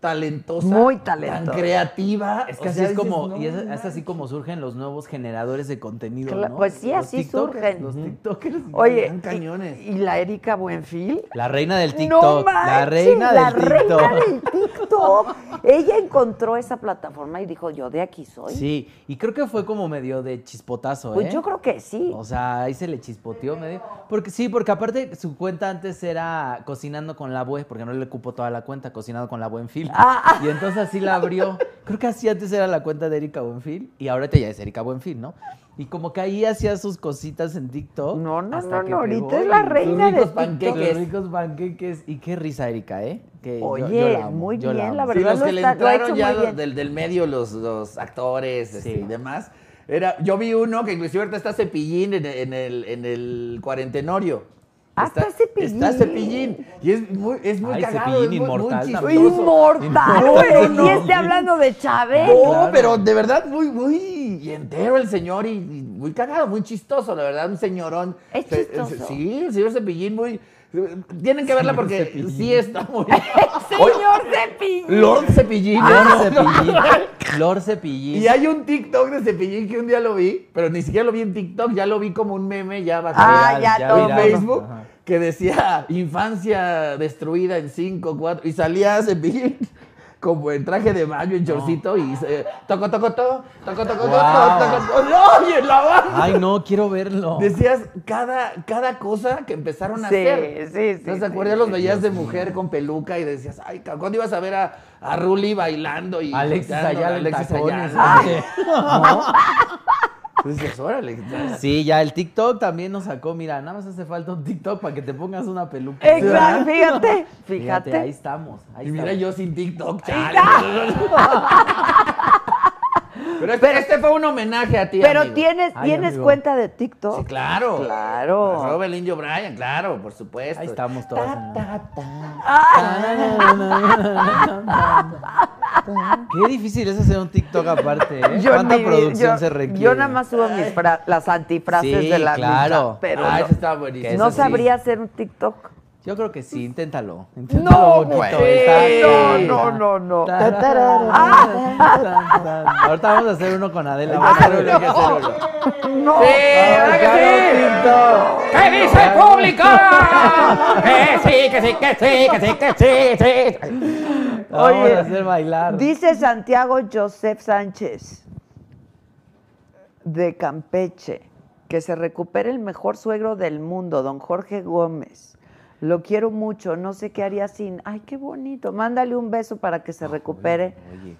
Speaker 6: talentosa?
Speaker 1: Muy talentosa.
Speaker 6: Tan creativa.
Speaker 5: Es
Speaker 6: O
Speaker 5: que así
Speaker 6: sea,
Speaker 5: es
Speaker 6: dices,
Speaker 5: como,
Speaker 6: no
Speaker 5: y es, es
Speaker 6: manches.
Speaker 5: así como surgen los nuevos generadores de contenido,
Speaker 1: Cla-
Speaker 5: ¿no?
Speaker 1: pues sí,
Speaker 5: Los
Speaker 1: así
Speaker 5: tiktokers,
Speaker 1: surgen.
Speaker 5: Los
Speaker 1: Ujú.
Speaker 5: tiktokers.
Speaker 1: Oye,
Speaker 6: Están cañones.
Speaker 1: Y, y la Erika Buenfil.
Speaker 5: La reina del TikTok. la
Speaker 1: manches,
Speaker 5: reina
Speaker 1: la
Speaker 5: del
Speaker 1: reina
Speaker 5: TikTok.
Speaker 1: del TikTok. Ella encontró esa plataforma y dijo, yo de aquí soy.
Speaker 5: Sí, y creo que fue como medio de chispotazo,
Speaker 1: pues
Speaker 5: ¿eh?
Speaker 1: yo creo que sí.
Speaker 5: O sea, ahí se le chispoteó medio. Porque sí, porque aparte su cuenta antes era cocinando con la bue, porque no le ocupó toda la cuenta, cocinando con la Buenfil.
Speaker 1: Ah,
Speaker 5: Y entonces así la abrió. Creo que así antes era la cuenta de Erika Buenfil y ahorita ya es Erika Buenfil, ¿no? Y como que ahí hacía sus cositas en TikTok.
Speaker 1: No, no,
Speaker 5: hasta
Speaker 1: no,
Speaker 5: que
Speaker 1: no,
Speaker 5: pegó
Speaker 1: ahorita es
Speaker 5: y-
Speaker 1: la reina
Speaker 6: ricos
Speaker 1: de TikTok.
Speaker 6: panqueques.
Speaker 5: Los ricos panqueques. Y qué risa, Erika, ¿eh? Que yo-
Speaker 1: Oye,
Speaker 5: yo la amo,
Speaker 1: muy
Speaker 5: yo
Speaker 1: bien,
Speaker 5: amo.
Speaker 1: la
Speaker 6: Sí,
Speaker 1: verdad.
Speaker 6: los
Speaker 1: lo
Speaker 6: que le
Speaker 1: está- lo ha hecho
Speaker 6: entraron ya
Speaker 1: muy
Speaker 6: los
Speaker 1: bien.
Speaker 6: del, del medio, los, los actores este,
Speaker 5: Sí.
Speaker 6: y demás. Era, yo vi uno que inclusive ahorita está Cepillín en, en el, en el cuarentenorio.
Speaker 1: Ah, está Cepillín.
Speaker 6: Está Cepillín. Y es muy, es muy
Speaker 5: Ay,
Speaker 6: cagado,
Speaker 5: Cepillín
Speaker 6: es muy- muy,
Speaker 5: inmortal
Speaker 6: chistoso.
Speaker 1: Fue
Speaker 5: también.
Speaker 1: Inmortal,
Speaker 6: No,
Speaker 1: güey.
Speaker 6: no, no.
Speaker 1: Y esté hablando de Chávez.
Speaker 6: No,
Speaker 5: Claro.
Speaker 6: pero de verdad muy, muy entero el señor y, y muy cagado, muy chistoso, la verdad, un señorón.
Speaker 1: Es
Speaker 6: Se-
Speaker 1: chistoso.
Speaker 6: se- Sí, el señor Cepillín muy... Tienen que verla porque
Speaker 5: Cepillín.
Speaker 6: sí está muy...
Speaker 1: Señor Cepillín.
Speaker 6: Lord Cepillín.
Speaker 5: Lord
Speaker 6: No, no.
Speaker 5: Cepillín. Lord Cepillín.
Speaker 6: Y hay un TikTok de Cepillín que un día lo vi, pero ni siquiera lo vi en TikTok, ya lo vi como un meme, ya bajé
Speaker 1: Ah,
Speaker 6: al-
Speaker 1: ya
Speaker 6: en
Speaker 1: todo.
Speaker 6: Facebook,
Speaker 5: Ajá.
Speaker 6: que decía infancia destruida en 5, 4, y salía Cepillín como en traje de baño, en chorcito, y se- toco, toco, toco, toco, toco, toco,
Speaker 5: Wow.
Speaker 6: toco, toco, ¡no! Y en la banda.
Speaker 5: Ay, no, quiero verlo.
Speaker 6: Decías cada, cada cosa que empezaron a
Speaker 1: Sí,
Speaker 6: hacer.
Speaker 1: sí, sí,
Speaker 6: ¿No
Speaker 1: sí,
Speaker 6: te acuerdas? los veías de mujer con peluca y decías, ay, cabrón, ¿cuándo ibas a ver a, a Ruli bailando? Y
Speaker 5: Alexis
Speaker 6: cantando?
Speaker 5: Ayala, en
Speaker 6: Alexis
Speaker 5: tacones,
Speaker 6: Ayala.
Speaker 5: oye.
Speaker 6: Pues dices, órale. ya.
Speaker 5: Sí, ya el TikTok también nos sacó. Mira, nada más hace falta un TikTok para que te pongas una peluca.
Speaker 1: Exacto, fíjate,
Speaker 5: Fíjate, ahí
Speaker 1: fíjate.
Speaker 5: estamos. Ahí
Speaker 6: Y mira
Speaker 5: estamos.
Speaker 6: yo sin TikTok, chale. Pero este, este fue un homenaje a ti,
Speaker 1: Pero
Speaker 6: amigo.
Speaker 1: tienes,
Speaker 5: Ay,
Speaker 1: ¿tienes
Speaker 5: amigo.
Speaker 1: cuenta de TikTok?
Speaker 6: Sí, claro.
Speaker 1: Claro.
Speaker 6: A Robert Indio Bryan, claro, por supuesto.
Speaker 5: Ahí estamos todas. en la- Qué difícil es hacer un TikTok aparte, ¿eh?
Speaker 1: Yo
Speaker 5: ¿Cuánta
Speaker 1: ni-
Speaker 5: producción
Speaker 1: yo-
Speaker 5: se requiere?
Speaker 1: Yo nada más subo mis fra- las antifrases
Speaker 5: Sí,
Speaker 1: de la
Speaker 5: claro.
Speaker 1: misa, pero
Speaker 6: ah,
Speaker 1: no,
Speaker 6: ese estaba buenísimo.
Speaker 5: eso
Speaker 1: no
Speaker 5: sí.
Speaker 1: sabría hacer un TikTok.
Speaker 5: Yo creo que sí, inténtalo.
Speaker 1: No,
Speaker 5: Inténtalo ¿eh? bonito,
Speaker 1: güey.
Speaker 5: está-
Speaker 1: No, no, no, no.
Speaker 5: Tararara, tan, tan. Ahorita vamos a hacer uno con Adela. Vamos a hacer uno, hay que hacer uno.
Speaker 1: No.
Speaker 6: ¿Qué dice el público? Que sí, que sí, que sí, que sí, que sí, sí.
Speaker 5: La vamos
Speaker 1: Oye,
Speaker 5: a hacer bailar.
Speaker 1: Dice Santiago Joseph Sánchez de Campeche que se recupere el mejor suegro del mundo, don Jorge Gómez. Lo quiero mucho, no sé qué haría sin. Ay, qué bonito. Mándale un beso para que se recupere.
Speaker 5: Oye,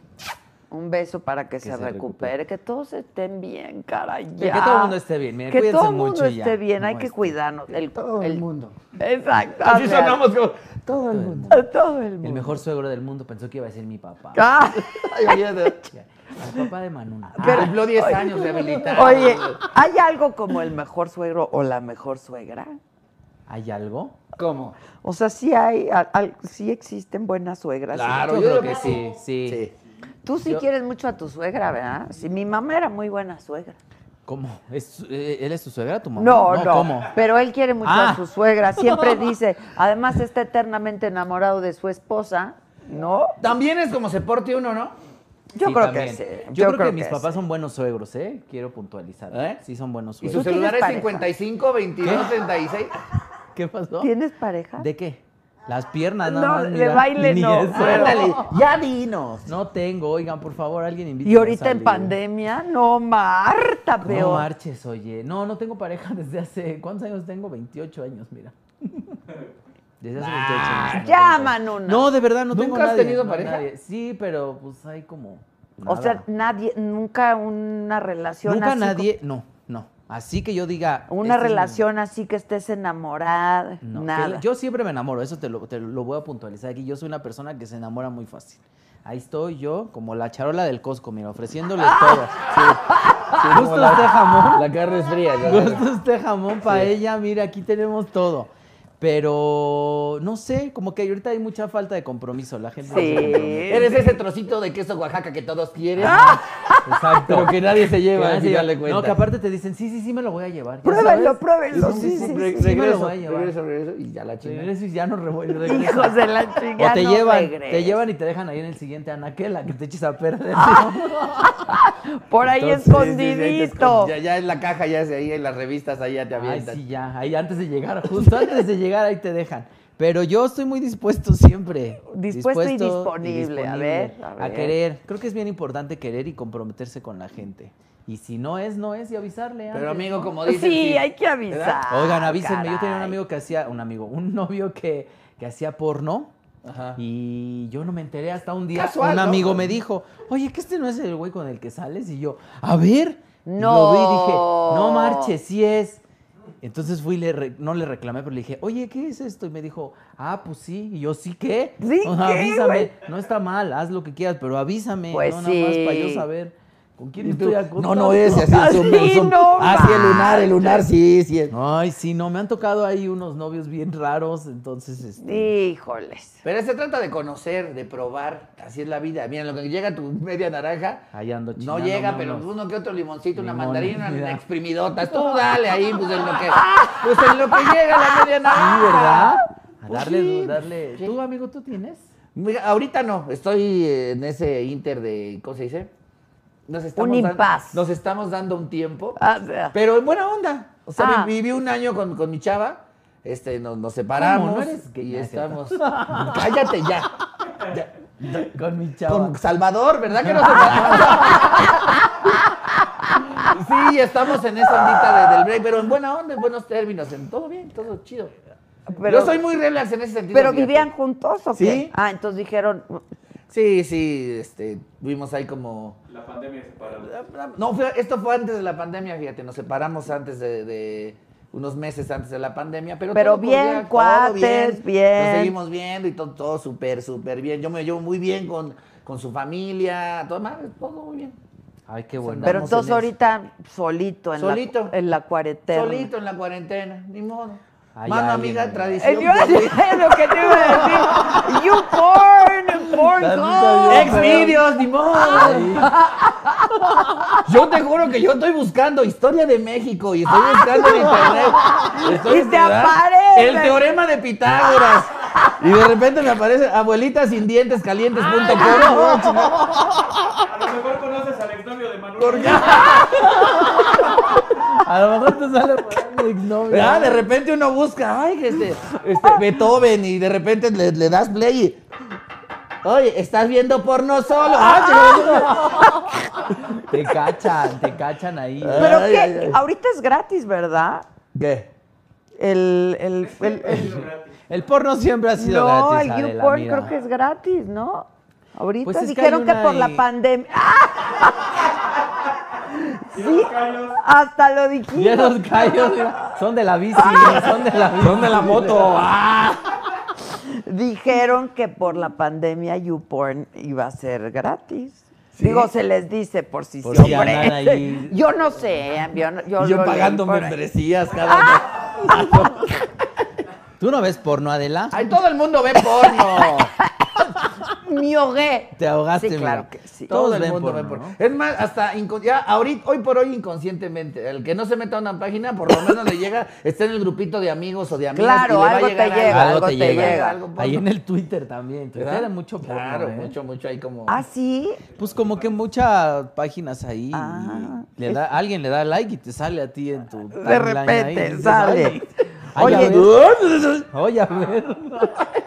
Speaker 1: Un beso para que, se,
Speaker 5: se
Speaker 1: recupere.
Speaker 5: recupere.
Speaker 1: que todos estén bien, caray.
Speaker 5: Que
Speaker 1: ya.
Speaker 5: todo el mundo esté bien, miren,
Speaker 1: que
Speaker 5: cuídense
Speaker 1: todo el
Speaker 5: mucho
Speaker 1: mundo
Speaker 5: y ya.
Speaker 1: esté bien,
Speaker 5: No,
Speaker 1: hay que
Speaker 5: este-
Speaker 1: cuidarnos. El,
Speaker 4: Todo el mundo.
Speaker 1: Exacto. o
Speaker 6: Así
Speaker 1: sea,
Speaker 6: sonamos como
Speaker 1: todo el
Speaker 5: el
Speaker 1: mundo.
Speaker 5: mundo.
Speaker 1: A todo el mundo.
Speaker 5: El mejor suegro del mundo pensó que iba a ser mi papá.
Speaker 1: Ah,
Speaker 6: Ay, olvídate.
Speaker 5: El papá de Manuna.
Speaker 1: Pero-
Speaker 6: Ah, Cumplió 10 años de habilitar.
Speaker 1: oye, ¿hay algo como el mejor suegro o la mejor suegra?
Speaker 5: ¿Hay algo?
Speaker 6: ¿Cómo?
Speaker 1: O sea, sí hay, al- al- sí existen buenas suegras.
Speaker 6: Claro,
Speaker 5: Yo
Speaker 6: yo
Speaker 5: creo
Speaker 6: creo
Speaker 5: que sí, sí.
Speaker 6: Sí.
Speaker 1: Tú sí
Speaker 5: Yo-
Speaker 1: quieres mucho a tu suegra, ¿verdad? Sí, mi mamá era muy buena suegra.
Speaker 5: ¿Cómo? ¿Es su- eh, ¿Él es tu suegra, tu mamá?
Speaker 1: No, no,
Speaker 5: ¿Cómo?
Speaker 1: pero él quiere mucho a
Speaker 5: Ah.
Speaker 1: su suegra, siempre dice, además está eternamente enamorado de su esposa, ¿no?
Speaker 6: También es como se porte uno, ¿no?
Speaker 1: Yo
Speaker 5: Sí,
Speaker 1: creo
Speaker 5: también.
Speaker 1: que sí.
Speaker 5: Yo, creo, que, mis
Speaker 1: sí.
Speaker 5: papás son buenos suegros, ¿eh? Quiero puntualizar.
Speaker 6: ¿Eh?
Speaker 5: Sí, son buenos
Speaker 6: Y
Speaker 1: ¿Tú
Speaker 6: su
Speaker 5: suegros.
Speaker 1: tienes
Speaker 6: celular es
Speaker 1: pareja?
Speaker 6: 55, 22, 36.
Speaker 5: ¿Qué pasó?
Speaker 1: ¿Tienes pareja?
Speaker 5: ¿De qué? Las piernas, nada
Speaker 1: no,
Speaker 5: más,
Speaker 1: de
Speaker 5: mira.
Speaker 1: baile
Speaker 5: Ni
Speaker 1: no.
Speaker 5: eso.
Speaker 1: Ándale.
Speaker 6: Ya dinos.
Speaker 5: No tengo, oigan, por favor, alguien invita.
Speaker 1: Y ahorita en pandemia, no, Marta,
Speaker 5: No
Speaker 1: peor.
Speaker 5: marches, oye. No, no tengo pareja desde hace. ¿Cuántos años tengo? 28 años, mira. Desde hace 28 años. no
Speaker 1: ya,
Speaker 5: tengo pareja.
Speaker 1: Manuna.
Speaker 5: No, de verdad, no tengo
Speaker 6: ¿Nunca has
Speaker 5: nadie,
Speaker 6: tenido
Speaker 5: no,
Speaker 6: pareja?
Speaker 5: nadie. Sí, pero pues hay como.
Speaker 1: o
Speaker 5: nada.
Speaker 1: sea, nadie, nunca una relación
Speaker 5: Nunca
Speaker 1: así.
Speaker 5: nadie. No, no. Así que yo diga.
Speaker 1: como- Una
Speaker 5: este es mi-
Speaker 1: relación así que estés enamorada,
Speaker 5: No, que
Speaker 1: nada.
Speaker 5: Yo siempre me enamoro, eso te lo, te lo voy a puntualizar aquí. Yo soy una persona que se enamora muy fácil. Ahí estoy yo, como la charola del Costco, mira, ofreciéndole todo. Sí. Gusta usted jamón,
Speaker 6: La carne es fría. ya sabes.
Speaker 5: gusta usted jamón paella, mira, aquí tenemos todo. Pero no sé, como que ahorita hay mucha falta de compromiso. La gente no se compromete.
Speaker 1: Sí.
Speaker 6: Eres ese trocito de queso Oaxaca que todos quieren.
Speaker 5: Exacto.
Speaker 6: Pero que nadie se
Speaker 5: Que
Speaker 6: lleva,
Speaker 5: nadie
Speaker 6: al
Speaker 5: se
Speaker 6: final
Speaker 5: lleva-
Speaker 6: de cuentas.
Speaker 5: No, que aparte te dicen, sí, sí, sí me lo voy a llevar. ya
Speaker 1: Pruébelo,
Speaker 5: sabes.
Speaker 1: pruébelo.
Speaker 5: Sí,
Speaker 1: Sí,
Speaker 5: sí,
Speaker 1: sí, sí.
Speaker 5: re- sí me lo
Speaker 6: regreso,
Speaker 5: voy a llevar.
Speaker 6: regreso, regreso y ya la chingada.
Speaker 5: Regreso y ya no revuelvo.
Speaker 1: Hijos de la chingada.
Speaker 5: O te
Speaker 1: no
Speaker 5: llevan, te
Speaker 1: regreses.
Speaker 5: llevan y te dejan ahí en el siguiente anaquela que te eches a perder.
Speaker 1: Por ahí
Speaker 6: Entonces, sí, sí, sí,
Speaker 1: escondidito.
Speaker 6: Ya, ya en la caja, ya se ahí en las revistas, ahí ya te
Speaker 5: Ay,
Speaker 6: avientan.
Speaker 5: sí, ya. Ahí antes de llegar, justo antes de llegar, ahí te dejan. Pero yo estoy muy dispuesto siempre.
Speaker 1: Dispuesto y disponible, a ver, a
Speaker 5: A,
Speaker 1: ver.
Speaker 5: querer. Creo que es bien importante querer y comprometerse con la gente. Y si no es, no es, y avisarle. antes,
Speaker 6: Pero amigo,
Speaker 5: ¿no?
Speaker 6: como dices.
Speaker 1: sí, hay que avisar.
Speaker 5: Oigan, avísenme. Yo tenía un
Speaker 1: caray.
Speaker 5: amigo que hacía, un amigo, un novio que, que hacía porno.
Speaker 6: Ajá.
Speaker 5: Y yo no me enteré hasta un día.
Speaker 6: Casual,
Speaker 5: un
Speaker 6: ¿no?
Speaker 5: amigo me dijo, oye, que este no es el güey con el que sales. Y yo, a ver. Y
Speaker 1: No.
Speaker 5: Lo vi y dije, no marches, sí es. Entonces fui, y le re- no le reclamé, pero le dije, oye, ¿qué es esto? Y me dijo, ah, pues sí. Y yo, sí, ¿qué?
Speaker 1: ¿Sí,
Speaker 5: O
Speaker 1: qué,
Speaker 5: avísame.
Speaker 1: güey?
Speaker 5: No está mal, haz lo que quieras, pero avísame.
Speaker 1: Pues
Speaker 5: no, nada más
Speaker 1: sí.
Speaker 5: para yo saber con quién
Speaker 6: Y tú,
Speaker 5: estoy acostado.
Speaker 6: no, no es, y así el zoom, el
Speaker 1: Así
Speaker 6: zoom.
Speaker 1: no
Speaker 6: Ah, sí, el lunar, el lunar, sí, sí. es.
Speaker 5: Ay, sí, no, me han tocado ahí unos novios bien raros, entonces, este,
Speaker 1: Híjoles.
Speaker 6: Pero se trata de conocer, de probar, así es la vida. Mira, lo que llega tu media naranja,
Speaker 5: ahí ando
Speaker 6: no
Speaker 5: chingándome
Speaker 6: llega, pero
Speaker 5: unos-
Speaker 6: uno que otro limoncito, una
Speaker 5: Limones,
Speaker 6: mandarina, una
Speaker 5: mira.
Speaker 6: exprimidota. Tú dale ahí, pues en lo que, pues en lo que llega la media naranja.
Speaker 5: Sí, ¿verdad? A
Speaker 6: Pues
Speaker 5: darle,
Speaker 6: sí,
Speaker 5: darle.
Speaker 6: sí.
Speaker 5: ¿Tú, amigo, tú tienes?
Speaker 6: Mira, ahorita no, estoy en ese inter de, ¿cómo se dice? Nos estamos
Speaker 1: Un
Speaker 6: dan-
Speaker 1: impas.
Speaker 6: nos estamos dando un tiempo.
Speaker 1: Ah, o sea,
Speaker 6: Pero en buena onda. O sea,
Speaker 1: Ah.
Speaker 6: vi- viví un año con, con mi chava. Este, nos, nos separamos.
Speaker 5: ¿No eres gay?
Speaker 6: y
Speaker 5: No, es cierto.
Speaker 6: estamos. Cállate ya. Ya.
Speaker 5: Con mi
Speaker 6: Con Salvador, ¿verdad que nos separamos? sí, estamos en esa ondita de- del break, pero en buena onda, en buenos términos, en todo bien, todo chido.
Speaker 1: pero-
Speaker 6: Yo soy muy relax en ese sentido.
Speaker 1: ¿Pero
Speaker 6: fíjate.
Speaker 1: vivían juntos o qué?
Speaker 6: Sí.
Speaker 1: Ah, entonces dijeron,
Speaker 6: Sí, sí, este, vivimos ahí como.
Speaker 2: La pandemia separó.
Speaker 6: No, fue- esto fue antes de la pandemia, fíjate, nos separamos antes de, de- unos meses antes de la pandemia, pero
Speaker 1: Pero
Speaker 6: todo
Speaker 1: bien,
Speaker 6: cordial, todo
Speaker 1: cuates, bien.
Speaker 6: Nos seguimos viendo y todo, todo súper, súper bien. Yo me llevo muy bien con, con su familia, todo, madre, todo muy bien.
Speaker 5: Ay, qué bueno.
Speaker 1: pero
Speaker 6: Andamos
Speaker 1: entonces
Speaker 6: en
Speaker 1: ahorita solito en
Speaker 6: Solito.
Speaker 1: la en la cuarentena.
Speaker 6: Solito en la cuarentena, ni modo.
Speaker 5: Ay,
Speaker 6: Mano
Speaker 5: alguien,
Speaker 6: amiga,
Speaker 5: amiga.
Speaker 6: tradición.
Speaker 1: El Eh, yo es lo que te iba a decir. You porn, porn
Speaker 5: Tantito
Speaker 1: hub.
Speaker 5: yo,
Speaker 6: Ex videos, ni modo. Yo te juro que yo estoy buscando historia de México y estoy buscando en internet.
Speaker 1: Y te
Speaker 6: ¿verdad?
Speaker 1: aparece.
Speaker 6: El teorema de Pitágoras. Y de repente me aparece abuelitasindientescalientes.com.
Speaker 2: A lo mejor conoces al exnovio de Manuel. ¿Por
Speaker 5: A lo mejor te sale por ahí mi exnovio.
Speaker 6: ¿Verdad? Ah, De repente uno busca, ay, que este, este, Beethoven, y de repente le, le das play y. Oye, estás viendo porno solo. Ah, chingada.
Speaker 5: Te cachan, te cachan ahí.
Speaker 1: Pero
Speaker 6: Ay,
Speaker 1: qué,
Speaker 6: ay, ay.
Speaker 1: ahorita es gratis, ¿verdad?
Speaker 6: ¿Qué?
Speaker 1: El el, el- el-
Speaker 5: El porno siempre ha sido
Speaker 1: No,
Speaker 5: gratis,
Speaker 1: el
Speaker 5: Adela,
Speaker 1: YouPorn
Speaker 5: mira.
Speaker 1: creo que es gratis, ¿no? Ahorita
Speaker 5: Pues es que hay
Speaker 1: dijeron que,
Speaker 5: una
Speaker 1: por la
Speaker 5: y-
Speaker 1: pandemia.
Speaker 2: Y los callos.
Speaker 1: Hasta lo
Speaker 5: Y
Speaker 1: dijimos.
Speaker 5: esos
Speaker 1: Ah.
Speaker 5: callos mira, son de la bici, son de la bici.
Speaker 6: ¿Dónde la moto? Ah.
Speaker 1: Dijeron que por la pandemia YouPorn iba a ser gratis. Digo, se les dice por si
Speaker 5: Por
Speaker 1: se
Speaker 5: si andan
Speaker 1: ofrece.
Speaker 5: ahí.
Speaker 1: Yo no sé, ¿eh? yo, no- yo
Speaker 6: Y yo
Speaker 1: lo leí
Speaker 6: pagando
Speaker 1: por ahí.
Speaker 6: membresías cada mes.
Speaker 5: ¿Tú no ves porno, Adela?
Speaker 6: ¡Ay, todo el mundo ve porno!
Speaker 1: Me ahogué.
Speaker 5: Te ahogaste,
Speaker 1: Sí,
Speaker 5: mira.
Speaker 1: claro que sí.
Speaker 5: Todos
Speaker 6: todo el
Speaker 5: ven
Speaker 6: mundo ve
Speaker 5: porno,
Speaker 6: porno.
Speaker 5: ¿no?
Speaker 6: Es más, hasta inco- ya ahorita, hoy por hoy inconscientemente. El que no se meta a una página, por lo menos le llega, está en el grupito de amigos o de amigas.
Speaker 1: Claro,
Speaker 6: y le va a
Speaker 1: algo te
Speaker 6: llegar
Speaker 1: llega,
Speaker 5: algo te llega.
Speaker 6: algo porno.
Speaker 5: Ahí en el Twitter también. Twitter
Speaker 6: ¿Verdad?
Speaker 5: era mucho porno,
Speaker 6: Claro,
Speaker 5: ¿eh?
Speaker 6: mucho, mucho. Ahí como.
Speaker 1: ¿Ah, sí?
Speaker 5: Pues como que muchas páginas ahí.
Speaker 1: Ah,
Speaker 5: le da, alguien le da like y te sale a ti en tu.
Speaker 1: De repente sale.
Speaker 5: Oye,
Speaker 1: Oye.
Speaker 5: Oye, a ver.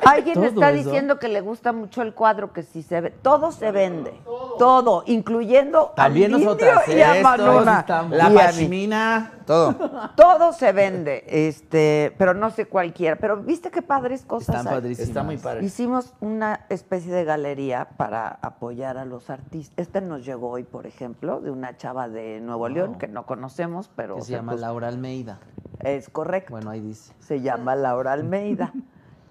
Speaker 1: Alguien
Speaker 5: Todo
Speaker 1: está
Speaker 5: eso.
Speaker 1: diciendo que le gusta mucho el cuadro, que si se ve, todo se vende, todo, incluyendo
Speaker 5: También
Speaker 1: al indio
Speaker 5: nosotras,
Speaker 1: y a
Speaker 5: ¿eh? Todos
Speaker 1: Manona,
Speaker 5: estamos.
Speaker 6: la
Speaker 1: y a mí.
Speaker 6: pashmina, todo.
Speaker 1: Todo se vende, este, pero no sé cualquiera. Pero viste qué padres cosas
Speaker 5: Están
Speaker 1: hay?
Speaker 5: padrísimas.
Speaker 6: Está muy padre.
Speaker 1: Hicimos una especie de galería para apoyar a los artistas. Este nos llegó hoy, por ejemplo, de una chava de Nuevo León que no conocemos, pero
Speaker 5: Que se
Speaker 1: se
Speaker 5: llama
Speaker 1: puso-
Speaker 5: Laura Almeida.
Speaker 1: es correcto.
Speaker 5: Bueno, ahí dice.
Speaker 1: Se llama Laura Almeida.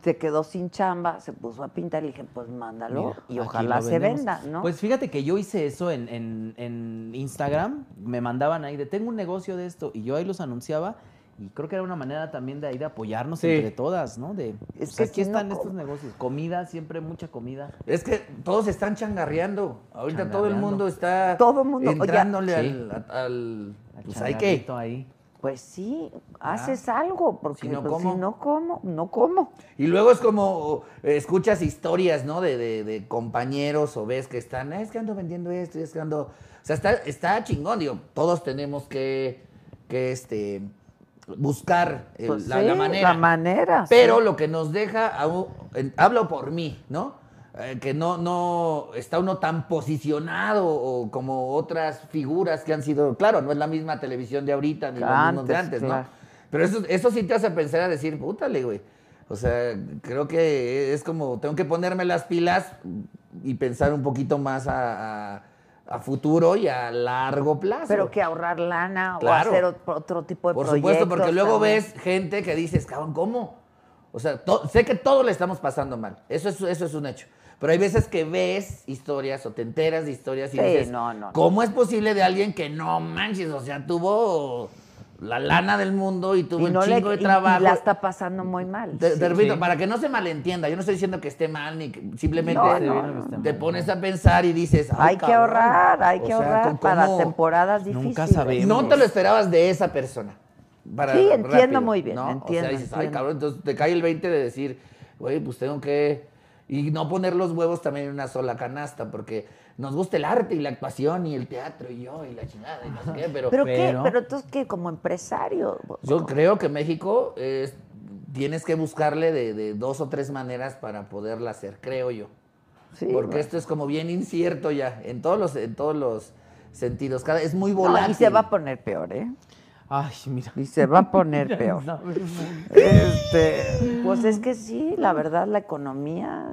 Speaker 1: Se quedó sin chamba, se puso a pintar y le dije, pues mándalo
Speaker 5: Mira,
Speaker 1: y
Speaker 5: aquí
Speaker 1: ojalá
Speaker 5: lo
Speaker 1: se
Speaker 5: vendemos.
Speaker 1: venda, ¿no?
Speaker 5: Pues fíjate que yo hice eso en, en- en Instagram. Me mandaban ahí de tengo un negocio de esto. Y yo ahí los anunciaba. Y creo que era una manera también de ahí de apoyarnos
Speaker 6: Sí.
Speaker 5: entre todas, ¿no? De
Speaker 1: Es
Speaker 5: pues,
Speaker 1: que
Speaker 5: aquí
Speaker 1: si no,
Speaker 5: están
Speaker 1: ¿cómo?
Speaker 5: estos negocios. Comida, siempre mucha comida.
Speaker 6: Es que todos están changarreando. Ahorita todo el
Speaker 5: Changarreando.
Speaker 6: mundo está
Speaker 1: Todo mundo, oye,
Speaker 6: entrándole
Speaker 5: Sí.
Speaker 6: al, al-
Speaker 5: Al
Speaker 6: pues, hay que
Speaker 5: changarrito ahí.
Speaker 1: Pues sí, haces algo, porque
Speaker 6: Ah. Si no
Speaker 1: pues,
Speaker 6: como.
Speaker 1: si no como, no como.
Speaker 6: Y luego es como eh, escuchas historias, ¿no? De, de- de compañeros o ves que están, "Ah, es que ando vendiendo esto, es que ando. O sea, está, está chingón, digo, todos tenemos que, que este, buscar el-
Speaker 1: Pues,
Speaker 6: la,
Speaker 1: sí,
Speaker 6: la manera.
Speaker 1: La manera.
Speaker 6: Pero
Speaker 1: sí.
Speaker 6: lo que nos deja, a u- en- hablo por mí, ¿no? Eh, que no, no está uno tan posicionado o como otras figuras que han sido, claro, no es la misma televisión de ahorita ni los mismos
Speaker 1: Antes,
Speaker 6: de antes,
Speaker 1: claro.
Speaker 6: ¿no? Pero eso, eso sí te hace pensar a decir, pútale, güey. O sea, creo que es como, tengo que ponerme las pilas y pensar un poquito más a, a- a futuro y a largo plazo.
Speaker 1: Pero que ahorrar lana o
Speaker 6: Claro.
Speaker 1: hacer otro, otro tipo de
Speaker 6: Por
Speaker 1: proyectos.
Speaker 6: supuesto, porque luego
Speaker 1: también.
Speaker 6: ves gente que dices, cabrón, ¿cómo? O sea, to- sé que todo le estamos pasando mal. Eso es, eso es un hecho. Pero hay veces que ves historias o te enteras de historias y
Speaker 1: Sí,
Speaker 6: dices,
Speaker 1: no, no, no.
Speaker 6: ¿cómo es posible de alguien que no manches? O sea, tuvo la lana del mundo y tuvo
Speaker 1: Y
Speaker 6: un
Speaker 1: no le-
Speaker 6: chingo de
Speaker 1: y- y
Speaker 6: trabajo.
Speaker 1: la está pasando muy mal.
Speaker 6: Te, te
Speaker 1: Sí.
Speaker 6: repito,
Speaker 5: Sí.
Speaker 6: para que no se malentienda, yo no estoy diciendo que esté mal, ni que- simplemente
Speaker 1: No,
Speaker 6: te,
Speaker 1: no,
Speaker 5: no, no.
Speaker 6: te pones a pensar y dices, "Ay,
Speaker 1: Hay que
Speaker 6: cabrón".
Speaker 1: ahorrar, hay
Speaker 6: O
Speaker 1: que
Speaker 6: sea,
Speaker 1: ahorrar
Speaker 6: ¿cómo-
Speaker 1: para
Speaker 6: cómo?
Speaker 1: temporadas
Speaker 5: Nunca
Speaker 1: difíciles.
Speaker 5: sabemos.
Speaker 6: No te lo esperabas de esa persona. Para-
Speaker 1: Sí, entiendo
Speaker 6: rápido,
Speaker 1: muy bien,
Speaker 6: ¿no?
Speaker 1: entiendo,
Speaker 6: O sea, dices, ay,
Speaker 1: entiendo.
Speaker 6: cabrón, entonces te cae el 20 de decir, güey, pues tengo que. Y no poner los huevos también en una sola canasta, porque nos gusta el arte y la actuación y el teatro y yo y la chingada y no sé qué, pero.
Speaker 1: ¿Pero, qué?
Speaker 5: Pero-
Speaker 1: ¿Pero entonces qué? Como empresario.
Speaker 6: yo creo que México es- tienes que buscarle de, de dos o tres maneras para poderla hacer, creo yo.
Speaker 1: Sí,
Speaker 6: porque
Speaker 1: bueno.
Speaker 6: esto es como bien incierto ya, en todos los, en todos los sentidos. Cada, es muy
Speaker 1: No,
Speaker 6: volátil.
Speaker 1: y se va a poner peor, ¿eh?
Speaker 5: Ay, mira.
Speaker 1: Y se va a poner peor. Este, pues es que sí, la verdad, la economía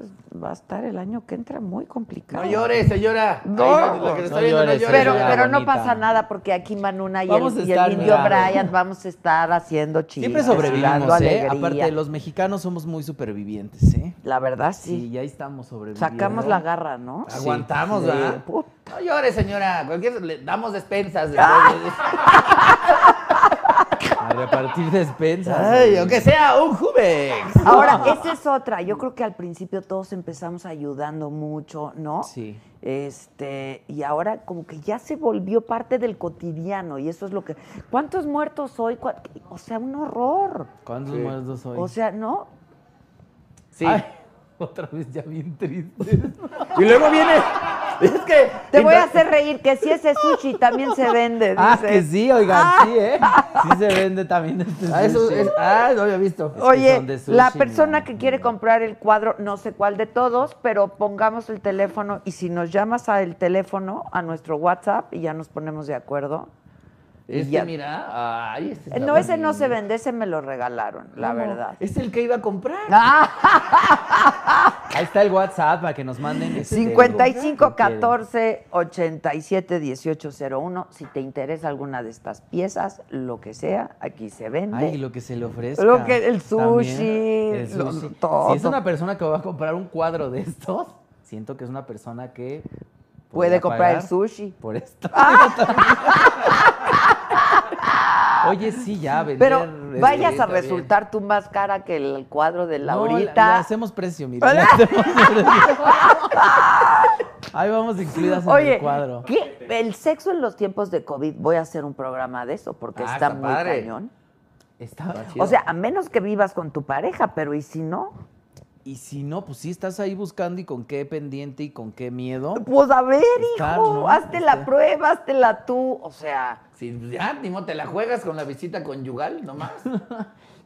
Speaker 1: va a estar el año que entra muy complicado.
Speaker 6: No llores, señora.
Speaker 1: No,
Speaker 6: Ay, la que te está
Speaker 5: no
Speaker 6: viendo,
Speaker 5: llores,
Speaker 6: no llores.
Speaker 1: pero
Speaker 5: señora
Speaker 1: pero no
Speaker 5: bonita.
Speaker 1: pasa nada porque aquí Manuna y,
Speaker 5: Vamos a
Speaker 1: el, y
Speaker 5: estar,
Speaker 1: el indio
Speaker 5: mira.
Speaker 1: Brian vamos a estar haciendo chistes.
Speaker 5: Siempre
Speaker 1: dando
Speaker 5: sobrevivimos, ¿eh?
Speaker 1: alegría.
Speaker 5: Aparte, los mexicanos somos muy supervivientes, ¿eh?
Speaker 1: La verdad,
Speaker 5: Sí,
Speaker 1: sí.
Speaker 5: ya estamos sobreviviendo.
Speaker 1: Sacamos la garra, ¿no?
Speaker 6: Aguantamos,
Speaker 1: Sí.
Speaker 6: ¿verdad?
Speaker 1: Pu-
Speaker 6: No llores, señora. Cualquier le damos despensas.
Speaker 5: Ah. A repartir despensas.
Speaker 6: Ay,
Speaker 5: güey.
Speaker 6: aunque sea un Jumex. Ah,
Speaker 1: Ahora, esa es otra. Yo creo que al principio todos empezamos ayudando mucho, ¿no?
Speaker 5: Sí.
Speaker 1: Este, y ahora como que ya se volvió parte del cotidiano y eso es lo que... ¿Cuántos muertos hoy? ¿Cuá- O sea, un horror.
Speaker 5: ¿Cuántos
Speaker 6: Sí.
Speaker 5: muertos hoy?
Speaker 1: O sea, ¿no? eh.
Speaker 6: Sí.
Speaker 5: Ay, otra vez ya bien triste.
Speaker 6: Y luego viene. Es que.
Speaker 1: Te voy a hacer reír que si ese sushi también se vende.
Speaker 5: Ah,
Speaker 1: dice.
Speaker 5: que sí, oigan, sí, ¿eh? Sí se vende también este
Speaker 6: Ah, eso
Speaker 5: sushi.
Speaker 6: es- ah, no había visto.
Speaker 5: que
Speaker 1: Oye,
Speaker 5: son de sushi, Mm.
Speaker 1: la persona
Speaker 5: mira.
Speaker 1: que quiere comprar el cuadro, no sé cuál de todos, pero pongamos el teléfono y si nos llamas al teléfono, a nuestro WhatsApp y ya nos ponemos de acuerdo.
Speaker 6: Este,
Speaker 1: ya.
Speaker 6: mira. Ay, este
Speaker 1: Eh,
Speaker 6: está
Speaker 1: No, ese no
Speaker 6: bonito.
Speaker 1: se vende, ese me lo regalaron, la
Speaker 6: ¿Cómo?
Speaker 1: verdad.
Speaker 6: Es el que iba a comprar.
Speaker 1: Ah.
Speaker 5: Ahí está el WhatsApp para que nos manden. este,
Speaker 1: 55
Speaker 5: lo que quieren.
Speaker 1: 14 87 18 01. Si te interesa alguna de estas piezas, lo que sea, aquí se vende.
Speaker 5: Ay, lo que se le ofrece.
Speaker 1: Lo que- el sushi, lo- todo.
Speaker 5: Si es una persona que va a comprar un cuadro de estos, siento que es una persona que.
Speaker 1: Puede
Speaker 5: podría
Speaker 1: comprar el
Speaker 5: pagar
Speaker 1: sushi. Ah.
Speaker 5: Por esto. Oye, sí, ya, vender.
Speaker 1: Pero
Speaker 5: este,
Speaker 1: vayas a
Speaker 5: está bien.
Speaker 1: resultar tú más cara que el cuadro de
Speaker 5: No, la-
Speaker 1: Laurita.
Speaker 5: le hacemos precio, mira. le hacemos precio. Ahí vamos incluidas en
Speaker 1: Oye,
Speaker 5: el cuadro.
Speaker 1: ¿qué? El sexo en los tiempos de COVID, voy a hacer un programa de eso porque
Speaker 6: Ah,
Speaker 1: está
Speaker 6: está
Speaker 1: muy
Speaker 6: padre.
Speaker 1: cañón.
Speaker 5: Está chido.
Speaker 1: O sea, a menos que vivas con tu pareja, pero ¿y si no?
Speaker 5: y si no, pues sí estás ahí buscando y con qué pendiente y con qué miedo.
Speaker 1: Pues a ver,
Speaker 5: Estar,
Speaker 1: hijo,
Speaker 5: ¿no?
Speaker 1: hazte la
Speaker 5: Este-
Speaker 1: prueba, haztela tú. O sea,
Speaker 6: Si pues ya, ni modo, te la juegas con la visita conyugal nomás.
Speaker 5: Pero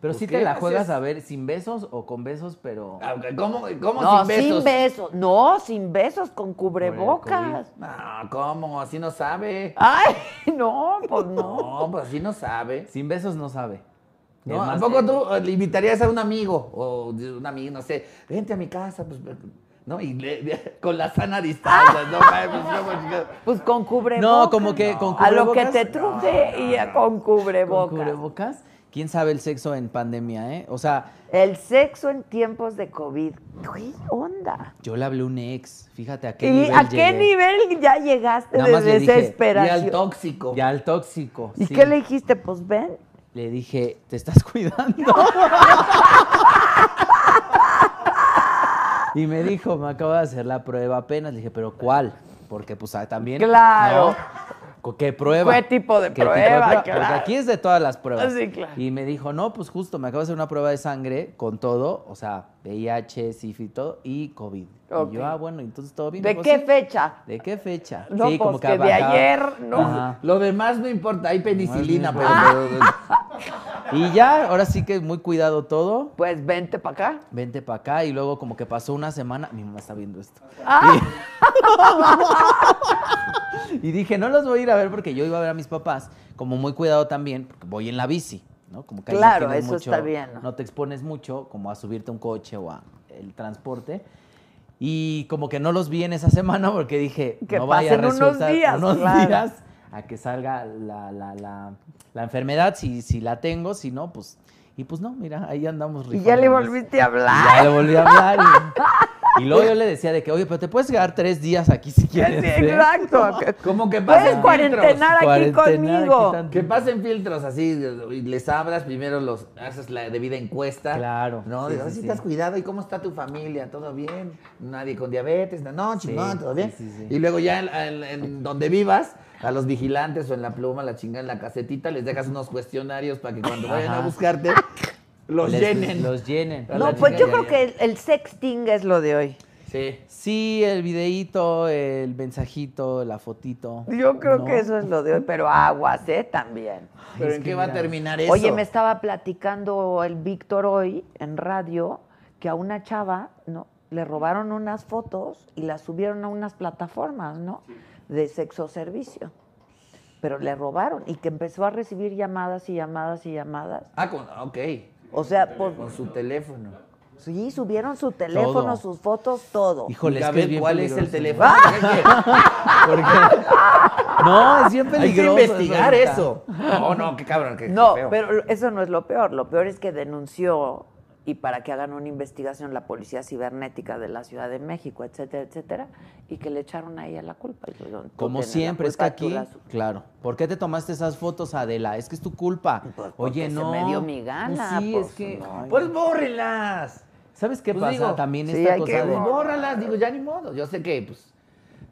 Speaker 6: Pues,
Speaker 5: sí
Speaker 6: ¿qué
Speaker 5: te la
Speaker 6: haces?
Speaker 5: juegas a ver sin besos o con besos, pero.
Speaker 6: Aunque, ¿Cómo, cómo
Speaker 1: no,
Speaker 6: sin besos?
Speaker 1: sin besos. No, sin besos, con
Speaker 5: el
Speaker 1: cubrebocas.
Speaker 6: no, ¿cómo? Así no sabe.
Speaker 1: Ay, no, pues no.
Speaker 6: No, pues así no sabe.
Speaker 5: Sin besos no sabe.
Speaker 6: No,
Speaker 5: Además,
Speaker 6: ¿A poco tú eh, le invitarías a un amigo o de un amigo, no sé, vente a mi casa, pues, ¿no? Y le- le- con la sana distancia, ¿no? mames, ¿cómo chingados?
Speaker 1: Pues con cubrebocas.
Speaker 5: No, como que con
Speaker 1: A lo que
Speaker 5: cubrebocas,
Speaker 1: te truje y a- con
Speaker 5: con
Speaker 1: cubrebocas.
Speaker 5: cubrebocas. ¿Quién sabe el sexo en pandemia, eh? O sea,
Speaker 1: El sexo en tiempos de COVID. ¿Qué onda?
Speaker 5: yo le hablé a un ex. Fíjate a qué
Speaker 1: ¿Y
Speaker 5: nivel.
Speaker 1: a qué
Speaker 5: llegué.
Speaker 1: nivel ya llegaste
Speaker 5: Nada más
Speaker 1: de
Speaker 5: le dije,
Speaker 6: Y
Speaker 1: desesperación?
Speaker 6: al tóxico.
Speaker 5: Ya al tóxico.
Speaker 1: ¿Y
Speaker 5: sí.
Speaker 1: qué le dijiste? Pues ven.
Speaker 5: Le dije, ¿te estás cuidando? y me dijo, me acabo de hacer la prueba apenas. Le dije, ¿pero cuál? Porque pues ah, también.
Speaker 1: Claro.
Speaker 5: ¿no? Co- ¿Qué prueba?
Speaker 1: ¿Qué tipo de prueba?
Speaker 5: Porque
Speaker 1: Claro.
Speaker 5: aquí es de todas las pruebas.
Speaker 1: Sí, claro.
Speaker 5: Y me dijo, no, pues justo, me acabo de hacer una prueba de sangre con todo, o sea, VIH, sífilis, todo, y COVID.
Speaker 1: Ok.
Speaker 5: Y yo, ah, bueno, entonces todo bien.
Speaker 1: ¿De
Speaker 5: Dijo,
Speaker 1: qué
Speaker 5: pues "Sí".
Speaker 1: fecha?
Speaker 5: ¿De qué fecha?
Speaker 1: No, pues, que de
Speaker 5: acá-
Speaker 1: ayer, ¿no?
Speaker 5: Ajá.
Speaker 6: Lo demás no importa, hay penicilina,
Speaker 5: No,
Speaker 6: pero...
Speaker 1: Ah,
Speaker 5: Y ya, ahora sí que muy cuidado todo.
Speaker 1: Pues vente para acá.
Speaker 5: vente para acá y luego como que pasó una semana, mi mamá está viendo esto.
Speaker 1: Ah.
Speaker 5: Y, y dije, no los voy a ir a ver porque yo iba a ver a mis papás, como muy cuidado también, porque voy en la bici, ¿no? Como que ahí no
Speaker 1: Claro,
Speaker 5: tienes
Speaker 1: eso está bien, ¿no?
Speaker 5: ¿no? te expones mucho como a subirte a un coche o a el transporte. Y como que no los vi en esa semana porque dije,
Speaker 1: Que
Speaker 5: no vaya a
Speaker 1: pasen unos
Speaker 5: resultar
Speaker 1: días,
Speaker 5: unos
Speaker 1: claro.
Speaker 5: días a que salga la, la- la- la enfermedad, si, si la tengo, si no, pues... Y pues no, mira, ahí andamos
Speaker 1: Y ya le
Speaker 5: rifándonos.
Speaker 1: volviste a
Speaker 5: Y
Speaker 1: hablar.
Speaker 5: ya le volví a hablar. Y, y luego yo le decía de que, oye, pero te puedes quedar tres días aquí si quieres.
Speaker 1: Sí,
Speaker 5: ¿eh?
Speaker 1: exacto.
Speaker 6: Como que
Speaker 1: Puedes
Speaker 6: pasen
Speaker 1: cuarentenar
Speaker 6: filtros.
Speaker 1: aquí
Speaker 5: Cuarentenar aquí
Speaker 1: conmigo.
Speaker 5: tanto.
Speaker 6: Que pasen filtros así, y les hablas, primero los haces la debida encuesta.
Speaker 5: Claro,
Speaker 6: ¿No?
Speaker 5: sí,
Speaker 6: de,
Speaker 5: sí,
Speaker 6: "Ay, si
Speaker 5: sí.
Speaker 6: estás cuidado y cómo está tu familia, todo bien, nadie con diabetes, no, no, chingón,
Speaker 5: Sí,
Speaker 6: todo bien.
Speaker 5: sí, sí, sí.
Speaker 6: Y luego ya en, en- en donde vivas, a los vigilantes o en la pluma, la chinga en la casetita, les dejas unos cuestionarios para que cuando vayan a
Speaker 5: Ajá.
Speaker 6: buscarte, los
Speaker 5: Les-
Speaker 6: llenen.
Speaker 5: Los llenen.
Speaker 6: A la
Speaker 1: No, pues yo creo
Speaker 6: chingada, ya,
Speaker 1: que el, el sexting es lo de hoy.
Speaker 6: Sí.
Speaker 5: Sí, el videíto, el mensajito, la fotito.
Speaker 1: Yo creo
Speaker 5: ¿no?
Speaker 1: que eso es lo de hoy, pero aguas, ¿eh? También.
Speaker 5: Ay,
Speaker 6: Pero
Speaker 5: es
Speaker 6: ¿en
Speaker 5: que
Speaker 6: qué va a
Speaker 5: mira,
Speaker 6: terminar eso?
Speaker 1: Oye, me estaba platicando el Víctor hoy en radio que a una chava, ¿no? Le robaron unas fotos y las subieron a unas plataformas, ¿no? De sexo servicio. Pero le robaron y que empezó a recibir llamadas y llamadas y llamadas.
Speaker 6: Ah, con, ok.
Speaker 1: O sea, pues
Speaker 6: Con su teléfono.
Speaker 1: sí, subieron su teléfono,
Speaker 5: Todo.
Speaker 1: sus fotos, todo.
Speaker 5: Híjole, es
Speaker 6: Ya
Speaker 5: que es
Speaker 6: ven
Speaker 5: bien
Speaker 6: ¿Cuál es el
Speaker 5: peligroso.
Speaker 6: teléfono?
Speaker 5: Porque- No, es bien
Speaker 6: Hay Ah, que
Speaker 5: peligroso.
Speaker 6: investigar
Speaker 5: ahorita.
Speaker 6: eso. No, no, qué cabrón. Qué, qué
Speaker 1: No,
Speaker 6: feo.
Speaker 1: pero eso no es lo peor. Lo peor es que denunció y para que hagan una investigación la policía cibernética de la Ciudad de México, etcétera, etcétera, y que le echaron a ella la culpa. Y le dijeron, "Tú
Speaker 5: Como
Speaker 1: tienes la
Speaker 5: siempre, es que
Speaker 1: culpa, tú
Speaker 5: aquí,
Speaker 1: la su-".
Speaker 5: claro. ¿Por qué te tomaste esas fotos, Adela? Es que es tu culpa.
Speaker 1: Pues porque
Speaker 5: Oye,
Speaker 1: se
Speaker 5: no.
Speaker 1: me dio mi gana,
Speaker 5: Sí,
Speaker 1: pues,
Speaker 5: es que.
Speaker 1: no.
Speaker 6: Pues bórrelas.
Speaker 5: ¿Sabes qué
Speaker 6: Pues
Speaker 5: pasa?
Speaker 6: digo,
Speaker 5: También
Speaker 1: sí,
Speaker 5: esta
Speaker 1: hay
Speaker 5: cosa
Speaker 1: que
Speaker 6: Pues
Speaker 5: de.
Speaker 6: bórralas. Digo, ya ni modo. Yo sé que, pues,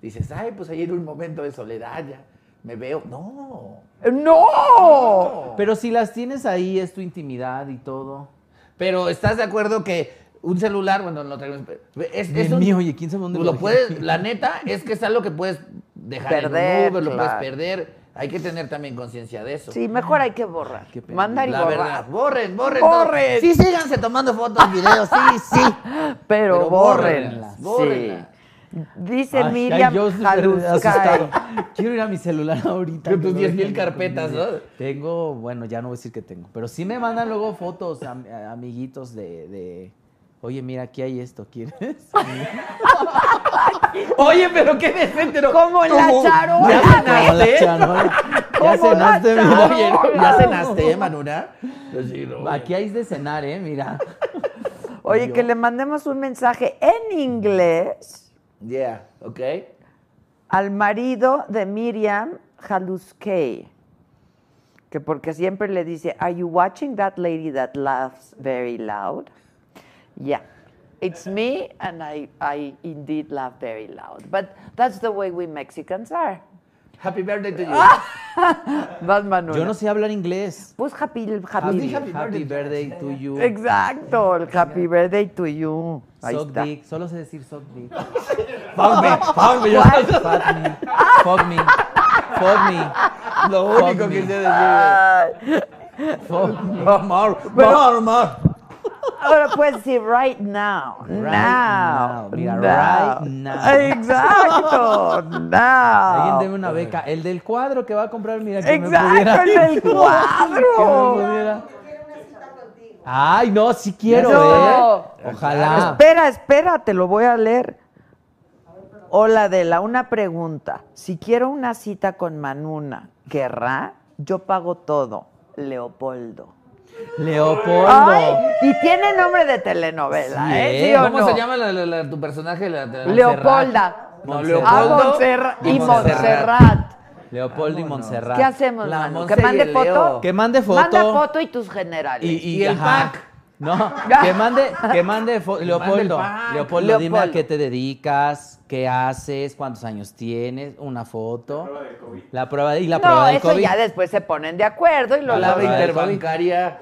Speaker 6: dices, ay, pues ayer un momento de soledad, ya me veo. No.
Speaker 1: Eh, ¡No!
Speaker 5: Pero si las tienes ahí, es tu intimidad y todo.
Speaker 6: Pero estás de acuerdo que un celular, bueno, no tenemos. Es,
Speaker 5: Dios
Speaker 6: es un-
Speaker 5: mío, oye, ¿quién sabe dónde
Speaker 6: lo
Speaker 5: lo
Speaker 6: puedes,
Speaker 5: dejé?
Speaker 6: la neta, es que es algo que puedes dejar en
Speaker 1: Perder,
Speaker 6: un Uber, lo puedes
Speaker 1: claro.
Speaker 6: perder. Hay que tener también conciencia de eso.
Speaker 1: Sí, mejor hay que borrar.
Speaker 5: Qué pena.
Speaker 1: Mandar y
Speaker 6: La
Speaker 1: borrar.
Speaker 6: verdad, borren, borren.
Speaker 1: Borren.
Speaker 6: todo. Sí, síganse tomando fotos, videos, sí, sí.
Speaker 1: Pero, bórrenlas.
Speaker 6: bórrenlas,
Speaker 1: sí.
Speaker 6: bórrenlas.
Speaker 1: Dice
Speaker 5: Ay,
Speaker 1: Miriam eh,
Speaker 5: ay, yo súper
Speaker 1: Jaluscay.
Speaker 5: asustado. Quiero ir a mi celular ahorita.
Speaker 6: Con tus
Speaker 5: no me dejan
Speaker 6: 10,000 carpetas,
Speaker 5: dormir.
Speaker 6: ¿no?
Speaker 5: Tengo, bueno, ya no voy a decir que tengo, pero sí me mandan luego fotos, am- a- amiguitos eh, de, de, Oye, mira, aquí hay esto, ¿quieres? Oye, pero qué decente, ¿no?
Speaker 1: Como la
Speaker 5: Como-
Speaker 1: charola,
Speaker 5: Ya cenaste.
Speaker 6: güey.
Speaker 5: Ya cenaste, mi amor.
Speaker 6: Oye, ¿no? ¿ya cenaste, Manuna? Pues Sí, no, güey.
Speaker 5: Aquí hay de cenar, ¿eh? Mira.
Speaker 1: Oye,
Speaker 5: Yo-
Speaker 1: que le mandemos un mensaje en inglés
Speaker 6: Yeah, ok.
Speaker 1: al marido de Miriam Jaluskey. Que porque siempre le dice, Are you watching that lady that laughs very loud? Yeah. It's me and I, I indeed laugh very loud. But that's the way we Mexicans are.
Speaker 6: Happy birthday to you.
Speaker 1: Vas, Manuel.
Speaker 5: Yo no sé hablar inglés.
Speaker 1: Pues happy,
Speaker 6: Happy,
Speaker 1: happy.
Speaker 6: happy
Speaker 5: Happy
Speaker 6: birthday.
Speaker 5: birthday to you.
Speaker 1: Exacto, el happy birthday to you. Ahí
Speaker 5: Suck
Speaker 1: está.
Speaker 5: dick. Solo sé decir suck dick. Fuck me, fuck me. Fuck me, fuck me, fuck me.
Speaker 6: Lo
Speaker 5: Fuck
Speaker 6: único que
Speaker 5: me.
Speaker 6: sé decir
Speaker 1: Ay.
Speaker 5: Fuck me.
Speaker 6: es amor,
Speaker 1: Pero-
Speaker 6: amor.
Speaker 1: Ahora puedes decir right now. now.
Speaker 5: now, mira, right now.
Speaker 1: Exacto.
Speaker 5: Alguien deme
Speaker 1: Now.
Speaker 5: una beca. El del cuadro que va a comprar, mira, que me pudiera.
Speaker 1: Exacto, en el
Speaker 5: Que me
Speaker 1: cuadro.
Speaker 5: pudiera. Ay, no, sí quiero,
Speaker 1: No.
Speaker 5: ¿eh? Ojalá.
Speaker 1: Espera, espera, te lo voy a leer. Hola, Adela, una pregunta. Si quiero una cita con Manuna, ¿querrá? Yo pago todo. Leopoldo.
Speaker 5: Leopoldo.
Speaker 1: Ay, y tiene nombre de telenovela,
Speaker 5: Sí,
Speaker 1: ¿eh?
Speaker 5: ¿eh?
Speaker 1: ¿Sí o
Speaker 6: ¿Cómo
Speaker 1: no?
Speaker 6: se llama la- la- la- tu personaje? La, la-
Speaker 1: Leopolda.
Speaker 6: No,
Speaker 1: Ah,
Speaker 6: Leopoldo.
Speaker 1: Montserrat.
Speaker 6: y
Speaker 1: Y
Speaker 6: Montserrat.
Speaker 1: Montserrat.
Speaker 5: Leopoldo y Montserrat.
Speaker 1: ¿Qué hacemos,
Speaker 6: La
Speaker 1: Manu?
Speaker 6: Monse
Speaker 1: ¿Que mande
Speaker 6: y el
Speaker 1: foto?
Speaker 6: Leo.
Speaker 5: Que mande foto.
Speaker 1: Manda foto y tus generales.
Speaker 5: Y,
Speaker 6: Y el
Speaker 5: ajá.
Speaker 6: pack.
Speaker 5: No, que mande, que mande fo- Leopoldo.
Speaker 6: pack.
Speaker 5: Leopoldo, dime a
Speaker 1: Leopoldo.
Speaker 5: qué te dedicas, qué haces, cuántos años tienes, una foto. La prueba del COVID. La prueba de- y la
Speaker 1: no,
Speaker 5: prueba del
Speaker 1: eso
Speaker 5: COVID.
Speaker 1: ya después se ponen de acuerdo y lo
Speaker 6: La
Speaker 5: Clave
Speaker 6: clave
Speaker 1: lo-
Speaker 6: interbancaria.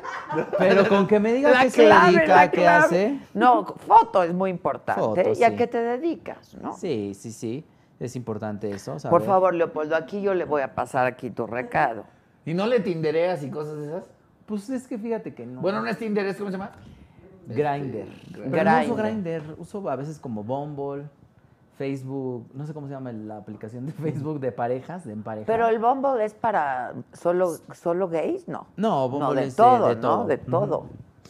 Speaker 5: Pero con que me diga
Speaker 1: la
Speaker 5: qué se
Speaker 1: clave,
Speaker 5: dedica,
Speaker 1: la
Speaker 5: qué
Speaker 1: clave.
Speaker 5: hace.
Speaker 1: No, foto es muy importante. ¿eh?
Speaker 5: Foto,
Speaker 1: ¿Y a
Speaker 5: sí.
Speaker 1: qué te dedicas, no?
Speaker 5: Sí, sí, sí. Es importante eso.
Speaker 1: Por
Speaker 5: saber.
Speaker 1: favor, Leopoldo, aquí yo le voy a pasar aquí tu recado.
Speaker 6: ¿Y no le tindereas y cosas de esas?
Speaker 5: Pues es que fíjate que no.
Speaker 6: Bueno, no es Tinder, ¿es ¿cómo se llama?
Speaker 1: Este,
Speaker 5: Grinder.
Speaker 6: Grindr.
Speaker 5: Pero no uso
Speaker 1: Grindr.
Speaker 5: Grinder, uso a veces como Bumble, Facebook, no sé cómo se llama la aplicación de Facebook de parejas, de empareja.
Speaker 1: Pero el Bumble es para solo, solo gays, ¿no?
Speaker 5: No, Bumble
Speaker 1: de
Speaker 5: es de-
Speaker 1: todo,
Speaker 5: de
Speaker 1: ¿no?
Speaker 5: todo.
Speaker 1: De
Speaker 5: Ujú.
Speaker 1: todo.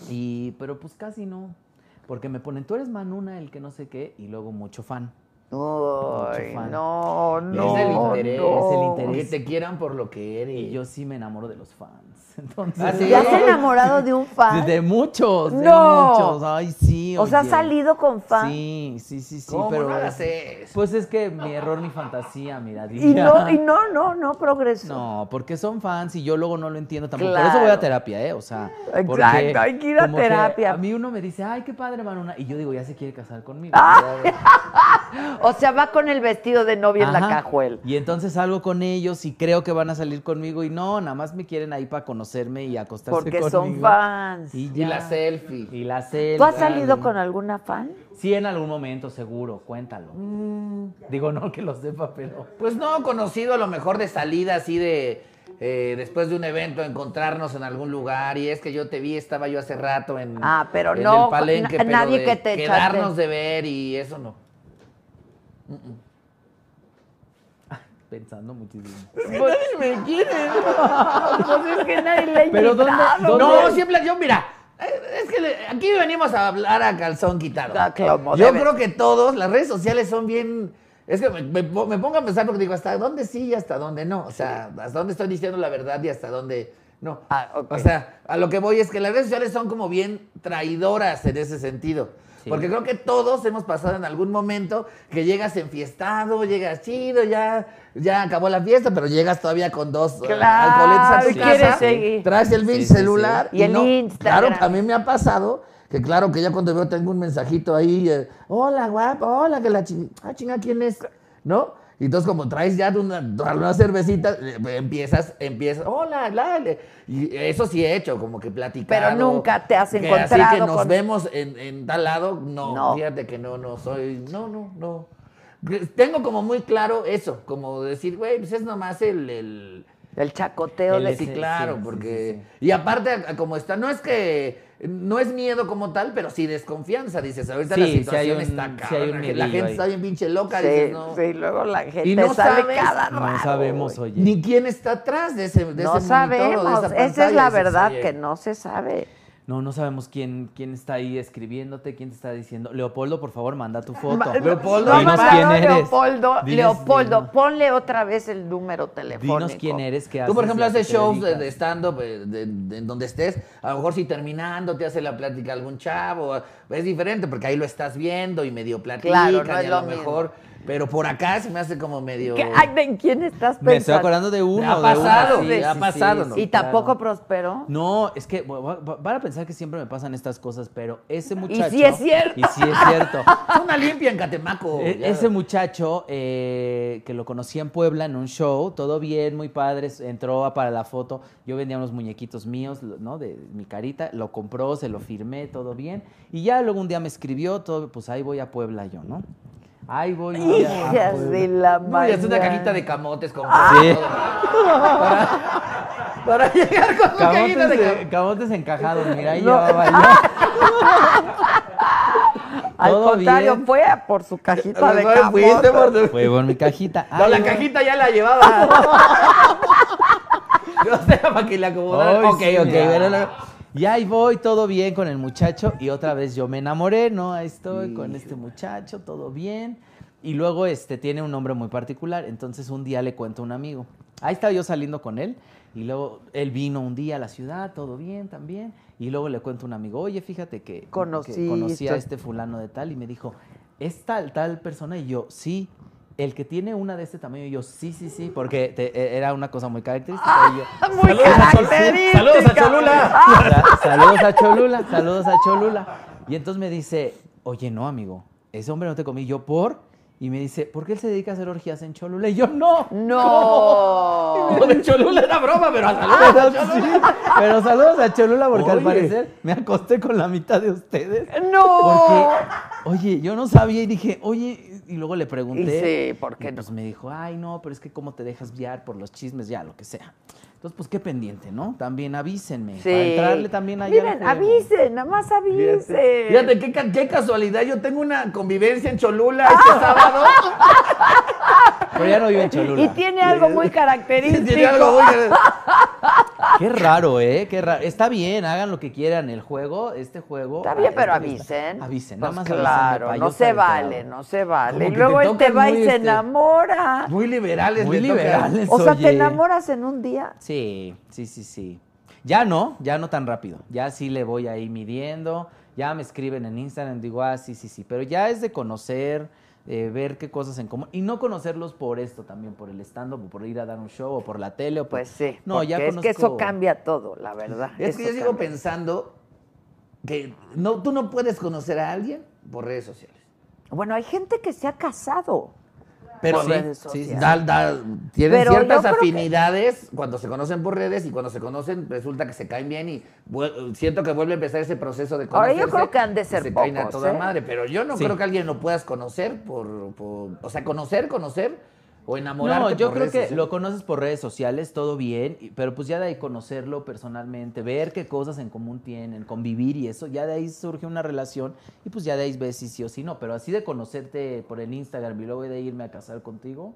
Speaker 5: Y, pero pues casi no. Porque me ponen, tú eres Manuna, el que no sé qué, y luego mucho fan.
Speaker 1: Ay,
Speaker 5: Mucho fan.
Speaker 1: no, no.
Speaker 6: es el interés.
Speaker 1: Oh, no.
Speaker 5: es el interés.
Speaker 6: Que te quieran por lo que eres.
Speaker 5: Y yo sí me enamoro de los fans. Entonces,
Speaker 6: Ah, sí.
Speaker 1: ¿Te has enamorado de un fan?
Speaker 5: De, de muchos, de
Speaker 1: No.
Speaker 5: muchos. Ay, sí.
Speaker 1: o sea, ¿has
Speaker 5: oye.
Speaker 1: salido con fan?
Speaker 5: Sí, sí, sí, sí.
Speaker 6: ¿Cómo
Speaker 5: pero
Speaker 6: no
Speaker 5: es-
Speaker 6: hagas eso?
Speaker 5: Pues es que mi error, mi fantasía, mira.
Speaker 1: Y
Speaker 5: diría.
Speaker 1: no, y no, no, no progresó.
Speaker 5: No, porque son fans y yo luego no lo entiendo tampoco. Por
Speaker 1: Claro.
Speaker 5: eso voy a terapia, ¿eh? O sea,
Speaker 1: Exacto,
Speaker 5: porque
Speaker 1: hay que ir a
Speaker 5: como
Speaker 1: terapia.
Speaker 5: a mí uno me dice, ay, qué padre, Manuna. Y yo digo, ya se quiere casar conmigo.
Speaker 1: Ah, O sea, va con el vestido de novia en la
Speaker 5: Ajá.
Speaker 1: cajuela.
Speaker 5: Y entonces salgo con ellos y creo que van a salir conmigo y no, nada más me quieren ahí para conocerme y acostarse
Speaker 1: Porque
Speaker 5: conmigo.
Speaker 1: son fans.
Speaker 5: Y,
Speaker 6: Y
Speaker 5: ya.
Speaker 6: la selfie.
Speaker 5: Y la selfie.
Speaker 1: ¿Tú has salido con alguna fan?
Speaker 5: Sí, en algún momento, seguro, cuéntalo. Digo, no que lo sepa, pero...
Speaker 6: Mm. Pues no, conocido a lo mejor de salida así de... eh, después de un evento, encontrarnos en algún lugar y es que yo te vi, estaba yo hace rato en,
Speaker 1: Ah, pero
Speaker 6: en
Speaker 1: no,
Speaker 6: el palenque,
Speaker 1: na-
Speaker 6: pero
Speaker 1: nadie
Speaker 6: de
Speaker 1: que te echaste.
Speaker 6: quedarnos de ver y eso no.
Speaker 5: Pensando muchísimo.
Speaker 1: me quiere. Pues es que nadie le ha
Speaker 5: Pero ¿dónde-
Speaker 1: invitado.
Speaker 5: dónde-
Speaker 6: No, siempre yo, mira, eh, es que le- aquí venimos a hablar a calzón quitado.
Speaker 1: Ah, como
Speaker 6: yo
Speaker 1: debe.
Speaker 6: creo que todos, las redes sociales son bien. Es que me, me po- me pongo a pensar porque digo, ¿hasta dónde sí y hasta dónde no? O sea, ¿hasta dónde estoy diciendo la verdad y hasta dónde no?
Speaker 1: Ah, ok.
Speaker 6: O sea, a lo que voy es que las redes sociales son como bien traidoras en ese sentido.
Speaker 5: Sí.
Speaker 6: Porque creo que todos hemos pasado en algún momento que llegas enfiestado, llegas chido, ya, ya acabó la fiesta, pero llegas todavía con dos eh,
Speaker 1: Claro,
Speaker 6: alcoholitos a tu
Speaker 1: y
Speaker 6: casa,
Speaker 1: quieres seguir.
Speaker 6: Traes el
Speaker 5: Sí,
Speaker 6: pinche
Speaker 5: sí, sí.
Speaker 6: celular
Speaker 1: Y el Instagram.
Speaker 6: Claro, a mí me ha pasado que claro que ya cuando veo tengo un mensajito ahí, eh, hola guapo, hola que la chingada, ah, chinga, ¿quién es? ¿No? Y entonces como traes ya una, una cervecita, eh, empiezas, empiezas, hola, la, le-". y eso sí he hecho, como que platicado.
Speaker 1: Pero nunca te has
Speaker 6: que Así que
Speaker 1: encontrado
Speaker 6: nos
Speaker 1: con-
Speaker 6: vemos en, en tal lado, no,
Speaker 1: No.
Speaker 6: fíjate que no, no soy, no, no, no. Tengo como muy claro eso, como decir, güey, pues es nomás el- el
Speaker 1: El chacoteo
Speaker 5: El
Speaker 1: de...
Speaker 5: ese-
Speaker 6: sí, claro,
Speaker 5: sí, sí,
Speaker 6: porque.
Speaker 5: sí,
Speaker 6: Y aparte, a- a como está, no es que. No es miedo como tal, pero sí desconfianza. Dices, ahorita
Speaker 5: Sí,
Speaker 6: la
Speaker 5: sí hay
Speaker 6: situación
Speaker 5: un-
Speaker 6: está
Speaker 5: sí hay un
Speaker 6: cabrona, que
Speaker 5: miedillo
Speaker 6: La gente
Speaker 5: ahí.
Speaker 6: está bien pinche loca.
Speaker 1: Sí,
Speaker 6: dices, no.
Speaker 1: sí, luego la gente
Speaker 6: Y no
Speaker 1: sale
Speaker 6: sabes,
Speaker 1: cada
Speaker 5: No
Speaker 1: raro.
Speaker 5: sabemos, oye.
Speaker 6: Ni quién está atrás de ese. De
Speaker 1: No
Speaker 6: ese monitor o de
Speaker 1: sabemos,
Speaker 6: esa
Speaker 1: esa es
Speaker 6: pantalla,
Speaker 1: la
Speaker 5: eh,
Speaker 6: dices,
Speaker 1: verdad
Speaker 6: oye,
Speaker 1: que no se sabe.
Speaker 5: No, no sabemos quién, quién está ahí escribiéndote, quién te está diciendo. Leopoldo, por favor, manda tu foto.
Speaker 6: Leopoldo,
Speaker 1: No
Speaker 6: Dinos
Speaker 1: mandaron
Speaker 5: quién eres.
Speaker 1: Leopoldo.
Speaker 5: Dinos-
Speaker 1: Leopoldo,
Speaker 5: dinos-
Speaker 1: ponle otra vez el número telefónico.
Speaker 5: Dinos quién eres, qué haces.
Speaker 6: Tú, por ejemplo,
Speaker 5: y a qué
Speaker 6: haces
Speaker 5: te
Speaker 6: shows de,
Speaker 5: dedicas.
Speaker 6: de stand-up eh, de- de- en donde estés. A lo mejor si terminando te hace la plática algún chavo. Es diferente porque ahí lo estás viendo y medio platican
Speaker 1: Claro, no
Speaker 6: y
Speaker 1: es lo
Speaker 6: a lo mejor. Pero por acá se me hace como medio...
Speaker 1: ¿Qué? Ay, ¿En quién estás pensando?
Speaker 5: Me estoy acordando de uno.
Speaker 6: Me ha
Speaker 5: de uno,
Speaker 6: pasado,
Speaker 5: sí,
Speaker 6: me ha
Speaker 5: sí,
Speaker 6: pasado,
Speaker 5: sí,
Speaker 6: ¿no?
Speaker 5: sí,
Speaker 1: ¿Y tampoco
Speaker 5: claro.
Speaker 1: prosperó?
Speaker 5: No, es que bueno, va- va- van a pensar que siempre me pasan estas cosas, pero ese muchacho.
Speaker 1: sí es cierto. Oh,
Speaker 5: Y sí es cierto.
Speaker 6: Es una limpia en Catemaco.
Speaker 5: E-
Speaker 6: ya.
Speaker 5: ese muchacho eh, que lo conocí en Puebla en un show, todo bien, muy padre, s- entró a- para la foto. Yo vendía unos muñequitos míos, lo- ¿no? De mi carita, lo compró, se lo firmé, todo bien. Y ya luego un día me escribió, todo, pues ahí voy a Puebla yo, ¿no? Ahí voy. voy a- a
Speaker 1: Hijas
Speaker 5: Puebla.
Speaker 1: de la
Speaker 6: No, y
Speaker 1: madre.
Speaker 6: es una cajita de camotes con...
Speaker 5: Ah. Sí.
Speaker 6: Para llegar con su cajita
Speaker 5: Camotes,
Speaker 6: de
Speaker 5: eh,
Speaker 6: camotes.
Speaker 5: camotes encajados, mira, ahí
Speaker 1: No.
Speaker 5: llevaba yo.
Speaker 1: Al
Speaker 5: Todo
Speaker 1: contrario,
Speaker 5: bien.
Speaker 1: fue a por su cajita de
Speaker 6: Mejor fuiste
Speaker 1: camote.
Speaker 6: por tu-
Speaker 5: Fue por mi cajita.
Speaker 6: No,
Speaker 5: Ay,
Speaker 6: la
Speaker 5: voy.
Speaker 6: cajita ya la llevaba. No sé, para que le acomodaran.
Speaker 5: Ay,
Speaker 6: ok,
Speaker 5: sí,
Speaker 6: ok.
Speaker 5: mira.
Speaker 6: bueno, no.
Speaker 5: Y ahí voy, todo bien con el muchacho. Y otra vez yo me enamoré, ¿no? Ahí estoy con este muchacho, todo bien. Y luego este tiene un nombre muy particular. Entonces un día le cuento a un amigo. Ahí estaba yo saliendo con él. Y luego él vino un día a la ciudad, todo bien también. Y luego le cuento a un amigo, oye, fíjate que que
Speaker 1: Conocí
Speaker 5: conocí a
Speaker 1: esto.
Speaker 5: este fulano de tal. Y me dijo, ¿es tal, tal persona? Y yo, sí. El que tiene una de este tamaño, y yo, sí, sí, sí, porque te- e- era una cosa muy característica. y yo,
Speaker 1: Muy característica.
Speaker 6: Saludos a Cholula.
Speaker 5: Sa- Saludos a Cholula, saludos a Cholula. Y entonces me dice, oye, no, amigo, ese hombre no te comí yo por. Y me dice, ¿por qué él se dedica a hacer orgías en Cholula? Y yo, no.
Speaker 1: No.
Speaker 6: Lo de Cholula era broma, pero hasta luego.
Speaker 5: Pero, sí, pero saludos a Cholula porque al
Speaker 6: Ah, Oye.
Speaker 5: parecer me acosté con la mitad de ustedes. Porque,
Speaker 1: No. Oh.
Speaker 5: oye, yo no sabía y dije, oye, y luego le pregunté.
Speaker 1: Y sí, ¿por qué
Speaker 5: y
Speaker 1: no?
Speaker 5: Pues me dijo, ay, no, pero es que cómo te dejas guiar por los chismes, ya, lo que sea. Entonces, pues qué pendiente, ¿no? También avísenme. Para entrarle también allá. al
Speaker 1: Miren,
Speaker 5: juego.
Speaker 1: avisen, nada más avisen.
Speaker 6: Fíjate qué, ca- qué casualidad. Yo tengo una convivencia en Cholula
Speaker 1: Ah,
Speaker 6: este sábado.
Speaker 5: Pero ya no vive en Cholula.
Speaker 1: Y tiene algo muy característico.
Speaker 6: Tiene algo muy-
Speaker 5: Qué raro, ¿eh? Qué raro. Está bien, hagan lo que quieran el juego, este juego.
Speaker 1: Está bien,
Speaker 5: ah,
Speaker 1: pero
Speaker 5: está bien, está-
Speaker 1: avisen.
Speaker 5: Avisen,
Speaker 1: Pues
Speaker 5: nada más
Speaker 1: Claro,
Speaker 5: avísenme pa'
Speaker 1: no
Speaker 5: yo
Speaker 1: se
Speaker 5: estar
Speaker 1: vale,
Speaker 5: enterado.
Speaker 1: no se vale.
Speaker 6: Como
Speaker 1: Y
Speaker 6: que te
Speaker 1: luego él te
Speaker 6: tocan
Speaker 1: va y
Speaker 6: muy,
Speaker 1: se
Speaker 6: este,
Speaker 1: enamora.
Speaker 6: Muy liberales.
Speaker 5: Muy
Speaker 6: les toca.
Speaker 5: liberales,
Speaker 1: O sea, te
Speaker 5: oye.
Speaker 1: enamoras en un día.
Speaker 5: Sí, sí, sí, sí. Ya no, ya no tan rápido. Ya sí le voy ahí midiendo. Ya me escriben en Instagram, digo, ah, sí, sí, sí. Pero ya es de conocer, eh, ver qué cosas en común. Y no conocerlos por esto también, por el stand-up, o por ir a dar un show, o por la tele, o por...
Speaker 1: Pues sí.
Speaker 5: No, ya
Speaker 1: porque
Speaker 5: conozco...
Speaker 1: Es que eso cambia todo, la verdad.
Speaker 6: Es que
Speaker 1: eso
Speaker 6: yo sigo
Speaker 1: cambia.
Speaker 6: pensando que no, tú no puedes conocer a alguien por redes sociales.
Speaker 1: Bueno, hay gente que se ha casado.
Speaker 6: Pero
Speaker 1: Por
Speaker 6: sí,
Speaker 1: redes
Speaker 6: sí, sí,
Speaker 1: sociales.
Speaker 6: da- da- tienen
Speaker 1: Pero yo
Speaker 6: ciertas
Speaker 1: creo que-
Speaker 6: afinidades cuando se conocen por redes y cuando se conocen resulta que se caen bien y vuel- siento que vuelve a empezar ese proceso de
Speaker 1: Ahora,
Speaker 6: conocerse.
Speaker 1: yo creo que han de
Speaker 6: y
Speaker 1: ser
Speaker 6: se caen a
Speaker 1: pocos,
Speaker 6: toda
Speaker 1: ¿eh?
Speaker 6: madre, pero yo no
Speaker 5: Sí.
Speaker 6: creo que alguien lo puedas conocer por, por- o sea, conocer, conocer o
Speaker 5: No,
Speaker 6: enamorarte.
Speaker 5: yo creo
Speaker 6: por redes
Speaker 5: que
Speaker 6: sociales.
Speaker 5: lo conoces por redes sociales, todo bien, y- pero pues ya de ahí conocerlo personalmente, ver qué cosas en común tienen, convivir y eso, ya de ahí surge una relación y pues ya de ahí ves si sí o si no, pero así de conocerte por el Instagram y luego de irme a casar contigo.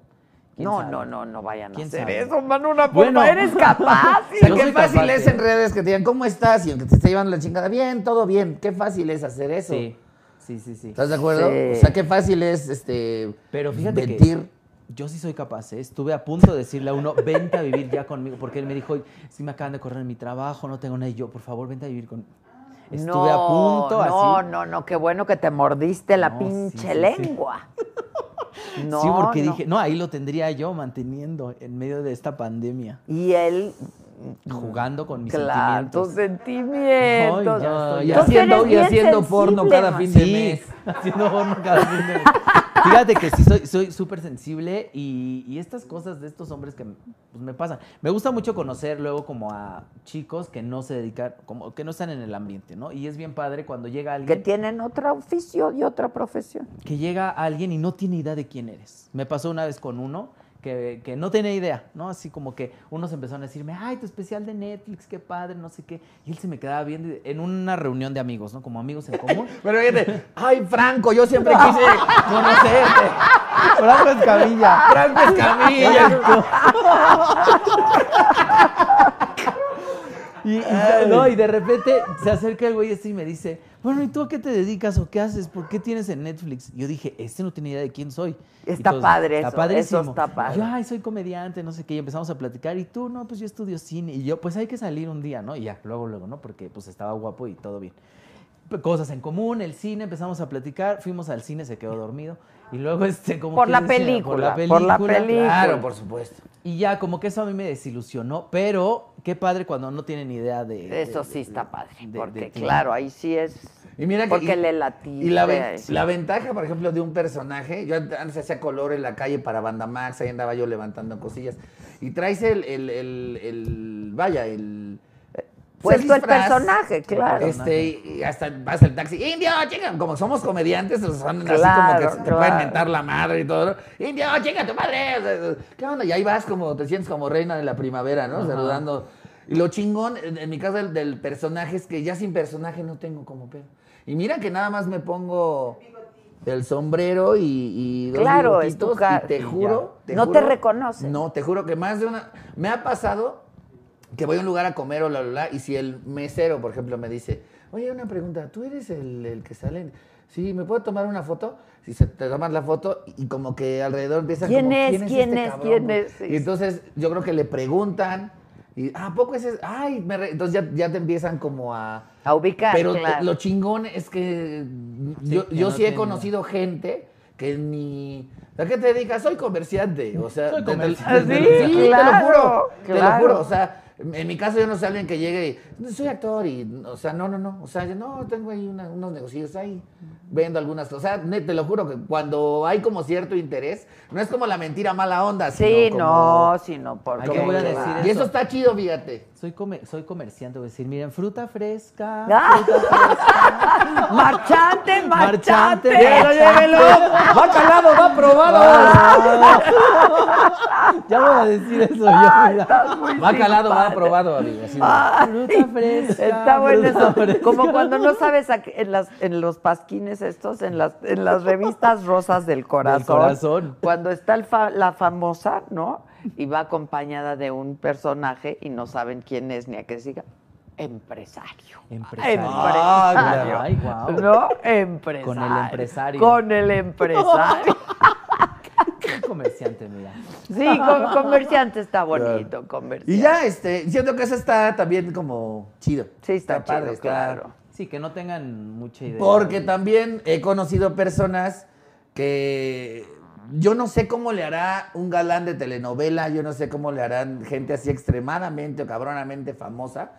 Speaker 5: ¿quién
Speaker 1: No,
Speaker 5: sabe?
Speaker 1: no, no, no vayan a Ah,
Speaker 5: ¿Quién
Speaker 1: hacer
Speaker 5: sabe?
Speaker 1: eso, Manuna, por
Speaker 5: Bueno.
Speaker 1: favor, eres capaz.
Speaker 6: O sea,
Speaker 5: Yo
Speaker 6: qué
Speaker 5: soy
Speaker 6: fácil
Speaker 5: capaz
Speaker 6: es
Speaker 5: de-
Speaker 6: en redes que te digan, ¿cómo estás? Y aunque te esté llevando la chingada, bien, todo bien. Qué fácil es hacer eso.
Speaker 5: Sí, sí, sí, sí.
Speaker 6: ¿Estás de acuerdo?
Speaker 1: Sí.
Speaker 6: O sea, qué fácil es este
Speaker 5: Pero fíjate
Speaker 6: mentir.
Speaker 5: que yo sí soy capaz, ¿eh? estuve a punto de decirle a uno, vente a vivir ya conmigo, porque él me dijo, si me acaban de correr en mi trabajo, no tengo nada, y yo, por favor, vente a vivir con... Estuve a punto,
Speaker 1: no,
Speaker 5: así.
Speaker 1: No, no, no, qué bueno que te mordiste la
Speaker 5: No, sí,
Speaker 1: pinche
Speaker 5: sí, sí.
Speaker 1: lengua. No,
Speaker 5: sí, porque
Speaker 1: no.
Speaker 5: dije, no, ahí lo tendría yo manteniendo en medio de esta pandemia,
Speaker 1: Y él,
Speaker 5: jugando con mis
Speaker 1: Mm. claro, tus
Speaker 5: sentimientos.
Speaker 1: sentimientos.
Speaker 5: Ay, ya estoy
Speaker 6: Y
Speaker 5: Tú
Speaker 6: haciendo,
Speaker 1: eres
Speaker 6: y
Speaker 1: bien
Speaker 6: haciendo porno
Speaker 1: sensible,
Speaker 6: cada
Speaker 1: ma.
Speaker 6: fin de
Speaker 5: Sí,
Speaker 6: mes.
Speaker 5: haciendo porno cada fin de mes. Fíjate que sí, soy soy súper sensible y, y estas cosas de estos hombres que pues, me pasan. Me gusta mucho conocer luego como a chicos que no se dedican, como que no están en el ambiente, ¿no? Y es bien padre cuando llega
Speaker 1: Que
Speaker 5: alguien
Speaker 1: tienen otro oficio y otra profesión.
Speaker 5: que llega alguien y no tiene idea de quién eres. Me pasó una vez con uno que, que no tenía idea, ¿no? Así como que unos empezaron a decirme, ay, tu especial de Netflix, qué padre, no sé qué. Y él se me quedaba viendo y- en una reunión de amigos, ¿no? Como amigos en común.
Speaker 6: Pero fíjate, ay, Franco, yo siempre quise conocerte.
Speaker 5: Franco Escamilla.
Speaker 6: Franco Escamilla.
Speaker 5: Y, y- no, y de repente se acerca el güey este y me dice, bueno, ¿y tú a qué te dedicas o qué haces? ¿Por qué tienes en Netflix? Y yo dije, este no tiene idea de quién soy. Y
Speaker 1: Está padre
Speaker 5: Está
Speaker 1: eso,
Speaker 5: padrísimo".
Speaker 1: eso está padre.
Speaker 5: Y Yo, ay, soy comediante, no sé qué. Y empezamos a platicar. Y tú, no, pues yo estudio cine. Y yo, pues hay que salir un día, ¿no? Y ya, luego, luego, ¿no? Porque pues estaba guapo y todo bien. P- Cosas en común, el cine, empezamos a platicar. Fuimos al cine, se quedó dormido. Y luego, este, como
Speaker 1: Por
Speaker 5: que
Speaker 1: la
Speaker 5: decía,
Speaker 1: película, por la película.
Speaker 6: Claro, por supuesto.
Speaker 5: y ya, como que eso a mí me desilusionó, pero qué padre cuando no tienen idea de... de-
Speaker 1: Eso sí
Speaker 5: Este, de-
Speaker 1: está
Speaker 5: de-
Speaker 1: padre,
Speaker 5: de- de
Speaker 1: porque
Speaker 5: ti.
Speaker 1: claro, ahí sí es.
Speaker 6: Y mira que-
Speaker 1: porque
Speaker 6: y-
Speaker 1: le latí.
Speaker 6: Y la, ven- la ventaja, por ejemplo, de un personaje, yo an- antes hacía color en la calle para Banda Max, ahí andaba yo levantando cosillas. Y traes el, el, el, el- vaya, el... eh,
Speaker 1: Puesto el
Speaker 6: disfraz,
Speaker 1: personaje, claro.
Speaker 6: Este, y- y hasta vas al taxi, indio, chinga, como somos comediantes, nos andan así
Speaker 1: Claro,
Speaker 6: como que te
Speaker 1: claro.
Speaker 6: pueden mentar la madre y todo, ¿no? indio, chinga, tu madre, o sea, ¿qué onda? Y ahí vas como, te sientes como reina de la primavera, ¿no? Saludando. Y lo chingón, en, en mi caso, del, del personaje es que ya sin personaje no tengo como pedo. Y mira que nada más me pongo el sombrero y, y dos
Speaker 1: Claro, es
Speaker 6: bigotitos
Speaker 1: tu ca-
Speaker 6: y te
Speaker 1: y
Speaker 6: juro,
Speaker 1: ya. No te
Speaker 6: juro-
Speaker 1: reconoces.
Speaker 6: No, te juro que más de una... Me ha pasado que voy a un lugar a comer o la, la, la, y si el mesero, por ejemplo, me dice, oye, una pregunta, ¿tú eres el, el que sale? en- Sí, ¿me puedo tomar una foto? Si se te tomas la foto y como que alrededor empieza
Speaker 1: ¿Quién
Speaker 6: como,
Speaker 1: es? ¿Quién
Speaker 6: este
Speaker 1: es?
Speaker 6: cabrón?",
Speaker 1: ¿Quién
Speaker 6: no?
Speaker 1: es? Sí,
Speaker 6: Y entonces yo creo que le preguntan y, ah, ¿a poco ese es? Ay, me re-". entonces ya, ya te empiezan como a...
Speaker 1: A ubicar,
Speaker 6: Pero te-
Speaker 1: claro.
Speaker 6: lo chingón es que yo,
Speaker 5: que
Speaker 6: yo
Speaker 5: no
Speaker 6: sí he
Speaker 5: tiene-
Speaker 6: conocido gente que ni... ¿A qué te dedicas? Soy comerciante. O sea,
Speaker 5: Soy
Speaker 6: te- te-
Speaker 5: comerciante.
Speaker 6: te-
Speaker 1: ¿Ah, Sí,
Speaker 6: te lo
Speaker 1: claro,
Speaker 6: juro. Te lo
Speaker 1: claro.
Speaker 6: juro. O sea, en mi caso yo no sé alguien que llegue y soy actor y, o sea, no, no, no. O sea, yo no, tengo ahí una- unos negocios ahí, vendo algunas cosas. O sea, ne- te lo juro que cuando hay como cierto interés, no es como la mentira mala onda.
Speaker 1: Sí,
Speaker 6: sino como-
Speaker 1: no, sino porque.
Speaker 5: Yo voy a decir eso.
Speaker 6: Y eso está chido, fíjate.
Speaker 5: Soy, come- soy comerciante, voy a decir, miren, fruta fresca.
Speaker 1: Ah.
Speaker 5: fruta fresca.
Speaker 1: Marchante,
Speaker 5: Marchante,
Speaker 1: marchante.
Speaker 5: llévelo, llévelo. Va calado, va probado.
Speaker 1: Ah,
Speaker 5: ya voy a decir eso yo. mira.
Speaker 6: Va calado, va aprobado, amigo. así de-
Speaker 1: Ay,
Speaker 5: Fruta fresca,
Speaker 1: Está bueno
Speaker 5: fruta
Speaker 1: eso.
Speaker 5: fresca.
Speaker 1: Como cuando no sabes a qué- en, las, en los pasquines estos, en las, en las revistas rosas del corazón.
Speaker 5: corazón.
Speaker 1: Cuando está el fa- la famosa, ¿no? Y va acompañada de un personaje y no saben quién es ni a qué siga. Empresario.
Speaker 5: Empresario. Ah,
Speaker 1: Empresario.
Speaker 5: Ay, guau.
Speaker 1: No, empresario.
Speaker 5: Con el empresario.
Speaker 1: Con el empresario.
Speaker 5: Soy comerciante, mira.
Speaker 1: Sí, con- comerciante está bonito, comerciante.
Speaker 6: Y ya, este, siento que eso está también como chido.
Speaker 1: Sí, está, chido,
Speaker 6: está-
Speaker 1: claro.
Speaker 5: Sí, que no tengan mucha idea.
Speaker 6: Porque
Speaker 5: de-
Speaker 6: también he conocido personas que yo no sé cómo le hará un galán de telenovela, yo no sé cómo le harán gente así extremadamente o cabronamente famosa.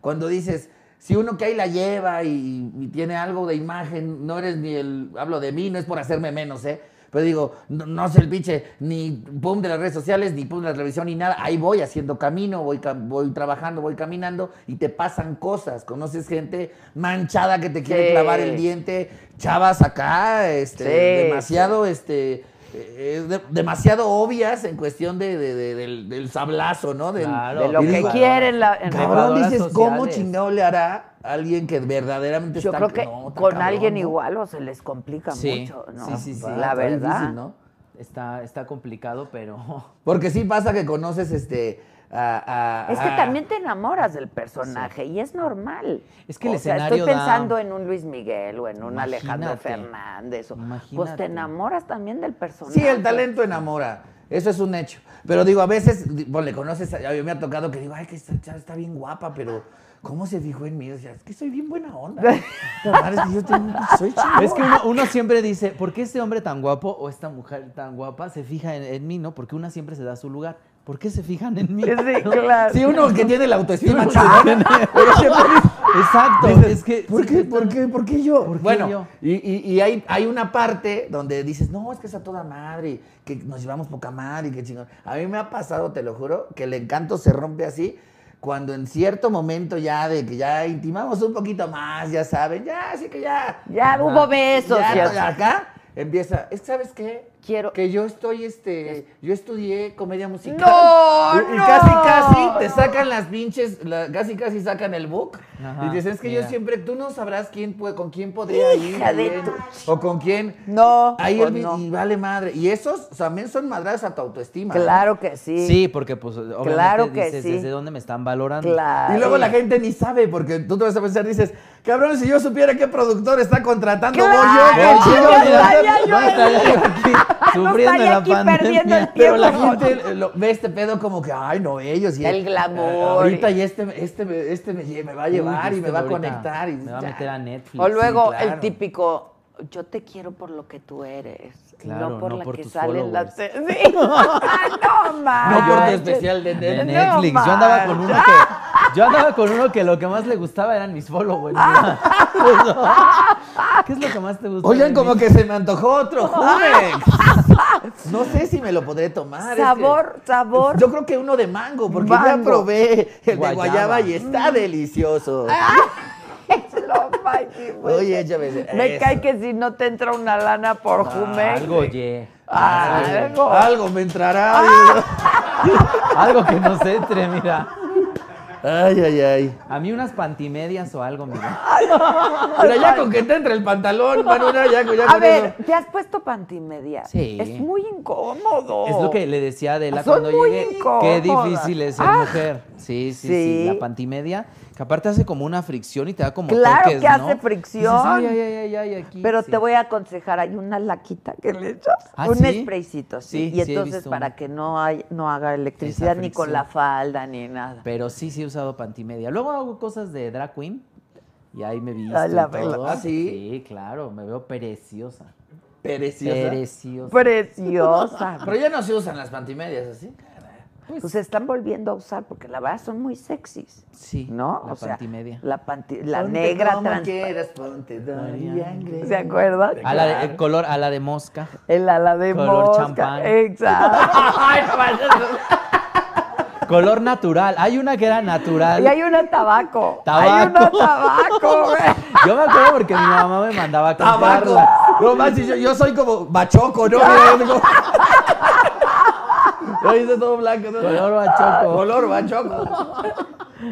Speaker 6: Cuando dices, si uno que ahí la lleva y, y tiene algo de imagen, no eres ni el, hablo de mí, no es por hacerme menos, ¿eh? Pero digo, no, no sé el pinche, ni pum de las redes sociales, ni pum de la televisión, ni nada. Ahí voy haciendo camino, voy, cam- voy trabajando, voy caminando y te pasan cosas. Conoces gente manchada que te quiere
Speaker 1: Sí.
Speaker 6: clavar el diente, chavas acá, este,
Speaker 1: Sí,
Speaker 6: demasiado, este, eh, de- demasiado obvias en cuestión de, de- de- del, del sablazo, ¿no? Del-
Speaker 5: Claro.
Speaker 1: De lo
Speaker 6: Y
Speaker 1: que
Speaker 6: digo,
Speaker 1: quieren la, en
Speaker 6: Cabrón,
Speaker 5: Repadoras
Speaker 6: dices, ¿cómo
Speaker 5: sociales.
Speaker 6: chingado le hará a alguien que verdaderamente
Speaker 1: Yo
Speaker 6: está
Speaker 1: creo que
Speaker 6: no, está
Speaker 1: con
Speaker 6: cabrón,
Speaker 1: alguien
Speaker 6: ¿no?
Speaker 1: igual o se les complica
Speaker 5: Sí,
Speaker 1: mucho, ¿no?
Speaker 5: sí, sí, sí.
Speaker 1: La
Speaker 6: Está difícil,
Speaker 1: verdad.
Speaker 6: ¿no?
Speaker 5: Está, está complicado, pero...
Speaker 6: Porque sí pasa que conoces este. a- a-
Speaker 1: Es que
Speaker 6: a-
Speaker 1: también te enamoras del personaje y es normal.
Speaker 5: Es que el
Speaker 1: o sea,
Speaker 5: escenario
Speaker 1: estoy
Speaker 5: da-
Speaker 1: pensando en un Luis Miguel o en un Alejandro
Speaker 5: Imagínate.
Speaker 1: Fernández. o- Pues
Speaker 5: Imagínate.
Speaker 1: te enamoras también del personaje.
Speaker 6: Sí, el talento enamora. Eso es un hecho. Pero digo, a veces, di- pues, le conoces. A a mí me ha tocado que digo, ay, que esta chava está bien guapa, pero ¿cómo se fijó en mí? O sea, es que soy bien buena onda. La madre es que yo tengo- soy chingón.
Speaker 5: Es que uno, uno siempre dice, ¿por qué este hombre tan guapo o esta mujer tan guapa se fija en, en mí? ¿No? Porque una siempre se da su lugar. ¿Por qué se fijan en mí?
Speaker 1: Sí, claro.
Speaker 6: Sí, uno que tiene la autoestima
Speaker 5: Sí, uno
Speaker 6: chingona,
Speaker 5: tiene-
Speaker 6: pero siempre dice,
Speaker 5: Exacto.
Speaker 6: Dices,
Speaker 5: es que
Speaker 6: ¿por,
Speaker 5: sí,
Speaker 6: qué,
Speaker 5: están-
Speaker 6: ¿por qué? ¿Por qué yo?
Speaker 5: ¿Por qué
Speaker 6: bueno,
Speaker 5: yo?
Speaker 6: y, y- y hay, hay una parte donde dices, no, es que es a toda madre, y que nos llevamos poca madre y que chingón. A mí me ha pasado, te lo juro, que el encanto se rompe así cuando en cierto momento ya de que ya intimamos un poquito más, ya saben, ya, así que ya.
Speaker 1: Ya hubo besos.
Speaker 6: Ya,
Speaker 1: ya-
Speaker 6: acá empieza, es que, ¿sabes qué?
Speaker 1: quiero.
Speaker 6: Que yo estoy, este, yo estudié comedia musical.
Speaker 1: ¡No,
Speaker 6: Y, y
Speaker 1: no!
Speaker 6: casi, casi te sacan las pinches, la- casi, casi sacan el book.
Speaker 5: Ajá,
Speaker 6: y dices, es que yo
Speaker 5: mira.
Speaker 6: siempre, tú no sabrás quién puede, con quién podría
Speaker 1: Hija
Speaker 6: ir.
Speaker 1: de
Speaker 6: bien,
Speaker 1: tu-
Speaker 6: O con quién.
Speaker 1: No,
Speaker 6: Ahí
Speaker 1: pues
Speaker 6: el-
Speaker 1: no.
Speaker 6: Y vale madre. Y esos también son madrazos a tu autoestima.
Speaker 1: Claro que sí.
Speaker 5: Sí, porque pues obviamente
Speaker 1: Claro que
Speaker 5: dices,
Speaker 1: sí.
Speaker 5: ¿desde dónde me están valorando?
Speaker 1: Claro.
Speaker 6: Y luego la gente ni sabe, porque tú te vas a pensar, dices, cabrón, si yo supiera qué productor está contratando, voy yo,
Speaker 1: ¡Claro!
Speaker 6: qué chido,
Speaker 1: ¡No
Speaker 6: mira,
Speaker 1: estaría yo!
Speaker 6: no estaría yo aquí sufriendo
Speaker 1: estaría
Speaker 6: la
Speaker 1: aquí
Speaker 6: pandemia.
Speaker 1: perdiendo el
Speaker 6: Pero la
Speaker 1: tiempo.
Speaker 6: gente eh, lo- ve este pedo como que, ay, no, ellos. y- eh,
Speaker 1: El glamour.
Speaker 6: ahorita y este, este, me- este me, lle- me va a
Speaker 5: Uy,
Speaker 6: llevar y
Speaker 5: este
Speaker 6: me va a
Speaker 5: ahorita
Speaker 6: conectar. Y,
Speaker 5: me va a
Speaker 6: ya.
Speaker 5: meter a Netflix.
Speaker 1: O luego
Speaker 6: claro.
Speaker 1: el típico, yo te quiero por lo que tú eres,
Speaker 5: Claro,
Speaker 1: no por
Speaker 5: no
Speaker 1: la
Speaker 5: por
Speaker 1: que
Speaker 5: tus
Speaker 1: sale en la
Speaker 5: followers.
Speaker 1: tele. Sí. no
Speaker 6: No, yo
Speaker 1: mames.
Speaker 6: de especial de
Speaker 5: De
Speaker 6: Netflix.
Speaker 5: Netflix.
Speaker 1: No
Speaker 5: yo andaba con uno que. Yo andaba con uno que lo que más le gustaba eran mis followers. ¿Qué es lo que más te gusta?
Speaker 6: Oigan,
Speaker 5: de
Speaker 6: como
Speaker 5: mí?
Speaker 6: que se me antojó otro Jumex. No sé si me lo podré tomar. es que-
Speaker 1: Sabor, sabor.
Speaker 6: Yo creo que uno de mango, porque ya
Speaker 1: Mango. Mm.
Speaker 6: probé el de
Speaker 5: Guayaba.
Speaker 6: guayaba y está delicioso.
Speaker 1: Es lo máximo.
Speaker 6: Oye, échame ese-
Speaker 1: pues, Me
Speaker 6: eso.
Speaker 1: cae que si no te entra una lana por Jumex. Ah,
Speaker 5: Algo, ye.
Speaker 1: Algo. Ah.
Speaker 6: Algo me entrará.
Speaker 5: Algo que nos entre, mira.
Speaker 6: Ay, ay, ay.
Speaker 5: A mí unas pantimedias o algo, mira.
Speaker 6: Mira, ya con que te entre el pantalón, Manuela, ya, con- ya
Speaker 1: A
Speaker 6: con
Speaker 1: ver,
Speaker 6: eso.
Speaker 1: ¿te has puesto pantimedia?
Speaker 5: Sí.
Speaker 1: Es muy incómodo.
Speaker 5: Es lo que le decía a Adela
Speaker 1: Oh. Ah, Son
Speaker 5: cuando
Speaker 1: muy
Speaker 5: llegué.
Speaker 1: incómodas.
Speaker 5: Qué difícil es ser
Speaker 1: Ah.
Speaker 5: mujer. Sí, sí, sí,
Speaker 1: Sí.
Speaker 5: La pantimedia, que aparte hace como una fricción y te da como
Speaker 1: Claro
Speaker 5: toques,
Speaker 1: que
Speaker 5: ¿no?
Speaker 1: hace fricción.
Speaker 5: Dices, ay, ay, ay, ay, aquí,
Speaker 1: Pero
Speaker 5: sí.
Speaker 1: te voy a aconsejar, hay una laquita que le echas,
Speaker 5: ¿Ah,
Speaker 1: un
Speaker 5: sí?
Speaker 1: spraycito,
Speaker 5: Sí,
Speaker 1: sí,
Speaker 5: sí,
Speaker 1: y
Speaker 5: he
Speaker 1: entonces
Speaker 5: visto
Speaker 1: para
Speaker 5: uno.
Speaker 1: que no hay, no haga electricidad ni con
Speaker 5: fricción.
Speaker 1: la falda ni nada.
Speaker 5: Pero sí, sí he usado pantimedia. Luego hago cosas de drag queen y ahí me visto
Speaker 1: Ah,
Speaker 5: y
Speaker 1: la
Speaker 5: todo.
Speaker 6: verdad. ¿Ah, sí?
Speaker 5: Sí, claro, me veo preciosa.
Speaker 6: Pereciosa.
Speaker 5: Preciosa.
Speaker 1: Preciosa.
Speaker 6: Pero ya no se usan las pantimedias así.
Speaker 1: Pues se están volviendo a usar porque la verdad son muy sexys.
Speaker 5: Sí,
Speaker 1: ¿No?
Speaker 5: la
Speaker 1: o sea,
Speaker 5: pantimedia.
Speaker 1: La, panti- la
Speaker 6: Ponte
Speaker 1: negra
Speaker 6: como
Speaker 1: trans.
Speaker 6: quieras, ponte Dorian Gray.
Speaker 1: ¿Se acuerdan?
Speaker 5: A la de, el color a la de mosca.
Speaker 1: El ala de
Speaker 5: Color
Speaker 1: mosca.
Speaker 5: champán.
Speaker 1: Exacto.
Speaker 5: Color natural. Hay una que era natural.
Speaker 1: y hay una tabaco. Hay
Speaker 5: Tabaco.
Speaker 1: una tabaco, güey.
Speaker 5: Yo me acuerdo porque mi mamá me mandaba a
Speaker 6: Tabaco.
Speaker 5: comprarla.
Speaker 6: No manches, yo, yo soy como bachoco, ¿no? Mira, yo tengo- Lo hice todo blanco. ¿no?
Speaker 5: Color bachoco.
Speaker 6: Color bachoco.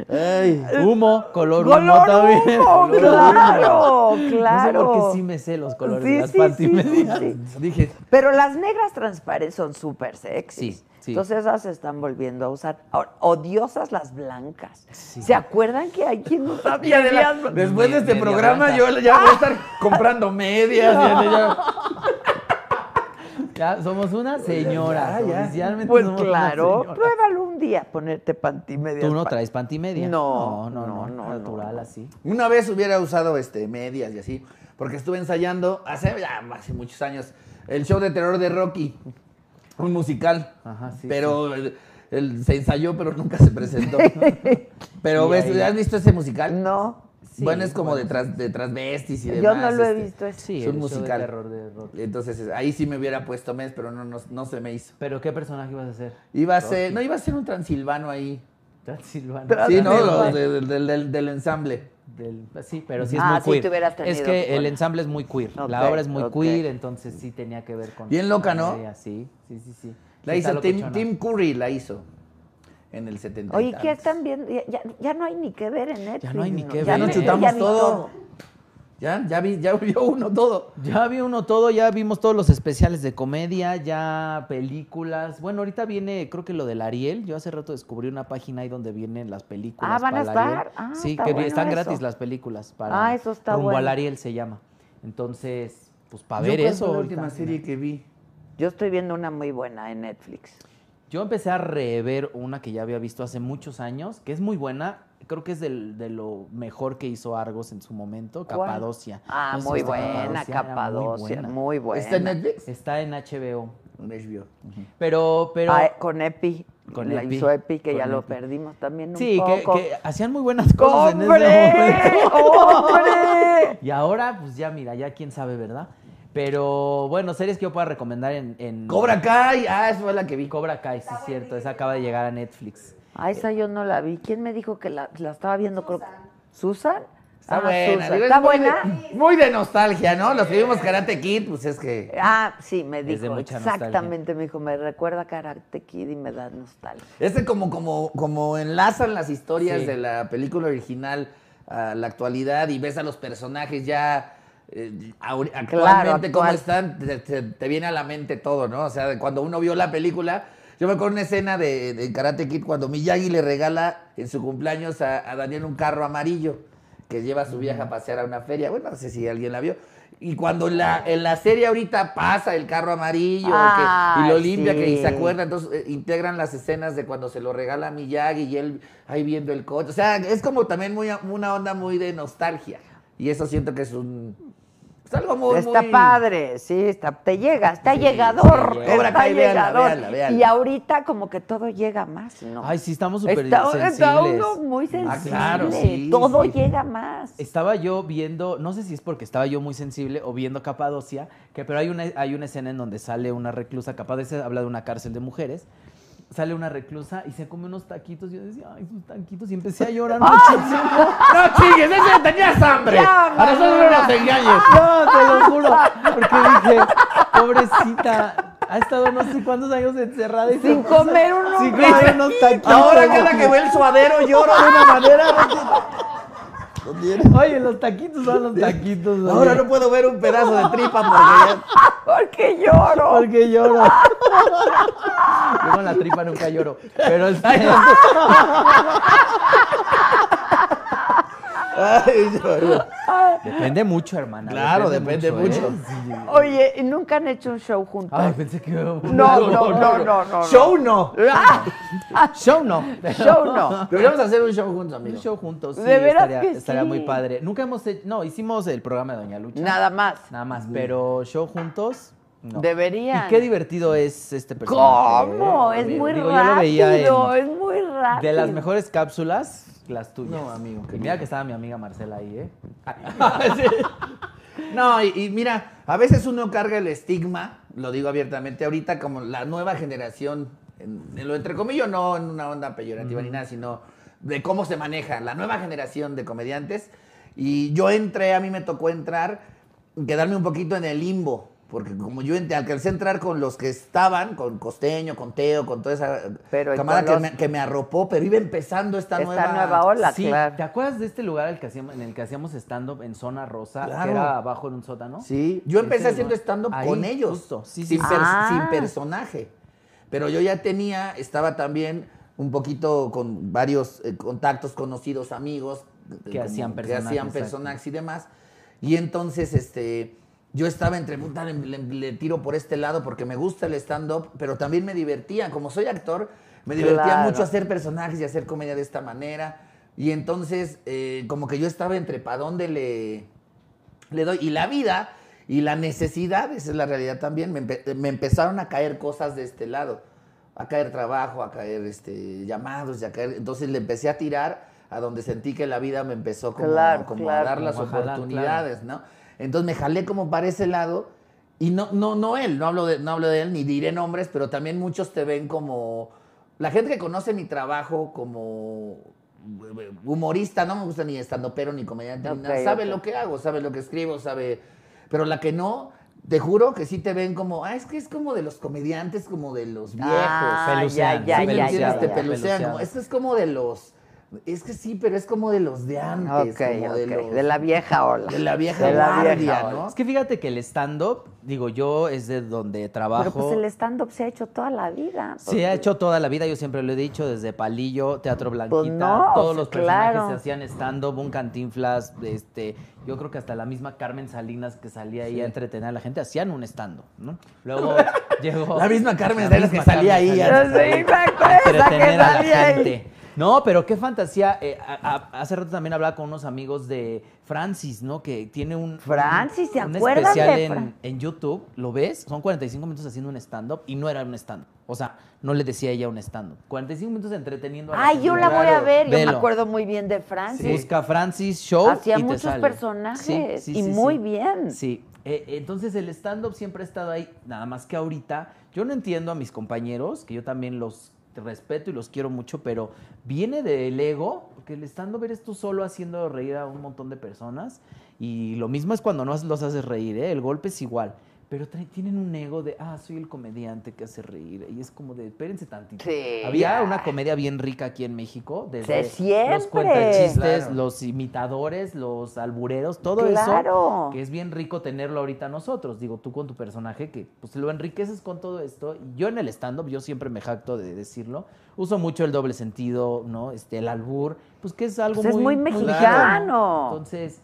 Speaker 6: Ay.
Speaker 5: Humo, color humo
Speaker 1: Eh, Color
Speaker 5: también.
Speaker 1: humo,
Speaker 5: Color
Speaker 1: claro, claro.
Speaker 5: No sé por qué sí me sé los colores de
Speaker 1: Sí,
Speaker 5: las
Speaker 1: sí, sí,
Speaker 5: pantimedias.
Speaker 1: sí,
Speaker 5: Dije,
Speaker 1: Pero las negras transparentes son súper sexys.
Speaker 5: Sí, sí.
Speaker 1: Entonces esas se están volviendo a usar. Ahora, odiosas las blancas. ¿Se acuerdan que hay quien no sabía de las
Speaker 6: Después de este
Speaker 5: Media
Speaker 6: programa
Speaker 5: blanca.
Speaker 6: yo ya voy a estar comprando medias. ya- ya-
Speaker 5: ya somos una señora.
Speaker 6: Ya, ya.
Speaker 5: Oficialmente
Speaker 1: Pues
Speaker 5: somos una
Speaker 1: claro,
Speaker 5: señora.
Speaker 1: pruébalo un día, ponerte pantimedias.
Speaker 5: Tú no
Speaker 1: pa-
Speaker 5: traes pantimedia.
Speaker 1: No,
Speaker 5: no, no,
Speaker 1: no,
Speaker 5: no,
Speaker 1: no,
Speaker 5: natural
Speaker 1: no.
Speaker 5: así.
Speaker 6: Una vez hubiera usado este, medias y así, porque estuve ensayando hace, ya, hace muchos años el show de terror de Rocky, un musical.
Speaker 5: Ajá, sí,
Speaker 6: Pero el- el- se ensayó, pero nunca se presentó. pero
Speaker 5: Y
Speaker 6: ves,
Speaker 5: ahí-
Speaker 6: ¿has visto ese musical?
Speaker 1: No.
Speaker 5: Sí,
Speaker 6: bueno, es como
Speaker 5: bueno,
Speaker 6: de, tras, de transvestis y demás.
Speaker 1: Yo no lo he
Speaker 6: este,
Speaker 1: visto ese.
Speaker 5: Sí,
Speaker 6: es un
Speaker 5: el show de
Speaker 6: musical.
Speaker 5: terror de Rocky.
Speaker 6: Entonces es- ahí sí me hubiera puesto mes, pero no, no, no se me hizo.
Speaker 5: ¿Pero qué personaje ibas a hacer?
Speaker 6: Iba a ser, no, iba a ser un transilvano ahí.
Speaker 5: Transilvano.
Speaker 6: Sí, no,
Speaker 5: Transilvano.
Speaker 6: Los de- del- del- del ensamble.
Speaker 5: Del- sí, pero sí es
Speaker 1: Ah,
Speaker 5: muy
Speaker 1: sí,
Speaker 5: queer.
Speaker 1: te hubieras
Speaker 5: es
Speaker 1: tenido
Speaker 5: que
Speaker 1: que
Speaker 5: el
Speaker 1: poner.
Speaker 5: ensamble es muy queer.
Speaker 1: Ok,
Speaker 5: la obra es muy
Speaker 1: ok.
Speaker 5: queer, entonces sí tenía que ver con.
Speaker 6: Bien loca,
Speaker 5: con
Speaker 6: ¿no?
Speaker 5: ella, Sí, sí, sí. sí.
Speaker 6: La
Speaker 5: Sí está
Speaker 6: hizo Tim,
Speaker 5: locochona.
Speaker 6: Tim Curry, la hizo. En el 70. y
Speaker 1: Oye, ¿qué
Speaker 6: tantos.
Speaker 1: están viendo? Ya, ya- ya no hay ni que ver en Netflix.
Speaker 5: no hay ni
Speaker 1: Ya
Speaker 5: que ver.
Speaker 6: Ya
Speaker 5: Ya
Speaker 1: no-
Speaker 6: nos
Speaker 5: me-
Speaker 6: chutamos
Speaker 1: ya vi
Speaker 6: todo. Ya, ya vi, ya vio uno todo.
Speaker 5: Ya vi uno todo, ya vimos todos los especiales de comedia, ya películas. Bueno, ahorita viene, creo que lo del Ariel. Yo hace rato descubrí una página ahí donde vienen las películas.
Speaker 1: Ah, ¿van a
Speaker 5: para el Ariel.
Speaker 1: estar? Ah,
Speaker 5: sí,
Speaker 1: está
Speaker 5: que
Speaker 1: bueno
Speaker 5: están
Speaker 1: eso.
Speaker 5: gratis las películas. Para,
Speaker 1: Ah, eso está
Speaker 5: Rumbo al
Speaker 1: bueno.
Speaker 5: Ariel se llama. Entonces, pues para
Speaker 6: Yo,
Speaker 5: ver
Speaker 6: ¿cuál
Speaker 5: eso.
Speaker 6: fue la
Speaker 5: ahorita,
Speaker 6: última serie que vi.
Speaker 1: Yo estoy viendo una muy buena en Netflix.
Speaker 5: Yo empecé a rever una que ya había visto hace muchos años, que es muy buena. Creo que es del- de lo mejor que hizo Argos en su momento,
Speaker 1: ¿Cuál?
Speaker 5: Capadocia.
Speaker 1: Ah,
Speaker 5: No sé si
Speaker 1: muy
Speaker 5: viste
Speaker 1: buena,
Speaker 5: Capadocia, era muy
Speaker 1: Capadocia.
Speaker 5: buena.
Speaker 1: Muy buena.
Speaker 6: ¿Está en Netflix?
Speaker 5: Está en HBO.
Speaker 6: En HBO.
Speaker 5: Pero, pero.
Speaker 1: Ah, con Epi.
Speaker 5: Con
Speaker 1: la
Speaker 5: Epi,
Speaker 1: hizo Epi, que
Speaker 5: con
Speaker 1: ya lo
Speaker 5: Epi.
Speaker 1: perdimos también un
Speaker 5: sí, que,
Speaker 1: poco.
Speaker 5: que hacían muy buenas cosas en ese
Speaker 1: ¡Hombre!
Speaker 5: momento.
Speaker 1: ¡Hombre!
Speaker 5: Y ahora, pues ya, mira, ya quién sabe, ¿verdad? Pero bueno, series que yo pueda recomendar en. en-
Speaker 6: Cobra Kai. Ah, esa fue la que vi.
Speaker 5: Cobra Kai, sí, es cierto. Esa acaba de llegar a Netflix.
Speaker 1: Ah, esa yo no la vi. ¿Quién me dijo que la, la estaba viendo? Creo que- ¿Susan?
Speaker 6: Está
Speaker 1: Ah,
Speaker 6: buena.
Speaker 1: Susan.
Speaker 6: digo, es
Speaker 1: ¿Está
Speaker 6: muy de-
Speaker 1: buena?
Speaker 6: muy de nostalgia, ¿no? Los que vimos Karate Kid, pues es que...
Speaker 1: Ah, sí, me
Speaker 5: Es de
Speaker 1: dijo.
Speaker 5: mucha nostalgia.
Speaker 1: Exactamente, me dijo, me recuerda a Karate Kid y me da nostalgia.
Speaker 6: Este como, como, como enlazan las historias
Speaker 5: Sí.
Speaker 6: de la película original a la actualidad y ves a los personajes ya eh, ahori- actualmente cómo
Speaker 1: actual.
Speaker 6: están, te, te- te viene a la mente todo, ¿no? O sea, de cuando uno vio la película, yo me acuerdo una escena de, de Karate Kid cuando Miyagi le regala en su cumpleaños a, a Daniel un carro amarillo que lleva a su viaje a pasear a una feria. Bueno, no sé si alguien la vio. Y cuando en la, en la serie ahorita pasa el carro amarillo que- y lo
Speaker 1: Ay,
Speaker 6: limpia, que y se
Speaker 1: sí.
Speaker 6: acuerda entonces eh, integran las escenas de cuando se lo regala a Miyagi y él ahí viendo el coche. O sea, es como también muy a- una onda muy de nostalgia. Y eso siento que es un. Es algo muy.
Speaker 1: Está
Speaker 6: muy-
Speaker 1: padre, sí, está, te llega, está
Speaker 6: Sí,
Speaker 1: llegador,
Speaker 6: sí, llega. Cobra
Speaker 1: está
Speaker 6: Kai, véanla,
Speaker 1: llegador.
Speaker 6: véanla, véanla.
Speaker 1: Y ahorita como que todo llega más, ¿no?
Speaker 5: Ay, sí, estamos súper
Speaker 1: está,
Speaker 5: sensibles.
Speaker 1: está uno muy sensible,
Speaker 6: Ah, claro, sí,
Speaker 1: todo
Speaker 6: sí.
Speaker 1: llega más.
Speaker 5: Estaba yo viendo, no sé si es porque estaba yo muy sensible o viendo Capadocia, que pero hay una, hay una escena en donde sale una reclusa, Capadocia habla de una cárcel de mujeres, sale una reclusa y se come unos taquitos, y yo decía, ay, sus taquitos, y empecé a llorar muchísimo.
Speaker 6: ¡No chingues! ¡Ese tenías hambre!
Speaker 1: Ya,
Speaker 6: ¡A nosotros no nos engañes!
Speaker 5: No, te lo juro, porque dije, pobrecita, ha estado no sé cuántos años encerrada y
Speaker 1: Sin
Speaker 5: se-
Speaker 1: comer unos
Speaker 5: sin comer unos taquitos.
Speaker 6: Ahora cada que ve el suadero lloro de una manera.
Speaker 5: Oye, los taquitos son los taquitos. oye.
Speaker 6: Ahora no puedo ver un pedazo de tripa porque
Speaker 5: Ah,
Speaker 6: ya-
Speaker 1: Porque lloro.
Speaker 5: Porque lloro. Yo con la tripa nunca lloro. Pero el
Speaker 6: Ay, lloro.
Speaker 5: Depende mucho, hermana.
Speaker 6: Claro, depende
Speaker 5: ¿eh?
Speaker 6: mucho.
Speaker 5: Sí.
Speaker 1: Oye, ¿y nunca han hecho un show juntos?
Speaker 5: Ay, pensé que. No,
Speaker 1: no, no, no, no, no.
Speaker 6: Show no.
Speaker 5: Show no.
Speaker 1: Show no.
Speaker 6: Deberíamos hacer un show juntos, amigo.
Speaker 5: Un show juntos. Sí,
Speaker 1: De veras
Speaker 5: estaría,
Speaker 1: que
Speaker 5: estaría
Speaker 1: sí.
Speaker 5: muy padre. Nunca hemos hecho. No, hicimos el programa de Doña Lucha.
Speaker 1: Nada más.
Speaker 5: Nada más. Pero show juntos. No.
Speaker 1: Deberían.
Speaker 5: Y qué divertido es este personaje. ¿eh?
Speaker 1: ¿Cómo? Es
Speaker 5: Digo,
Speaker 1: muy
Speaker 5: yo lo veía en-
Speaker 1: rápido, es muy rápido.
Speaker 5: De las mejores cápsulas, las tuyas. No, amigo.
Speaker 6: qué
Speaker 5: mira
Speaker 6: lindo.
Speaker 5: que estaba mi amiga Marcela ahí, ¿eh?
Speaker 6: No, y, y mira, a veces uno carga el estigma, lo digo abiertamente ahorita, como la nueva generación, en, en lo entre comillas, no en una onda peyorativa ni nada, sino de cómo se maneja la nueva generación de comediantes. Y yo entré, a mí me tocó entrar, quedarme un poquito en el limbo, porque como yo ent- alcancé a entrar con los que estaban, con Costeño, con Teo, con toda esa
Speaker 1: Pero, ¿y
Speaker 6: camada
Speaker 1: con
Speaker 6: que
Speaker 1: los-
Speaker 6: me, que me arropó, pero iba empezando esta,
Speaker 1: Esta nueva ola,
Speaker 5: sí,
Speaker 1: claro.
Speaker 5: ¿te acuerdas de este lugar al que hacíamos- en el que hacíamos stand-up en Zona Rosa,
Speaker 6: Claro.
Speaker 5: que era abajo en un sótano?
Speaker 6: Sí, yo empecé
Speaker 5: Ese
Speaker 6: haciendo
Speaker 5: lugar.
Speaker 6: stand-up
Speaker 5: Ahí,
Speaker 6: con ellos,
Speaker 5: justo. Sí, sí,
Speaker 6: sin,
Speaker 5: sí.
Speaker 6: per-
Speaker 1: Ah.
Speaker 6: sin personaje. Pero yo ya tenía, estaba también un poquito con varios eh, contactos conocidos, amigos. eh,
Speaker 5: Que hacían
Speaker 6: Que
Speaker 5: personajes,
Speaker 6: hacían
Speaker 5: exacto.
Speaker 6: personajes y demás. Y entonces, este, yo estaba entre, puta, le, le- le tiro por este lado porque me gusta el stand-up, pero también me divertía. Como soy actor, me divertía
Speaker 1: Claro.
Speaker 6: mucho hacer personajes y hacer comedia de esta manera. Y entonces, eh, como que yo estaba entre para dónde le le doy. Y la vida y la necesidad, esa es la realidad también, me, empe- me empezaron a caer cosas de este lado. A caer trabajo, a caer este, llamados, y a caer... Entonces le empecé a tirar a donde sentí que la vida me empezó como,
Speaker 1: Claro,
Speaker 6: como a
Speaker 1: claro.
Speaker 6: dar las
Speaker 5: Como a jalar,
Speaker 6: oportunidades, ¿no? Entonces me jalé como para ese lado. Y no, no, no él, no hablo, de, no hablo de él, ni diré nombres, pero también muchos te ven como... La gente que conoce mi trabajo como eh, humorista, no me gusta ni estando pero ni comediante, ni nada,
Speaker 1: Ok,
Speaker 6: sabe
Speaker 1: ok.
Speaker 6: lo que hago, sabe lo que escribo, sabe... Pero la que no, te juro que sí te ven como, ah, es que es como de los comediantes, como de los viejos.
Speaker 1: Ah,
Speaker 5: pelucean,
Speaker 1: ya,
Speaker 6: ¿Sí
Speaker 1: ya,
Speaker 6: me
Speaker 1: ya,
Speaker 6: entiendes?
Speaker 1: ya,
Speaker 6: Te
Speaker 1: ya.
Speaker 6: pelucean,
Speaker 5: Pelucean.
Speaker 6: como, esto es como de los... Es que sí, pero es como de los de antes,
Speaker 1: Ok,
Speaker 6: como de
Speaker 1: ok,
Speaker 6: los-
Speaker 1: de la vieja ola.
Speaker 6: de la vieja
Speaker 1: De la
Speaker 6: guardia,
Speaker 1: vieja ola.
Speaker 6: ¿no?
Speaker 5: Es que fíjate que el stand-up, digo yo, es de donde trabajo.
Speaker 1: Pero pues el stand-up se ha hecho toda la vida.
Speaker 5: Se ha
Speaker 1: porque-
Speaker 5: hecho toda la vida, yo siempre lo he dicho, desde Palillo, Teatro
Speaker 6: Pues
Speaker 5: Blanquita,
Speaker 1: no, o
Speaker 5: todos
Speaker 1: sea,
Speaker 5: los personajes
Speaker 1: claro.
Speaker 5: se hacían stand-up, un cantinflas, este, yo creo que hasta la misma Carmen Salinas que salía ahí a entretener a la gente, hacían un stand-up, ¿no? Luego llegó...
Speaker 6: La misma Carmen
Speaker 5: la
Speaker 6: Salinas
Speaker 5: misma
Speaker 6: que salía
Speaker 5: Carmen
Speaker 6: ahí a-
Speaker 5: Salinas
Speaker 1: Sí, me acuerdo, esa que
Speaker 5: entretener a la
Speaker 1: salía ahí.
Speaker 5: gente. No, pero qué fantasía. eh, a- a- hace rato también hablaba con unos amigos de Francis, ¿no? Que tiene un.
Speaker 1: Francis, ¿se
Speaker 5: un
Speaker 1: acuerdan
Speaker 5: especial
Speaker 1: de
Speaker 5: en,
Speaker 1: Fran-
Speaker 5: en YouTube, ¿lo ves? Son 45 minutos haciendo un stand-up y no era un stand-up. O sea, no le decía ella un stand-up. 45 minutos entreteniendo a la
Speaker 1: Ay,
Speaker 5: gente.
Speaker 1: yo la voy a
Speaker 6: Claro,
Speaker 1: ver, yo me
Speaker 5: velo.
Speaker 1: acuerdo muy bien de Francis.
Speaker 5: Busca Francis Show.
Speaker 1: Hacía
Speaker 5: Oh, y te
Speaker 1: muchos
Speaker 5: sale.
Speaker 1: personajes, y muy bien.
Speaker 5: Sí. Eh, entonces el stand-up siempre ha estado ahí, nada más que ahorita. Yo no entiendo a mis compañeros, que yo también los te respeto y los quiero mucho, pero viene del ego, porque el stand-up eres tú solo haciendo reír a un montón de personas. Y lo mismo es cuando no los haces reír, ¿eh? el golpe es igual. Pero tra- tienen un ego de, ah, soy el comediante que hace reír. Y es como de, espérense tantito.
Speaker 1: Sí.
Speaker 5: Había una comedia bien rica aquí en México. Desde
Speaker 1: De
Speaker 5: Los
Speaker 1: siempre.
Speaker 5: cuentachistes,
Speaker 6: Claro.
Speaker 5: los imitadores, los albureros, todo
Speaker 1: Claro.
Speaker 5: eso. Que es bien rico tenerlo ahorita nosotros. Digo, tú con tu personaje que pues lo enriqueces con todo esto. Y yo en el stand-up, yo siempre me jacto de decirlo. Uso mucho el doble sentido, ¿no? Este, el albur, pues que es algo
Speaker 1: Pues es
Speaker 5: muy...
Speaker 1: muy
Speaker 5: claro.
Speaker 1: mexicano.
Speaker 5: Entonces,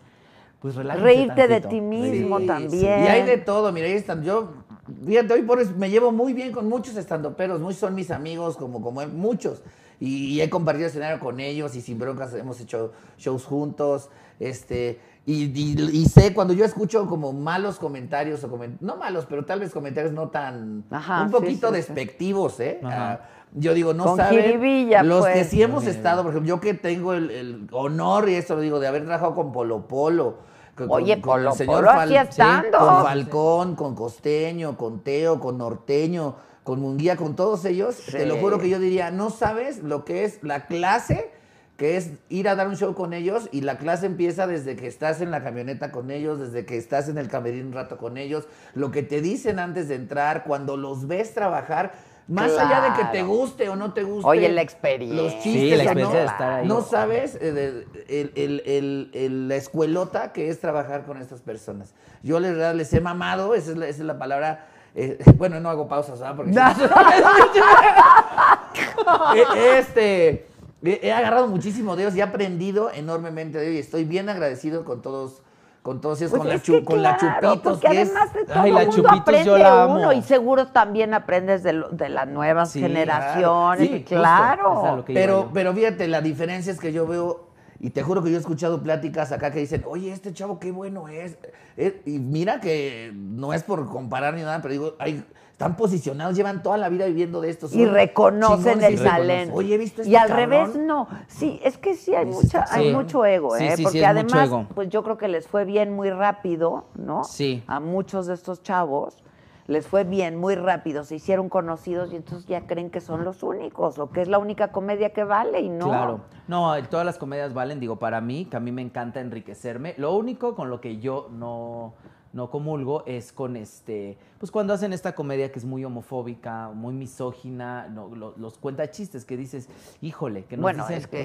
Speaker 5: pues relájate
Speaker 1: Reírte de ti
Speaker 6: Sí,
Speaker 1: mismo
Speaker 6: sí.
Speaker 1: también.
Speaker 6: Y hay de todo, mira, ahí están. Yo, fíjate, hoy por hoy me llevo muy bien con muchos estandoperos, muchos son mis amigos, como, como él, muchos. Y, y he compartido escenario con ellos y sin broncas hemos hecho shows juntos. Este, y, y- y sé, cuando yo escucho como malos comentarios, o comen- no malos, pero tal vez comentarios no tan.
Speaker 1: Ajá,
Speaker 6: un
Speaker 1: sí,
Speaker 6: poquito
Speaker 1: sí, sí.
Speaker 6: despectivos, ¿eh?
Speaker 5: Ajá.
Speaker 6: Ah, yo digo, no
Speaker 1: Con
Speaker 6: saben.
Speaker 1: jiribilla,
Speaker 6: Los que
Speaker 1: pues.
Speaker 6: sí hemos estado, por ejemplo, yo que tengo el, el honor, y eso lo digo, de haber trabajado con Polo Polo. Con-
Speaker 1: Oye,
Speaker 6: con-
Speaker 1: Polo
Speaker 6: con el señor
Speaker 1: Polo hacía
Speaker 6: sí,
Speaker 1: stand-up.
Speaker 6: Con Falcón, con Costeño, con Teo, con Norteño, con Munguía, con todos ellos. Te lo juro que yo diría, no sabes lo que es la clase, que es ir a dar un show con ellos y la clase empieza desde que estás en la camioneta con ellos, desde que estás en el camerín un rato con ellos, lo que te dicen antes de entrar, cuando los ves trabajar. Más allá de que te
Speaker 1: Claro.
Speaker 6: guste o no te guste.
Speaker 1: Oye, la experiencia.
Speaker 6: Los chistes.
Speaker 5: Sí, la
Speaker 6: o no,
Speaker 5: experiencia de estar ahí.
Speaker 6: No sabes eh, de- el- el- el- el- la escuelota que es trabajar con estas personas. Yo les, les he mamado, esa es la, esa es la palabra. eh, bueno, no hago pausas, ¿verdad? Porque Eh, este. He he agarrado muchísimo de ellos y he aprendido enormemente de ellos. Y estoy bien agradecido con todos, con todos ellos,
Speaker 1: Pues
Speaker 6: con, la
Speaker 1: es
Speaker 6: chu-
Speaker 1: que
Speaker 6: con la
Speaker 1: claro,
Speaker 6: chupitos.
Speaker 1: Porque
Speaker 6: que es-
Speaker 1: además de todo
Speaker 5: Ay, la
Speaker 1: mundo
Speaker 5: Chupitos yo
Speaker 1: aprende
Speaker 5: la amo.
Speaker 1: uno y seguro también aprendes de, lo- de las nuevas
Speaker 5: Sí,
Speaker 1: generaciones.
Speaker 5: claro. Sí, justo, es a
Speaker 1: claro.
Speaker 5: lo que- iba
Speaker 6: Pero,
Speaker 5: yo.
Speaker 6: pero fíjate, la diferencia es que yo veo, y te juro que yo he escuchado pláticas acá que dicen, oye, este chavo qué bueno es. Eh, y mira que no es por comparar ni nada, pero digo, ay, están posicionados, llevan toda la vida viviendo de esto.
Speaker 1: y
Speaker 6: son
Speaker 1: reconocen
Speaker 6: chingones y
Speaker 1: el
Speaker 6: reconocen.
Speaker 1: talento.
Speaker 6: Oye, ¿viste
Speaker 1: y
Speaker 6: este
Speaker 1: al
Speaker 6: cabrón?
Speaker 1: revés, no. Sí, es que sí hay, mucha, hay
Speaker 5: Sí.
Speaker 1: mucho ego,
Speaker 5: Sí,
Speaker 1: ¿eh?
Speaker 5: sí, sí,
Speaker 1: Porque
Speaker 5: es mucho
Speaker 1: además,
Speaker 5: ego.
Speaker 1: pues yo creo que les fue bien muy rápido, ¿no?
Speaker 5: Sí.
Speaker 1: A muchos de estos chavos les fue bien muy rápido, se hicieron conocidos y entonces ya creen que son los únicos o que es la única comedia que vale y no.
Speaker 5: Claro. No, eh, todas las comedias valen, digo, para mí, que a mí me encanta enriquecerme. Lo único con lo que yo no, no comulgo es con este. Pues cuando hacen esta comedia que es muy homofóbica, muy misógina, no, lo- los cuenta chistes que dices, híjole, que nos
Speaker 1: Bueno,
Speaker 5: dicen-
Speaker 1: es que,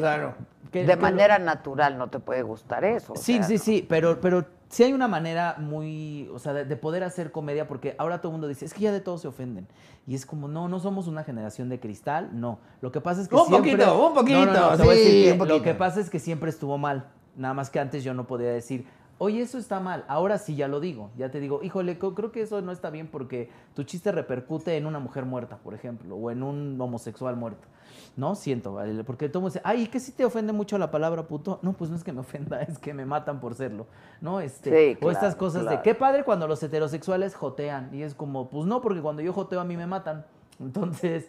Speaker 5: que-
Speaker 1: de
Speaker 5: que lo-
Speaker 1: manera natural no te puede gustar eso. o
Speaker 5: Sí,
Speaker 1: sea,
Speaker 5: sí, sí, pero, pero sí hay una manera muy, o sea, de, de poder hacer comedia, porque ahora todo el mundo dice, es que ya de todos se ofenden. Y es como, no, no somos una generación de cristal, no. Lo que pasa es que
Speaker 6: Un
Speaker 5: siempre-
Speaker 6: poquito, un poquito,
Speaker 5: No, no, no, te voy a
Speaker 6: sí,
Speaker 5: decir que
Speaker 6: un
Speaker 5: Lo
Speaker 6: poquito.
Speaker 5: que pasa es que siempre estuvo mal, nada más que antes yo no podía decir... Oye, eso está mal. Ahora sí ya lo digo. Ya te digo, híjole, co- creo que eso no está bien porque tu chiste repercute en una mujer muerta, por ejemplo, o en un homosexual muerto. No siento, el- porque todo el mundo dice, ay, ¿y que si te ofende mucho la palabra puto? No, pues no es que me ofenda, es que me matan por serlo. No, este,
Speaker 1: Sí,
Speaker 5: o estas
Speaker 1: claro,
Speaker 5: cosas
Speaker 1: claro.
Speaker 5: de qué padre cuando los heterosexuales jotean. Y es como, pues no, porque cuando yo joteo a mí me matan. Entonces,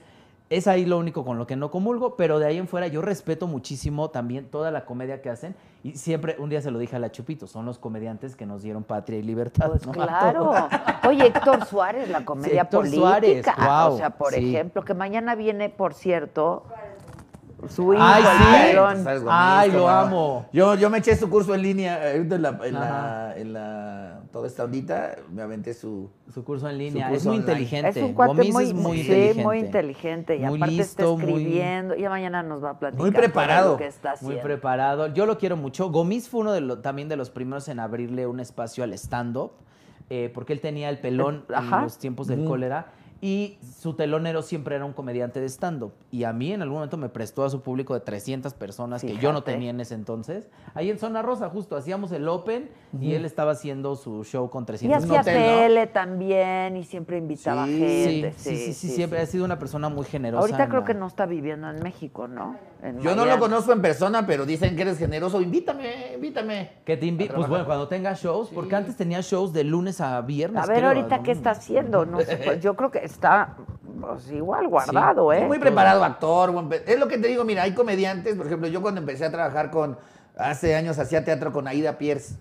Speaker 5: es ahí lo único con lo que no comulgo, pero de ahí en fuera yo respeto muchísimo también toda la comedia que hacen. Y siempre, un día se lo dije a la Chupito, son los comediantes que nos dieron patria y libertad.
Speaker 1: Pues
Speaker 5: ¿no? A
Speaker 1: claro.
Speaker 5: todos.
Speaker 1: Oye, Héctor Suárez, la comedia
Speaker 5: Héctor
Speaker 1: política. Ah,
Speaker 5: Suárez,
Speaker 1: o
Speaker 5: guau,
Speaker 1: sea, por
Speaker 5: sí.
Speaker 1: ejemplo, que mañana viene, por cierto, su hijo,
Speaker 5: Ay,
Speaker 1: el
Speaker 5: sí.
Speaker 1: pelón.
Speaker 6: Sabes, Gomis,
Speaker 5: Ay,
Speaker 6: cómo
Speaker 5: lo
Speaker 6: no.
Speaker 5: amo.
Speaker 6: Yo, yo me eché su curso en línea, eh, en la, en la,
Speaker 5: Ajá.
Speaker 6: en la- toda esta ondita, me aventé su...
Speaker 5: Su curso en línea,
Speaker 6: curso
Speaker 5: es muy
Speaker 6: online.
Speaker 5: inteligente.
Speaker 1: Es un cuate
Speaker 5: Gomis
Speaker 1: muy,
Speaker 5: es muy
Speaker 1: sí,
Speaker 5: inteligente.
Speaker 1: muy inteligente. Y
Speaker 5: Muy
Speaker 1: aparte
Speaker 5: listo,
Speaker 1: está
Speaker 5: muy-
Speaker 1: escribiendo. Ya mañana nos va a platicar.
Speaker 6: Muy
Speaker 1: todo
Speaker 6: preparado.
Speaker 1: lo que está
Speaker 5: Muy
Speaker 1: haciendo.
Speaker 5: preparado. Yo lo quiero mucho. Gomis fue uno de lo- también de los primeros en abrirle un espacio al stand-up, eh, porque él tenía el pelón
Speaker 1: Eh, ajá.
Speaker 5: en los tiempos del cólera. Y su telonero siempre era un comediante de stand-up. Y a mí en algún momento me prestó a su público de 300 personas que yo no
Speaker 1: Fíjate.
Speaker 5: tenía en ese entonces. Ahí en Zona Rosa, justo, hacíamos el Open y él estaba haciendo su show con
Speaker 1: y
Speaker 5: 300
Speaker 1: hacía
Speaker 5: personas.
Speaker 6: hotel, ¿no?
Speaker 1: tele también y siempre invitaba
Speaker 6: Sí,
Speaker 5: Sí,
Speaker 1: gente.
Speaker 5: sí, sí, sí, siempre ha sido una persona muy generosa.
Speaker 1: Ahorita
Speaker 5: en
Speaker 1: creo
Speaker 5: la-
Speaker 1: que no está viviendo en México, ¿no? En
Speaker 6: Yo no
Speaker 1: Miami.
Speaker 6: lo conozco en persona, pero dicen que eres generoso, invítame, invítame.
Speaker 5: Que te invi-
Speaker 6: A
Speaker 5: Pues
Speaker 6: trabajar.
Speaker 5: bueno, cuando tenga shows, porque antes tenía shows de lunes a viernes.
Speaker 1: A ver
Speaker 5: creo,
Speaker 1: ahorita qué
Speaker 5: domingo.
Speaker 1: está haciendo. No sé, pues, yo creo que está pues, igual guardado,
Speaker 6: Es
Speaker 1: ¿eh?
Speaker 6: Muy preparado actor. buen pe- Es lo que te digo, mira, hay comediantes, por ejemplo, yo cuando empecé a trabajar con, hace años hacía teatro con Aida Pierce,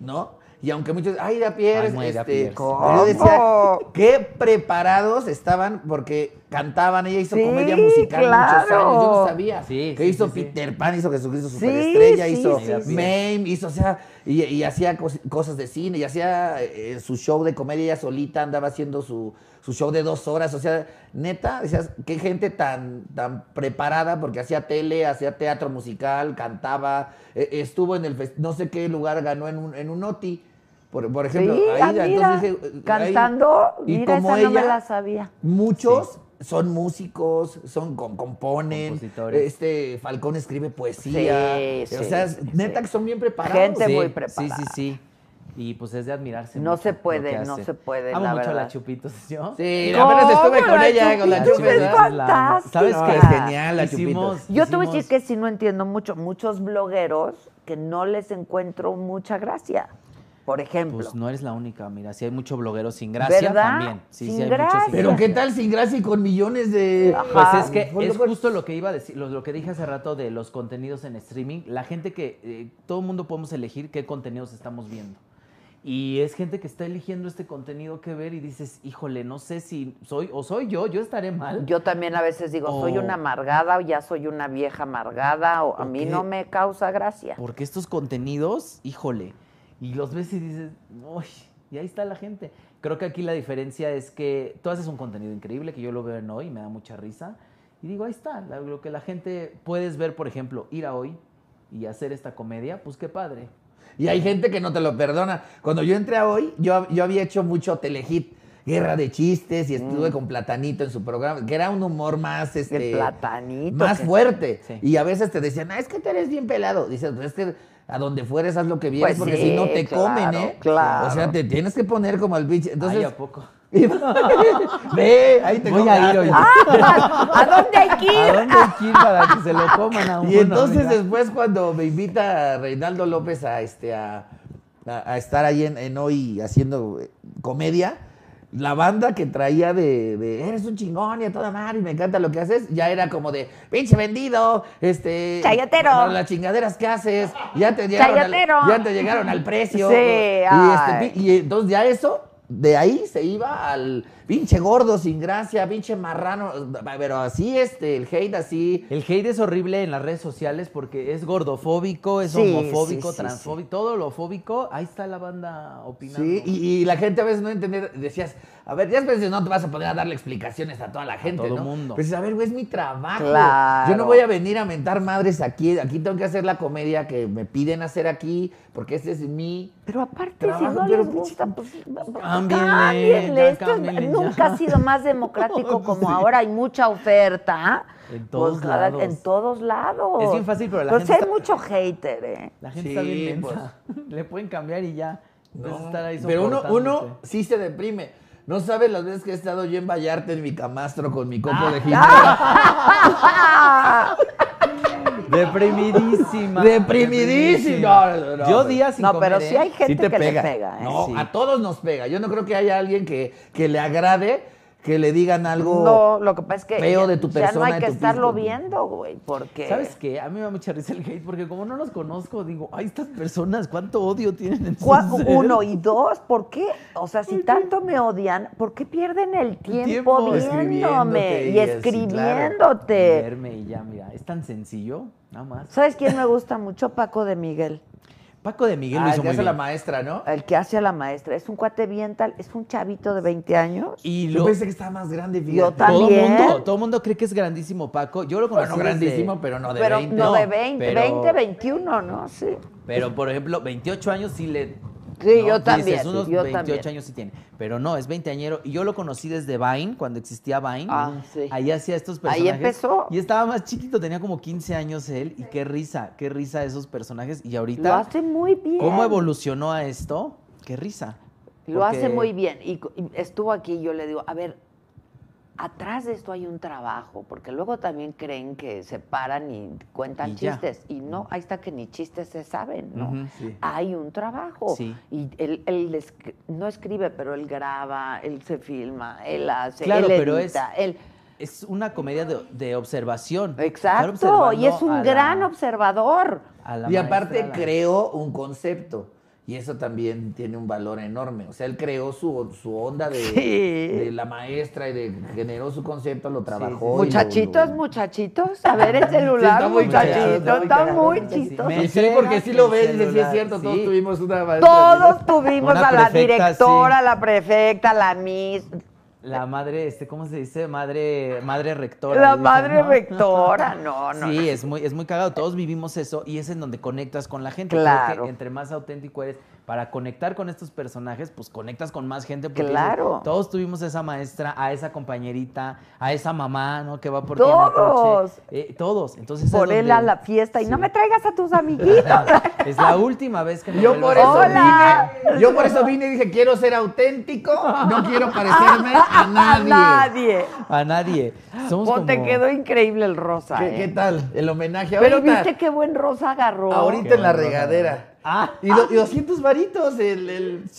Speaker 6: ¿no? Y aunque muchos, Aida Pierce,
Speaker 5: Ay, no, Aida
Speaker 6: este,
Speaker 5: Pierce.
Speaker 6: yo decía, qué preparados estaban porque cantaban, ella hizo
Speaker 1: Sí,
Speaker 6: comedia musical muchos
Speaker 1: claro.
Speaker 6: años, yo no sabía.
Speaker 5: Sí,
Speaker 6: que
Speaker 5: sí,
Speaker 6: hizo
Speaker 5: sí, sí.
Speaker 6: Peter Pan, hizo Jesucristo Superestrella,
Speaker 1: sí,
Speaker 6: hizo
Speaker 1: sí,
Speaker 5: sí.
Speaker 6: Mame, hizo, o sea, y, y hacía cos- cosas de cine, y hacía eh, su show de comedia ella solita, andaba haciendo su, su show de dos horas, o sea, neta, decías, qué gente tan, tan preparada, porque hacía tele, hacía teatro musical, cantaba, eh, estuvo en el, fes- no sé qué lugar ganó en un, en un OTI. Por, por ejemplo,
Speaker 1: Sí,
Speaker 6: ahí,
Speaker 1: ah,
Speaker 6: entonces
Speaker 1: mira,
Speaker 6: dije, eh, ahí-
Speaker 1: cantando,
Speaker 6: y
Speaker 1: mira,
Speaker 6: como
Speaker 1: esa no me
Speaker 6: ella,
Speaker 1: la sabía.
Speaker 6: Muchos son músicos, son com- componen,
Speaker 5: Compositores.
Speaker 6: este Falcón escribe poesía,
Speaker 1: Sí,
Speaker 6: o
Speaker 1: sí,
Speaker 6: sea,
Speaker 1: sí,
Speaker 6: neta
Speaker 1: sí.
Speaker 6: que son bien preparados.
Speaker 1: Gente
Speaker 5: Sí,
Speaker 1: muy
Speaker 5: sí,
Speaker 1: preparada.
Speaker 5: Sí, sí, sí. Y pues es de admirarse.
Speaker 1: No
Speaker 5: mucho
Speaker 1: se
Speaker 5: lo que
Speaker 1: puede, no
Speaker 5: hace.
Speaker 1: se puede,
Speaker 5: Amo
Speaker 1: la
Speaker 5: mucho
Speaker 1: verdad.
Speaker 5: la Chupitos, ¿yo?
Speaker 6: Sí,
Speaker 1: ¿Cómo?
Speaker 6: apenas estuve con
Speaker 1: La
Speaker 6: ella, eh, con la
Speaker 1: Chupitos
Speaker 6: Chupitos.
Speaker 1: es fantástica.
Speaker 5: ¿Sabes qué?
Speaker 6: Es genial, la
Speaker 5: Ah, Hicimos-
Speaker 6: Chupitos.
Speaker 1: Yo te voy a
Speaker 5: hicimos-
Speaker 1: decir que sí no entiendo mucho. Muchos blogueros que no les encuentro mucha gracia. Por ejemplo.
Speaker 5: Pues no eres la única, mira, si hay mucho bloguero sin gracia
Speaker 1: ¿Verdad?
Speaker 5: también. Sí,
Speaker 1: Sin
Speaker 5: sí hay mucho sin
Speaker 1: gracia.
Speaker 6: Pero qué
Speaker 5: gracia.
Speaker 6: tal sin gracia y con millones de
Speaker 1: Ajá.
Speaker 5: Pues es que
Speaker 6: Fue lo
Speaker 5: es
Speaker 6: cual-
Speaker 5: justo lo que iba a decir, lo, lo que dije hace rato de los contenidos en streaming. La gente que eh, todo el mundo podemos elegir qué contenidos estamos viendo. Y es gente que está eligiendo este contenido que ver y dices, híjole, no sé si soy o soy yo, yo estaré mal.
Speaker 1: Yo también a veces digo, soy
Speaker 5: O-
Speaker 1: una amargada o ya soy una vieja amargada o a
Speaker 5: ¿O
Speaker 1: mí
Speaker 5: qué?
Speaker 1: no me causa gracia.
Speaker 5: Porque estos contenidos, híjole, y los ves y dices, uy, y ahí está la gente. Creo que aquí la diferencia es que tú haces un contenido increíble que yo lo veo en hoy, me da mucha risa. Y digo, ahí está, la- lo que la gente puedes ver, por ejemplo, ir a hoy y hacer esta comedia, pues qué padre.
Speaker 6: Y hay gente que no te lo perdona. Cuando yo entré a hoy, yo, yo había hecho mucho telehit, guerra de chistes, y estuve con Platanito en su programa, que era un humor más este.
Speaker 1: El platanito.
Speaker 6: Más
Speaker 1: que-
Speaker 6: fuerte.
Speaker 5: Sí.
Speaker 6: Y a veces te decían, ah, es que tú eres bien pelado. Dices, pues es que a donde fueres haz lo que vienes,
Speaker 1: Pues
Speaker 6: porque
Speaker 1: sí,
Speaker 6: si no te
Speaker 1: claro,
Speaker 6: comen, ¿eh?
Speaker 1: claro.
Speaker 6: O sea, te tienes que poner como el bicho. Entonces.
Speaker 5: Ay, ¿a poco?
Speaker 6: Ve, ahí te Ah,
Speaker 5: Voy
Speaker 6: comen.
Speaker 5: a ir hoy.
Speaker 1: ¿A dónde hay que ir?
Speaker 5: ¿A dónde hay que ir para que se lo coman a uno?
Speaker 6: Y entonces
Speaker 5: mira?
Speaker 6: después cuando me invita Reinaldo López a este a, a- a estar ahí en, en hoy haciendo eh, comedia, la banda que traía de, de, eres un chingón y a toda madre y me encanta lo que haces, ya era como de pinche vendido, este
Speaker 1: Chayotero.
Speaker 6: para las chingaderas que haces, ya te llegaron al,
Speaker 1: Chayotero.
Speaker 6: ya te llegaron al precio.
Speaker 1: Sí,
Speaker 6: y, este,
Speaker 1: ay.
Speaker 6: pi- y entonces ya eso de ahí se iba al pinche gordo sin gracia, pinche marrano, pero así este el hate así
Speaker 5: El hate es horrible en las redes sociales porque es gordofóbico, es
Speaker 1: Sí,
Speaker 5: homofóbico,
Speaker 1: sí, sí,
Speaker 5: transfóbico, todo lo fóbico. Ahí está la banda opinando.
Speaker 6: Sí, y, y la gente a veces no entendía, decías, a ver, ya después no te vas a poner a darle explicaciones a toda la gente,
Speaker 5: todo
Speaker 6: ¿no?
Speaker 5: mundo.
Speaker 6: Pues, a ver, güey, es mi trabajo.
Speaker 1: Claro.
Speaker 6: Yo no voy a venir a mentar madres aquí, aquí tengo que hacer la comedia que me piden hacer aquí, porque este es mi...
Speaker 1: Pero aparte,
Speaker 6: Trabajo,
Speaker 1: si no
Speaker 6: pero
Speaker 1: les gusta, pues
Speaker 5: cámbienle,
Speaker 1: cámbienle.
Speaker 5: ya
Speaker 1: Esto es-
Speaker 5: cámbienle,
Speaker 1: nunca
Speaker 5: ya.
Speaker 1: ha sido más democrático como ahora. Hay mucha oferta.
Speaker 5: En todos
Speaker 1: cada-
Speaker 5: lados.
Speaker 1: En todos lados.
Speaker 5: Es bien fácil, pero la gente
Speaker 1: sí hay
Speaker 5: está-
Speaker 1: mucho hater, ¿eh?
Speaker 5: La gente
Speaker 6: Sí, pues.
Speaker 5: está bien mensa. Le pueden cambiar y ya. Entonces, estar ahí
Speaker 6: Pero uno,
Speaker 5: soportándote.
Speaker 6: uno sí se deprime. No sabes las veces que he estado yo en Vallarta en mi camastro con mi copo de gin.
Speaker 5: Deprimidísima.
Speaker 6: Deprimidísimo. No, no, no,
Speaker 5: Yo
Speaker 6: pero-
Speaker 5: días sin
Speaker 1: No,
Speaker 5: comer,
Speaker 1: pero
Speaker 5: ¿eh?
Speaker 1: sí hay gente
Speaker 6: Sí te
Speaker 1: que
Speaker 6: pega.
Speaker 1: le pega, ¿eh?
Speaker 6: No,
Speaker 5: Sí.
Speaker 6: a todos nos pega. Yo no creo que haya alguien que, que le agrade que le digan algo.
Speaker 1: No, lo que pasa es que
Speaker 6: feo
Speaker 1: ya-
Speaker 6: de tu
Speaker 1: ya no
Speaker 6: persona,
Speaker 1: hay
Speaker 6: de
Speaker 1: que
Speaker 6: tu
Speaker 1: estarlo
Speaker 6: físico.
Speaker 1: viendo, güey, porque
Speaker 5: ¿Sabes qué? A mí me da mucha risa el hate porque como no los conozco, digo, ay, estas personas, ¿cuánto odio tienen en su
Speaker 1: Cua-
Speaker 5: ser?"
Speaker 1: uno y dos, ¿por qué? O sea, si tanto me odian, ¿por qué pierden el tiempo,
Speaker 5: tiempo
Speaker 1: viéndome y
Speaker 6: escribiéndote y así, claro.
Speaker 1: escribiéndote?
Speaker 5: Verme y ya, mira, es tan sencillo, nada más.
Speaker 1: ¿Sabes quién me gusta mucho? Paco de Miguel,
Speaker 5: Paco de Miguel
Speaker 6: Ah,
Speaker 5: lo
Speaker 6: el
Speaker 5: hizo
Speaker 6: que
Speaker 5: muy
Speaker 6: hace
Speaker 5: bien.
Speaker 6: la maestra, ¿no?
Speaker 1: el que hace a la maestra. Es un cuate bien tal, es un chavito de 20 años.
Speaker 5: y
Speaker 6: Yo
Speaker 5: lo,
Speaker 6: pensé que estaba más grande. fíjate.
Speaker 1: Yo también.
Speaker 5: todo mundo, todo mundo cree que es grandísimo Paco. Yo lo conocí
Speaker 6: Bueno,
Speaker 5: desde-
Speaker 6: grandísimo, pero no de
Speaker 1: pero
Speaker 6: 20.
Speaker 1: no de
Speaker 5: no,
Speaker 1: 20,
Speaker 5: pero-
Speaker 1: 20, 21, ¿no? Pues Sí.
Speaker 5: Pero, por ejemplo, 28 años sí le...
Speaker 1: Sí, yo también,
Speaker 5: Dices, unos
Speaker 1: yo
Speaker 5: 28
Speaker 1: también.
Speaker 5: años sí tiene. Pero no, es veinteañero. Y yo lo conocí desde Vine, cuando existía Vine.
Speaker 1: Ah, sí.
Speaker 5: Ahí hacía estos
Speaker 1: Ahí
Speaker 5: personajes.
Speaker 1: empezó.
Speaker 5: Y estaba más chiquito, tenía como 15 años él. Y qué risa, qué risa esos personajes. Y
Speaker 1: Lo
Speaker 5: ahorita,
Speaker 1: hace muy bien.
Speaker 5: ¿cómo evolucionó a esto? Qué risa.
Speaker 1: Lo hace
Speaker 5: Porque-
Speaker 1: muy bien. Y, co- y estuvo aquí y yo le digo, a ver, atrás de esto hay un trabajo, porque luego también creen que se paran y cuentan
Speaker 5: Y ya.
Speaker 1: chistes. Y no, ahí está que ni chistes se saben, ¿no?
Speaker 5: Ujú,
Speaker 1: Hay un trabajo.
Speaker 5: Sí.
Speaker 1: Y él, él esc- no escribe, pero él graba, él se filma, él hace,
Speaker 5: Claro,
Speaker 1: él
Speaker 5: pero es-
Speaker 1: edita, él...
Speaker 5: Es una comedia de, de observación. Estar
Speaker 1: Exacto,
Speaker 5: observando
Speaker 1: y es un
Speaker 5: a la-
Speaker 1: gran observador.
Speaker 5: a la
Speaker 6: Y
Speaker 5: maestra,
Speaker 6: aparte
Speaker 5: a la-
Speaker 6: creó un concepto. Y eso también tiene un valor enorme. O sea, él creó su, su onda de,
Speaker 1: Sí.
Speaker 6: de la maestra y de, generó su concepto, lo trabajó. y lo-
Speaker 1: Muchachitos,
Speaker 6: lo-
Speaker 1: muchachitos, a ver el celular,
Speaker 6: está muy cagado,
Speaker 1: muchachito,
Speaker 6: está muy
Speaker 1: está
Speaker 6: cagado.
Speaker 1: muy
Speaker 6: Sí,
Speaker 1: chistoso.
Speaker 5: me-
Speaker 6: Y sí, porque sí lo ves y dices, sí es
Speaker 5: Celular,
Speaker 6: cierto, todos
Speaker 5: sí.
Speaker 6: tuvimos una maestra.
Speaker 1: Todos tuvimos
Speaker 5: Una
Speaker 1: a la
Speaker 5: prefecta,
Speaker 1: directora,
Speaker 5: sí.
Speaker 1: la prefecta, la miss,
Speaker 7: La madre, este, ¿cómo se dice? Madre, madre rectora.
Speaker 1: la
Speaker 7: dicen,
Speaker 1: madre
Speaker 7: ¿no?
Speaker 1: rectora, no, no.
Speaker 7: Sí, es muy, es muy cagado. Todos vivimos eso y es en donde conectas con la gente. Creo
Speaker 1: Claro.
Speaker 7: que entre más auténtico eres para conectar con estos personajes, pues conectas con más gente. porque
Speaker 1: Claro.
Speaker 7: dices, Todos tuvimos esa maestra, a esa compañerita, a esa mamá, ¿no? Que va por
Speaker 1: Todos.
Speaker 7: ti en el coche. Eh, todos. Entonces.
Speaker 1: Por
Speaker 7: es
Speaker 1: él a
Speaker 7: donde-
Speaker 1: la fiesta y no
Speaker 7: Sí.
Speaker 1: me traigas a tus amiguitos.
Speaker 7: Es la última vez que me
Speaker 6: Yo
Speaker 7: vuelvo
Speaker 6: por
Speaker 7: a-
Speaker 6: eso
Speaker 1: Hola.
Speaker 6: vine. Yo por eso vine y dije, quiero ser auténtico, no quiero parecerme a
Speaker 1: A
Speaker 6: nadie.
Speaker 1: nadie.
Speaker 7: a nadie. Somos
Speaker 1: Pues te
Speaker 7: como-
Speaker 1: quedó increíble el rosa.
Speaker 6: ¿Qué,
Speaker 1: ¿eh?
Speaker 6: qué tal? El homenaje
Speaker 1: Pero
Speaker 6: ahorita.
Speaker 1: viste qué buen rosa agarró.
Speaker 6: Ahorita en la regadera.
Speaker 7: Ah.
Speaker 6: Y, do- y 200 varitos. El, el-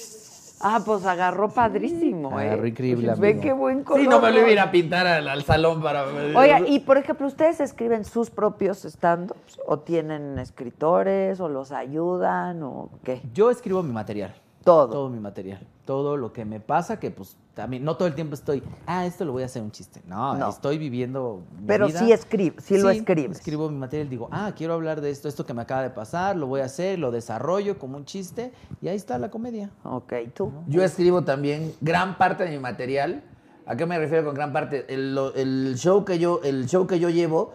Speaker 1: Ah, pues agarró padrísimo, ¿eh?
Speaker 7: Agarró increíble,
Speaker 1: Ve
Speaker 7: amigo.
Speaker 1: qué buen color.
Speaker 6: Sí, no me lo iba a ir
Speaker 1: mira.
Speaker 6: a pintar al, al salón para.
Speaker 1: Oiga, y por ejemplo, ¿ustedes escriben sus propios stand-ups? ¿O tienen escritores? ¿O los ayudan? ¿O qué?
Speaker 7: Yo escribo mi material.
Speaker 1: Todo.
Speaker 7: Todo mi material. Todo lo que me pasa, que pues también, no todo el tiempo estoy, ah, esto lo voy a hacer un chiste. No,
Speaker 1: No.
Speaker 7: estoy viviendo. Mi
Speaker 1: Pero
Speaker 7: vida.
Speaker 1: sí escribe- sí lo escribes.
Speaker 7: Escribo mi material, digo, ah, quiero hablar de esto, esto que me acaba de pasar, lo voy a hacer, lo desarrollo como un chiste, y ahí está la comedia.
Speaker 1: Ok, tú.
Speaker 6: Yo escribo también gran parte de mi material. ¿A qué me refiero con gran parte? El, lo- el show, que yo, el show que yo llevo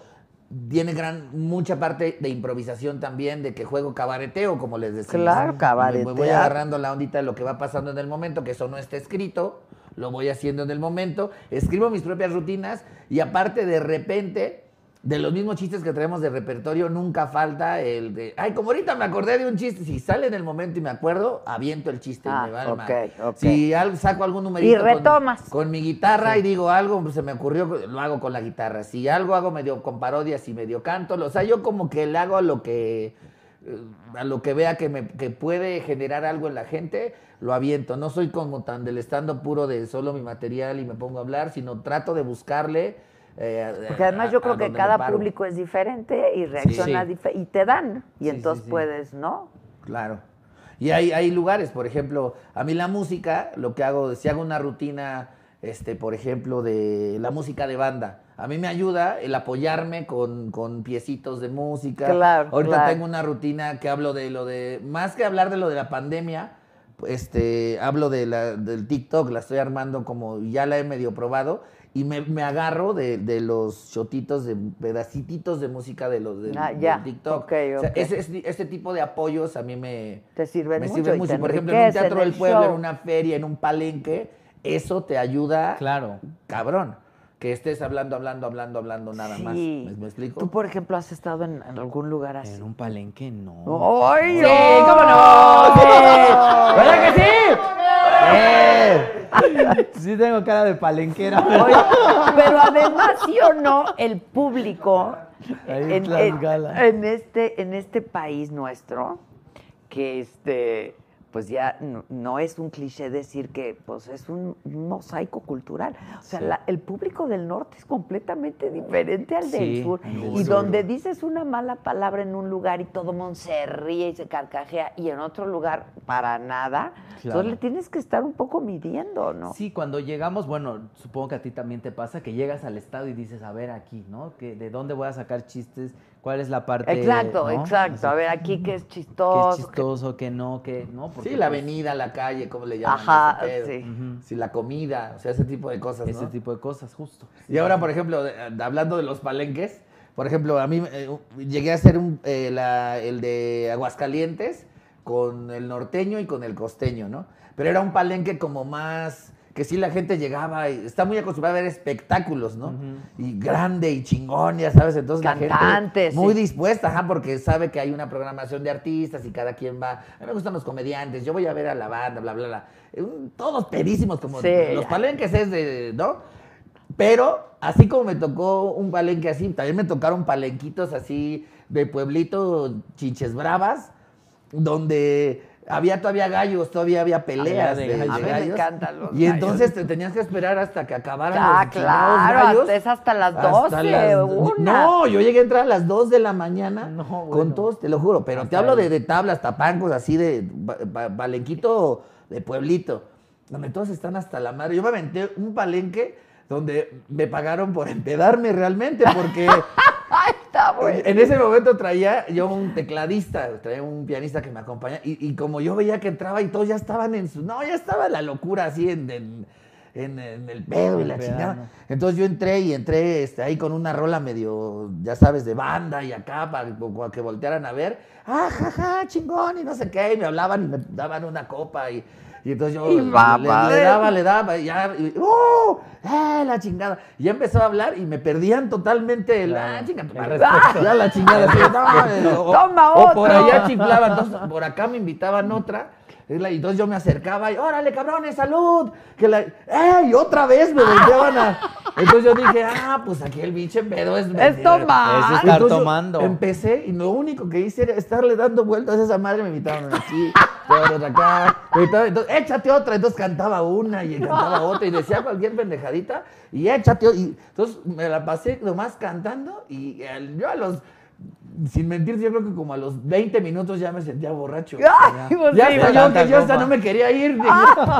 Speaker 6: tiene gran, mucha parte de improvisación también, de que juego cabareteo, como les decía.
Speaker 1: Claro,
Speaker 6: Me voy
Speaker 1: cabaretear.
Speaker 6: agarrando la ondita de lo que va pasando en el momento, que eso no está escrito, lo voy haciendo en el momento, escribo mis propias rutinas y aparte de repente... De los mismos chistes que traemos de repertorio, nunca falta el de. Ay, como ahorita me acordé de un chiste. Si sale en el momento y me acuerdo, aviento el chiste
Speaker 1: Ah,
Speaker 6: y me va al mar.
Speaker 1: ok, ok.
Speaker 6: Si al- saco algún numerito.
Speaker 1: Y
Speaker 6: con-
Speaker 1: retomas.
Speaker 6: Con, mi guitarra y digo algo, pues, se me ocurrió, lo hago con la guitarra. Si algo hago medio con parodias y medio canto, o sea, yo como que le hago a lo que eh, a lo que vea que me que puede generar algo en la gente, lo aviento. No soy como tan del estando puro de solo mi material y me pongo a hablar, sino trato de buscarle. eh,
Speaker 1: Porque además
Speaker 6: a-
Speaker 1: yo
Speaker 6: a
Speaker 1: creo que
Speaker 6: dónde me
Speaker 1: cada
Speaker 6: paro.
Speaker 1: público es diferente y reacciona
Speaker 7: Sí.
Speaker 1: diferente. Y te dan. Y entonces
Speaker 7: sí, sí.
Speaker 1: puedes, ¿no?
Speaker 6: Claro. Y hay, hay lugares, por ejemplo, a mí la música, lo que hago, si hago una rutina, este, por ejemplo, de la música de banda, a mí me ayuda el apoyarme con, con piecitos de música.
Speaker 1: Claro,
Speaker 6: Ahorita
Speaker 1: claro.
Speaker 6: tengo una rutina que hablo de lo de, más que hablar de lo de la pandemia, este, hablo de la- del TikTok, la estoy armando como ya la he medio probado. Y me, me agarro de, de los shotitos, de pedacititos de música de los del-
Speaker 1: Ah,
Speaker 6: del
Speaker 1: ya.
Speaker 6: TikTok.
Speaker 1: Ok,
Speaker 6: O sea,
Speaker 1: ok.
Speaker 6: ese- este, este tipo de apoyos a mí me,
Speaker 1: Te sirven
Speaker 6: me
Speaker 1: mucho y te
Speaker 6: sirven mucho. Por ejemplo, en un
Speaker 1: enriquecen
Speaker 6: teatro
Speaker 1: el
Speaker 6: del pueblo,
Speaker 1: show.
Speaker 6: en una feria, en un palenque, eso te ayuda,
Speaker 7: Claro.
Speaker 6: cabrón, que estés hablando, hablando, hablando, hablando nada más.
Speaker 1: Sí.
Speaker 6: ¿Me, me explico?
Speaker 1: Tú, por ejemplo, has estado en, en algún lugar así.
Speaker 7: En un palenque, no.
Speaker 1: ¡Ay,
Speaker 6: Sí, cómo no, sí. ¿Verdad que sí?
Speaker 7: Sí tengo cara de palenquera.
Speaker 1: Oye, pero además, sí o no, el público
Speaker 7: Ahí
Speaker 1: en,
Speaker 7: Tlaxcala.
Speaker 1: en- en este, en este país nuestro, que este, pues ya no, no es un cliché decir que pues es un, un mosaico cultural. O sea, la- el público del norte es completamente diferente al del
Speaker 7: Sí,
Speaker 1: sur.
Speaker 7: del
Speaker 1: y
Speaker 7: sur.
Speaker 1: donde dices una mala palabra en un lugar y todo el mundo se ríe y se carcajea, y en otro lugar para nada,
Speaker 7: Claro.
Speaker 1: entonces le tienes que estar un poco midiendo, ¿no?
Speaker 7: Sí, cuando llegamos, bueno, supongo que a ti también te pasa que llegas al estado y dices, a ver aquí, ¿no? Que ¿De dónde voy a sacar chistes? ¿Cuál es la parte?
Speaker 1: Exacto,
Speaker 7: ¿no?
Speaker 1: exacto. A ver, aquí que es
Speaker 7: ¿Qué
Speaker 1: chistoso.
Speaker 7: es chistoso, qué no, qué no? porque,
Speaker 6: Sí, la
Speaker 7: pues,
Speaker 6: avenida, la calle, ¿cómo le llaman?
Speaker 1: Ajá,
Speaker 6: ese pedo?
Speaker 1: sí.
Speaker 7: Ujú.
Speaker 6: Sí, la comida, o sea, ese tipo de cosas,
Speaker 7: Ese
Speaker 6: ¿no?
Speaker 7: tipo de cosas, justo.
Speaker 6: Y ahora, por ejemplo, de- hablando de los palenques, por ejemplo, a mí eh, llegué a hacer un, eh, la- el de Aguascalientes con el norteño y con el costeño, ¿no? Pero era un palenque como más que sí la gente llegaba y está muy acostumbrada a ver espectáculos, ¿no? Y grande y chingón, ya sabes, entonces la gente
Speaker 1: Cantantes,
Speaker 6: muy
Speaker 1: sí.
Speaker 6: dispuesta, ajá, porque sabe que hay una programación de artistas y cada quien va. A mí me gustan los comediantes, yo voy a ver a la banda, bla, bla, bla. Eh, un- Todos pedísimos, como
Speaker 1: Sí.
Speaker 6: los palenques es de, ¿no? Pero así como me tocó un palenque así, también me tocaron palenquitos así de pueblito, chinches bravas, donde había todavía gallos, todavía había peleas
Speaker 5: Había de
Speaker 6: de, de
Speaker 5: gallos.
Speaker 1: A mí me
Speaker 6: gallos.
Speaker 1: encantan los
Speaker 6: Y entonces
Speaker 1: gallos.
Speaker 6: te tenías que esperar hasta que acabaran
Speaker 1: Ah,
Speaker 6: los chingados
Speaker 1: claro,
Speaker 6: gallos.
Speaker 1: hasta- es hasta las
Speaker 6: Hasta
Speaker 1: 12,
Speaker 6: las do-
Speaker 1: una.
Speaker 6: No, yo llegué a entrar a las 2 de la mañana
Speaker 7: No,
Speaker 6: con
Speaker 7: bueno.
Speaker 6: todos, te lo juro, pero te
Speaker 7: Hasta
Speaker 6: hablo
Speaker 7: ahí.
Speaker 6: de, de tablas, tapancos, así de ba- ba- balenquito de pueblito, donde todos están hasta la madre. Yo me aventé un palenque donde me pagaron por empedarme realmente, porque...
Speaker 1: Ay, está bueno.
Speaker 6: En ese momento traía yo un tecladista, traía un pianista que me acompañaba, y, y como yo veía que entraba y todos ya estaban en su. No, ya estaba la locura así en, en- en- en el pedo y la
Speaker 7: Pedano.
Speaker 6: chingada. Entonces yo entré y entré este, ahí con una rola medio, ya sabes, de banda y acá para, que voltearan a ver. ¡Ah, ja, ja, chingón! Y no sé qué, y me hablaban y me daban una copa y. y entonces yo
Speaker 1: Y
Speaker 6: le,
Speaker 1: va,
Speaker 6: le-
Speaker 1: padre.
Speaker 6: le daba, le daba, y ya, y, ¡uh! ¡Eh, la chingada! Y ya empezó a hablar y me perdían totalmente el,
Speaker 7: Claro.
Speaker 6: "Ah, chinga tu
Speaker 7: El
Speaker 6: madre".
Speaker 7: respeto.
Speaker 6: ¡Ah! Ya la chingada. así, no, eh, o,
Speaker 1: Toma
Speaker 6: o por
Speaker 1: otro.
Speaker 6: allá chiflaban, entonces, por acá me invitaban otra. y la- y Entonces yo me acercaba y, órale, cabrones, salud. Que la, ¡Ey! Otra vez me volteaban a. Entonces yo dije, ah, pues aquí el biche pedo es.
Speaker 1: Es tomar.
Speaker 7: Eso
Speaker 6: Entonces
Speaker 7: estar
Speaker 6: yo
Speaker 7: tomando.
Speaker 6: Empecé y lo único que hice era estarle dando vueltas a esa madre. Me invitaban así, todos acá. me invitaban, entonces, échate otra. Entonces cantaba una y cantaba otra y decía cualquier pendejadita y échate otra. Y, entonces me la pasé nomás cantando y al- yo a los. Sin mentir, yo creo que como a los 20 minutos ya me sentía borracho.
Speaker 1: Ay, pues
Speaker 6: ya
Speaker 1: sí,
Speaker 6: hasta
Speaker 7: pues.
Speaker 6: yo, que yo hasta
Speaker 7: Tanta
Speaker 6: no me quería ir. dije,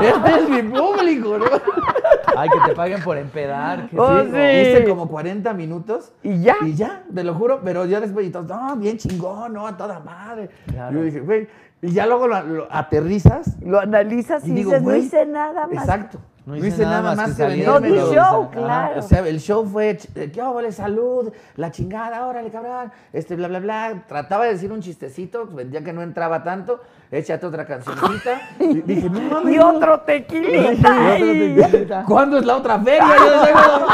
Speaker 6: este es mi público, ¿no?
Speaker 7: Ay, que te paguen por empedar. que
Speaker 1: Oh,
Speaker 7: sí,
Speaker 1: sí.
Speaker 7: no.
Speaker 6: Hice como 40 minutos.
Speaker 1: ¿Y ya?
Speaker 6: Y ya, te lo juro, pero ya después, y todos, no, bien chingón, no, a toda madre.
Speaker 7: Claro.
Speaker 6: Yo dije, güey, y ya luego lo, lo aterrizas.
Speaker 1: Lo analizas y,
Speaker 6: Y digo,
Speaker 1: dices,
Speaker 6: güey,
Speaker 1: no hice nada más.
Speaker 6: Exacto. No hice, nada, más que,
Speaker 7: salir.
Speaker 6: venirme
Speaker 1: No di
Speaker 6: los-
Speaker 1: show,
Speaker 6: Ajá.
Speaker 1: claro.
Speaker 6: O sea, el show fue, ch- eh, qué óvole, salud, la chingada, órale, cabrón, este, bla, bla, bla. Trataba de decir un chistecito, pues, vendía que no entraba tanto, échate otra cancioncita. y dije, no mames.
Speaker 1: Y
Speaker 6: no".
Speaker 1: otro tequilita. y-
Speaker 6: ¿Cuándo es la otra feria? Yo no sé cuándo-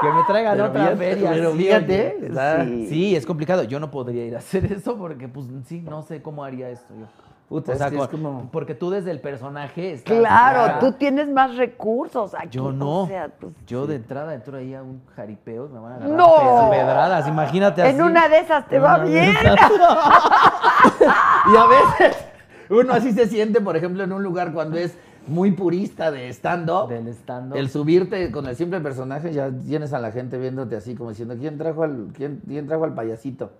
Speaker 7: Que me traigan
Speaker 6: Pero
Speaker 7: otra
Speaker 6: fíjate,
Speaker 7: feria.
Speaker 6: pero
Speaker 7: sí,
Speaker 6: fíjate,
Speaker 7: oye.
Speaker 6: está-
Speaker 7: sí. es complicado. Yo no podría ir a hacer eso porque, pues, sí, no sé cómo haría esto yo.
Speaker 6: Puta, es que es como-
Speaker 7: Porque tú desde el personaje estás-
Speaker 1: Claro,
Speaker 7: Ajá.
Speaker 1: tú tienes más recursos aquí.
Speaker 7: Yo no.
Speaker 1: o sea, pues,
Speaker 7: yo de entrada entro ahí a un jaripeo, me van a agarrar
Speaker 1: ¡No!
Speaker 7: a pe- a pedradas, imagínate así.
Speaker 1: En una de esas te
Speaker 7: En
Speaker 1: va
Speaker 7: una de
Speaker 1: bien.
Speaker 7: esas.
Speaker 6: Y a veces uno así se siente, por ejemplo, en un lugar cuando es muy purista de stand-up.
Speaker 7: Del stand-up.
Speaker 6: El subirte con el simple personaje ya tienes a la gente viéndote así como diciendo quién trajo al quién, quién trajo al payasito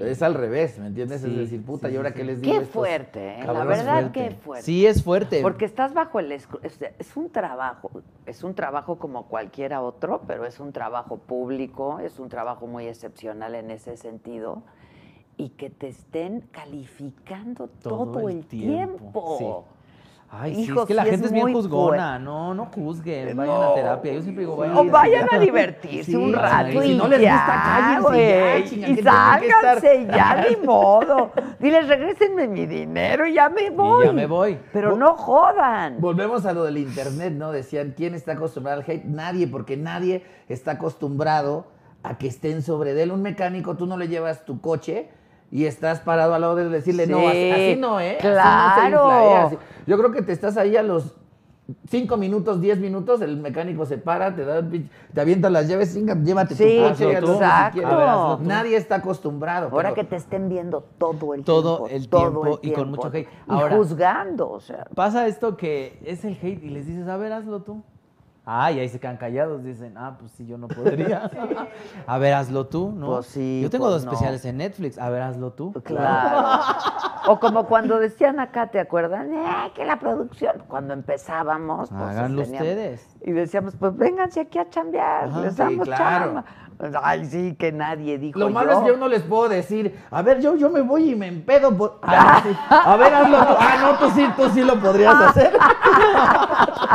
Speaker 6: es al revés me entiendes es
Speaker 7: Sí,
Speaker 6: decir puta
Speaker 7: sí,
Speaker 6: y ahora
Speaker 7: sí,
Speaker 6: qué
Speaker 7: sí.
Speaker 6: les digo
Speaker 1: Qué
Speaker 6: a estos
Speaker 1: fuerte, ¿eh? la
Speaker 6: cabrones?
Speaker 1: verdad,
Speaker 6: Fuerte.
Speaker 1: qué fuerte.
Speaker 7: Sí, es fuerte.
Speaker 1: Porque estás bajo el escru- o sea, es un trabajo, es un trabajo como cualquiera otro, pero es un trabajo público, es un trabajo muy excepcional en ese sentido y que te estén calificando todo, el tiempo.
Speaker 7: Ay, sí,
Speaker 1: Hijo,
Speaker 7: es que la
Speaker 1: sí, es
Speaker 7: gente es bien
Speaker 1: muy
Speaker 7: juzgona. No, no
Speaker 6: Eh,
Speaker 7: juzguen, vayan a terapia. Yo siempre digo, vayan
Speaker 1: O
Speaker 7: a
Speaker 1: vayan a
Speaker 7: terapia.
Speaker 1: divertirse
Speaker 7: Sí,
Speaker 1: un rato
Speaker 7: sí,
Speaker 1: y,
Speaker 6: si no les
Speaker 1: ya,
Speaker 6: gusta, cállense
Speaker 1: güey,
Speaker 6: ya, chinga,
Speaker 1: y
Speaker 6: que tienen que estar.
Speaker 1: sálganse ya, ni modo. Diles, regrésenme mi dinero y ya me voy.
Speaker 7: Y ya me voy.
Speaker 1: Pero no jodan.
Speaker 6: Volvemos a lo del internet, ¿no? Decían, ¿quién está acostumbrado al hate? Nadie, porque nadie está acostumbrado a que estén sobre de él. Un mecánico, tú no le llevas tu coche y estás parado al lado de él decirle, no,
Speaker 1: Sí,
Speaker 6: así así no, ¿eh? Así no se
Speaker 1: claro.
Speaker 6: infla, ¿eh? Así- Yo creo que te estás ahí a los 5 minutos, 10 minutos, el mecánico se para, te da el pinche- te avienta las llaves, "Venga, llévate
Speaker 1: Sí,
Speaker 6: tu coche. hazlo tú, si
Speaker 1: exacto.
Speaker 6: quieres".
Speaker 1: A ver, hazlo tú.
Speaker 6: nadie está acostumbrado.
Speaker 1: Ahora
Speaker 6: pero-
Speaker 1: que te estén viendo todo el tiempo.
Speaker 7: Todo el tiempo y con mucho hate. Ahora-
Speaker 1: y juzgando, o sea.
Speaker 7: Pasa esto que es el hate y les dices, a ver, hazlo tú. Ah, y ahí se quedan callados, dicen, ah, pues sí, yo no podría. A ver, hazlo tú, ¿no?
Speaker 1: Pues sí,
Speaker 7: Yo tengo
Speaker 1: pues
Speaker 7: dos
Speaker 1: no.
Speaker 7: especiales en Netflix, a ver, hazlo tú.
Speaker 1: Claro. o como cuando decían acá, ¿te acuerdan? "Ay, que la producción. Cuando empezábamos. pues,
Speaker 7: Háganlo
Speaker 1: teníamos-
Speaker 7: ustedes.
Speaker 1: Y decíamos, pues vénganse aquí a chambear,
Speaker 6: Ajá,
Speaker 1: les
Speaker 6: sí,
Speaker 1: damos
Speaker 6: claro.
Speaker 1: chamba. Pues, Ay, sí, que nadie dijo
Speaker 6: Lo malo
Speaker 1: yo.
Speaker 6: es que yo no les puedo decir, a ver, yo, yo me voy y me empedo. por- Ah, sí. A ver, hazlo tú. Ah, no, tú sí, tú sí lo podrías
Speaker 1: Ah.
Speaker 6: hacer.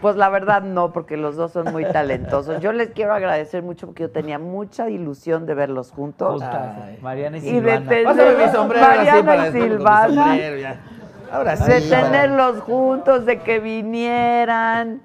Speaker 1: Pues la verdad no, porque los dos son muy talentosos. Yo les quiero agradecer mucho porque yo tenía mucha ilusión de verlos juntos.
Speaker 7: Justas, Mariana y
Speaker 1: Y de
Speaker 7: Silvana.
Speaker 1: tener-
Speaker 6: Pásame mi sombrero ahora sí,
Speaker 1: Mariana
Speaker 6: para
Speaker 1: y
Speaker 6: después con mi
Speaker 1: Silvana.
Speaker 6: sombrero, ya. Ahora sí.
Speaker 1: De
Speaker 6: para-
Speaker 1: tenerlos juntos, de que vinieran.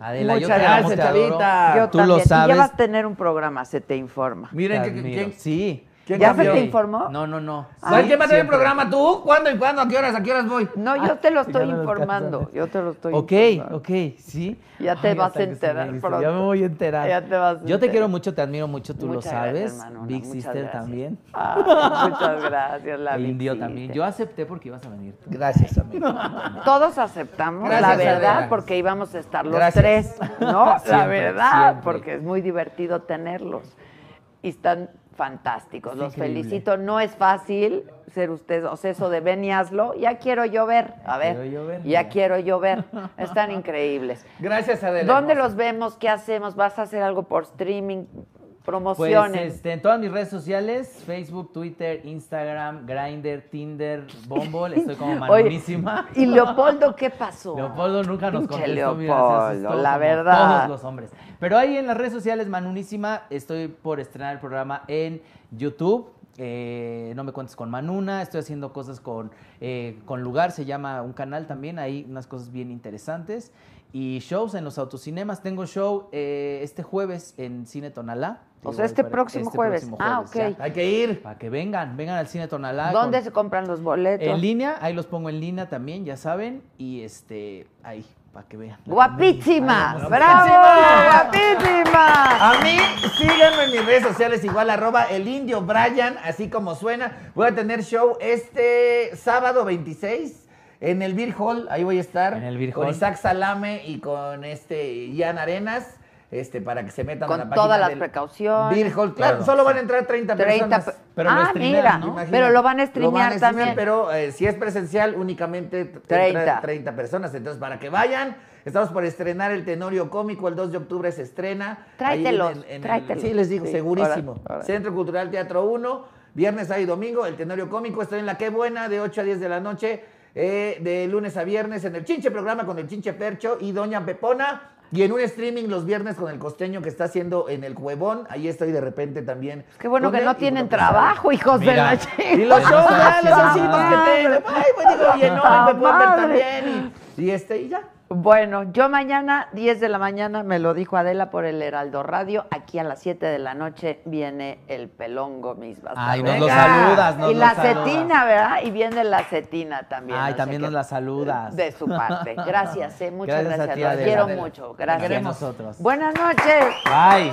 Speaker 7: Adela, yo
Speaker 1: Muchas
Speaker 7: te amo,
Speaker 6: gracias,
Speaker 7: te adoro.
Speaker 6: Chavita. Ah,
Speaker 1: Yo
Speaker 7: tú
Speaker 1: también.
Speaker 7: lo
Speaker 1: Y ya
Speaker 7: sabes.
Speaker 1: vas a tener un programa, se te informa.
Speaker 6: Miren
Speaker 7: Te
Speaker 6: que-
Speaker 7: admiro.
Speaker 6: quién-
Speaker 7: Sí.
Speaker 1: ¿Ya se te informó?
Speaker 7: No, no, no.
Speaker 1: Ah.
Speaker 6: ¿Sabes
Speaker 7: Sí,
Speaker 6: quién va a tener el
Speaker 7: siempre.
Speaker 6: programa? ¿Tú? ¿Cuándo y cuándo? ¿A qué horas? ¿A qué horas voy?
Speaker 1: No, yo te lo
Speaker 7: ya
Speaker 1: estoy
Speaker 7: no lo
Speaker 1: informando. Yo te lo estoy
Speaker 7: Ok,
Speaker 1: informando.
Speaker 7: ok, sí.
Speaker 1: Ya te vas
Speaker 7: hasta que
Speaker 1: a
Speaker 7: se me
Speaker 1: enterar
Speaker 7: hizo,
Speaker 1: pronto.
Speaker 7: Ya me voy a enterar.
Speaker 1: Ya te vas a
Speaker 7: Yo te
Speaker 1: enterar.
Speaker 7: quiero mucho, te admiro mucho, tú
Speaker 1: Muchas
Speaker 7: lo sabes.
Speaker 1: gracias, hermano,
Speaker 7: Big
Speaker 1: muchas
Speaker 7: Sister
Speaker 1: gracias.
Speaker 7: también.
Speaker 1: Ay, muchas gracias, la
Speaker 7: El indio
Speaker 1: visita.
Speaker 7: también. Yo acepté porque ibas a venir tú.
Speaker 6: Gracias, amigo.
Speaker 1: Todos aceptamos, la
Speaker 6: Gracias,
Speaker 1: verdad,
Speaker 6: Adela.
Speaker 1: porque íbamos a estar los
Speaker 6: Gracias.
Speaker 1: tres, ¿no? la
Speaker 7: Siempre,
Speaker 1: verdad,
Speaker 7: siempre.
Speaker 1: porque es muy divertido tenerlos. Y están fantásticos, los
Speaker 7: Increíble.
Speaker 1: felicito. No es fácil ser ustedes, o sea, eso de ven y hazlo, ya quiero llover, a ver,
Speaker 7: quiero yo ver,
Speaker 1: ya
Speaker 7: mira.
Speaker 1: quiero llover, están increíbles.
Speaker 6: Gracias, Adela.
Speaker 1: ¿Dónde
Speaker 6: hermosa.
Speaker 1: los vemos? ¿Qué hacemos? ¿Vas a hacer algo por streaming?
Speaker 7: Pues
Speaker 1: Promociones.
Speaker 7: este, en todas mis redes sociales, Facebook, Twitter, Instagram, Grindr, Tinder, Bumble, estoy como
Speaker 1: Oye,
Speaker 7: manurísima.
Speaker 1: ¿Y Leopoldo qué pasó?
Speaker 7: Pues, Leopoldo nunca nos
Speaker 1: Pinche
Speaker 7: contestó, mira, se
Speaker 1: Leopoldo,
Speaker 7: asustó
Speaker 1: la
Speaker 7: como
Speaker 1: verdad.
Speaker 7: Todos los hombres. Pero ahí en las redes sociales, Manunísima, estoy por estrenar el programa en YouTube. eh, no me cuentes con Manuna, estoy haciendo cosas con, eh, con Lugar, se llama un canal también, hay unas cosas bien interesantes. Y shows en los autocinemas. Tengo show eh, este jueves en Cine Tonalá.
Speaker 1: O sea, este próximo jueves. Ah, ok.
Speaker 6: Hay que ir.
Speaker 7: Para que vengan, vengan al Cine Tonalá.
Speaker 1: ¿Dónde
Speaker 7: ah, con-
Speaker 1: se compran los boletos?
Speaker 7: en línea, ahí los pongo en línea también, ya saben. Y este, ahí, para que vean.
Speaker 1: Guapísima,
Speaker 7: Ay,
Speaker 1: bravo, guapísima.
Speaker 6: A mí, síganme en mis redes sociales, igual arroba el indio Brian, así como suena. Voy a tener show este sábado 26 en el Beer Hall. Ahí voy a estar.
Speaker 7: En el Beer
Speaker 6: Con
Speaker 7: Hall.
Speaker 6: Isaac Salame y con este Ian Arenas. Este, para que se metan
Speaker 1: Con
Speaker 6: a la página
Speaker 1: todas las
Speaker 6: del
Speaker 1: precauciones.
Speaker 6: Beer Hall, claro,
Speaker 7: Claro.
Speaker 6: solo van a entrar 30,
Speaker 1: 30
Speaker 6: personas.
Speaker 1: pe-
Speaker 7: pero lo
Speaker 1: ah,
Speaker 7: streamean,
Speaker 1: mira,
Speaker 7: ¿no?
Speaker 6: Imagínate.
Speaker 1: pero lo van a
Speaker 6: Lo van
Speaker 1: streamear también.
Speaker 6: Pero eh, si es presencial, únicamente t-
Speaker 1: 30.
Speaker 6: entra 30 personas. Entonces, para que vayan, estamos por estrenar el Tenorio Cómico. El 2 de octubre se estrena. Ahí
Speaker 1: Tráetelos,
Speaker 6: en el- en el-
Speaker 1: tráetelos.
Speaker 6: Sí, les digo,
Speaker 1: Sí,
Speaker 6: segurísimo.
Speaker 1: órale, órale.
Speaker 6: Centro Cultural Teatro 1, viernes, sábado y domingo, el Tenorio Cómico. Estoy en La Qué Buena, de 8 a 10 de la noche, eh, de lunes a viernes, en el Chinche Programa con el Chinche Percho y Doña Pepona. Y en un streaming los viernes con el costeño que está haciendo en el Cuevón. Ahí estoy de repente también.
Speaker 1: Qué bueno
Speaker 6: Con
Speaker 1: que
Speaker 6: él
Speaker 1: no
Speaker 6: y
Speaker 1: tienen
Speaker 6: con lo que sabe.
Speaker 1: trabajo, hijos de
Speaker 7: Mira.
Speaker 1: la
Speaker 6: Y los
Speaker 1: chica.
Speaker 6: shows, ah, los
Speaker 1: Ah,
Speaker 6: showcitos que tengo. Ay, pues digo, oye, no, me pueden ver también. Y, y este, y ya.
Speaker 1: Bueno, yo mañana, 10 de la mañana, me lo dijo Adela por el Heraldo Radio. Aquí a las 7 de la noche viene el pelongo, mis bastardos.
Speaker 7: Ay, nos lo
Speaker 6: Venga.
Speaker 7: saludas, nos
Speaker 1: y
Speaker 7: lo
Speaker 1: la
Speaker 7: saludas.
Speaker 1: cetina, ¿verdad? Y viene la cetina también.
Speaker 7: Ay,
Speaker 1: no sé
Speaker 7: también
Speaker 1: qué.
Speaker 7: nos la saludas.
Speaker 1: De su parte. Gracias, eh, muchas
Speaker 7: Gracias a
Speaker 1: gracias.
Speaker 7: ti,
Speaker 1: Los
Speaker 7: Adela.
Speaker 1: quiero
Speaker 7: Adela.
Speaker 1: mucho.
Speaker 7: Gracias
Speaker 1: Gracias.
Speaker 7: a nosotros.
Speaker 1: Buenas noches.
Speaker 7: Bye.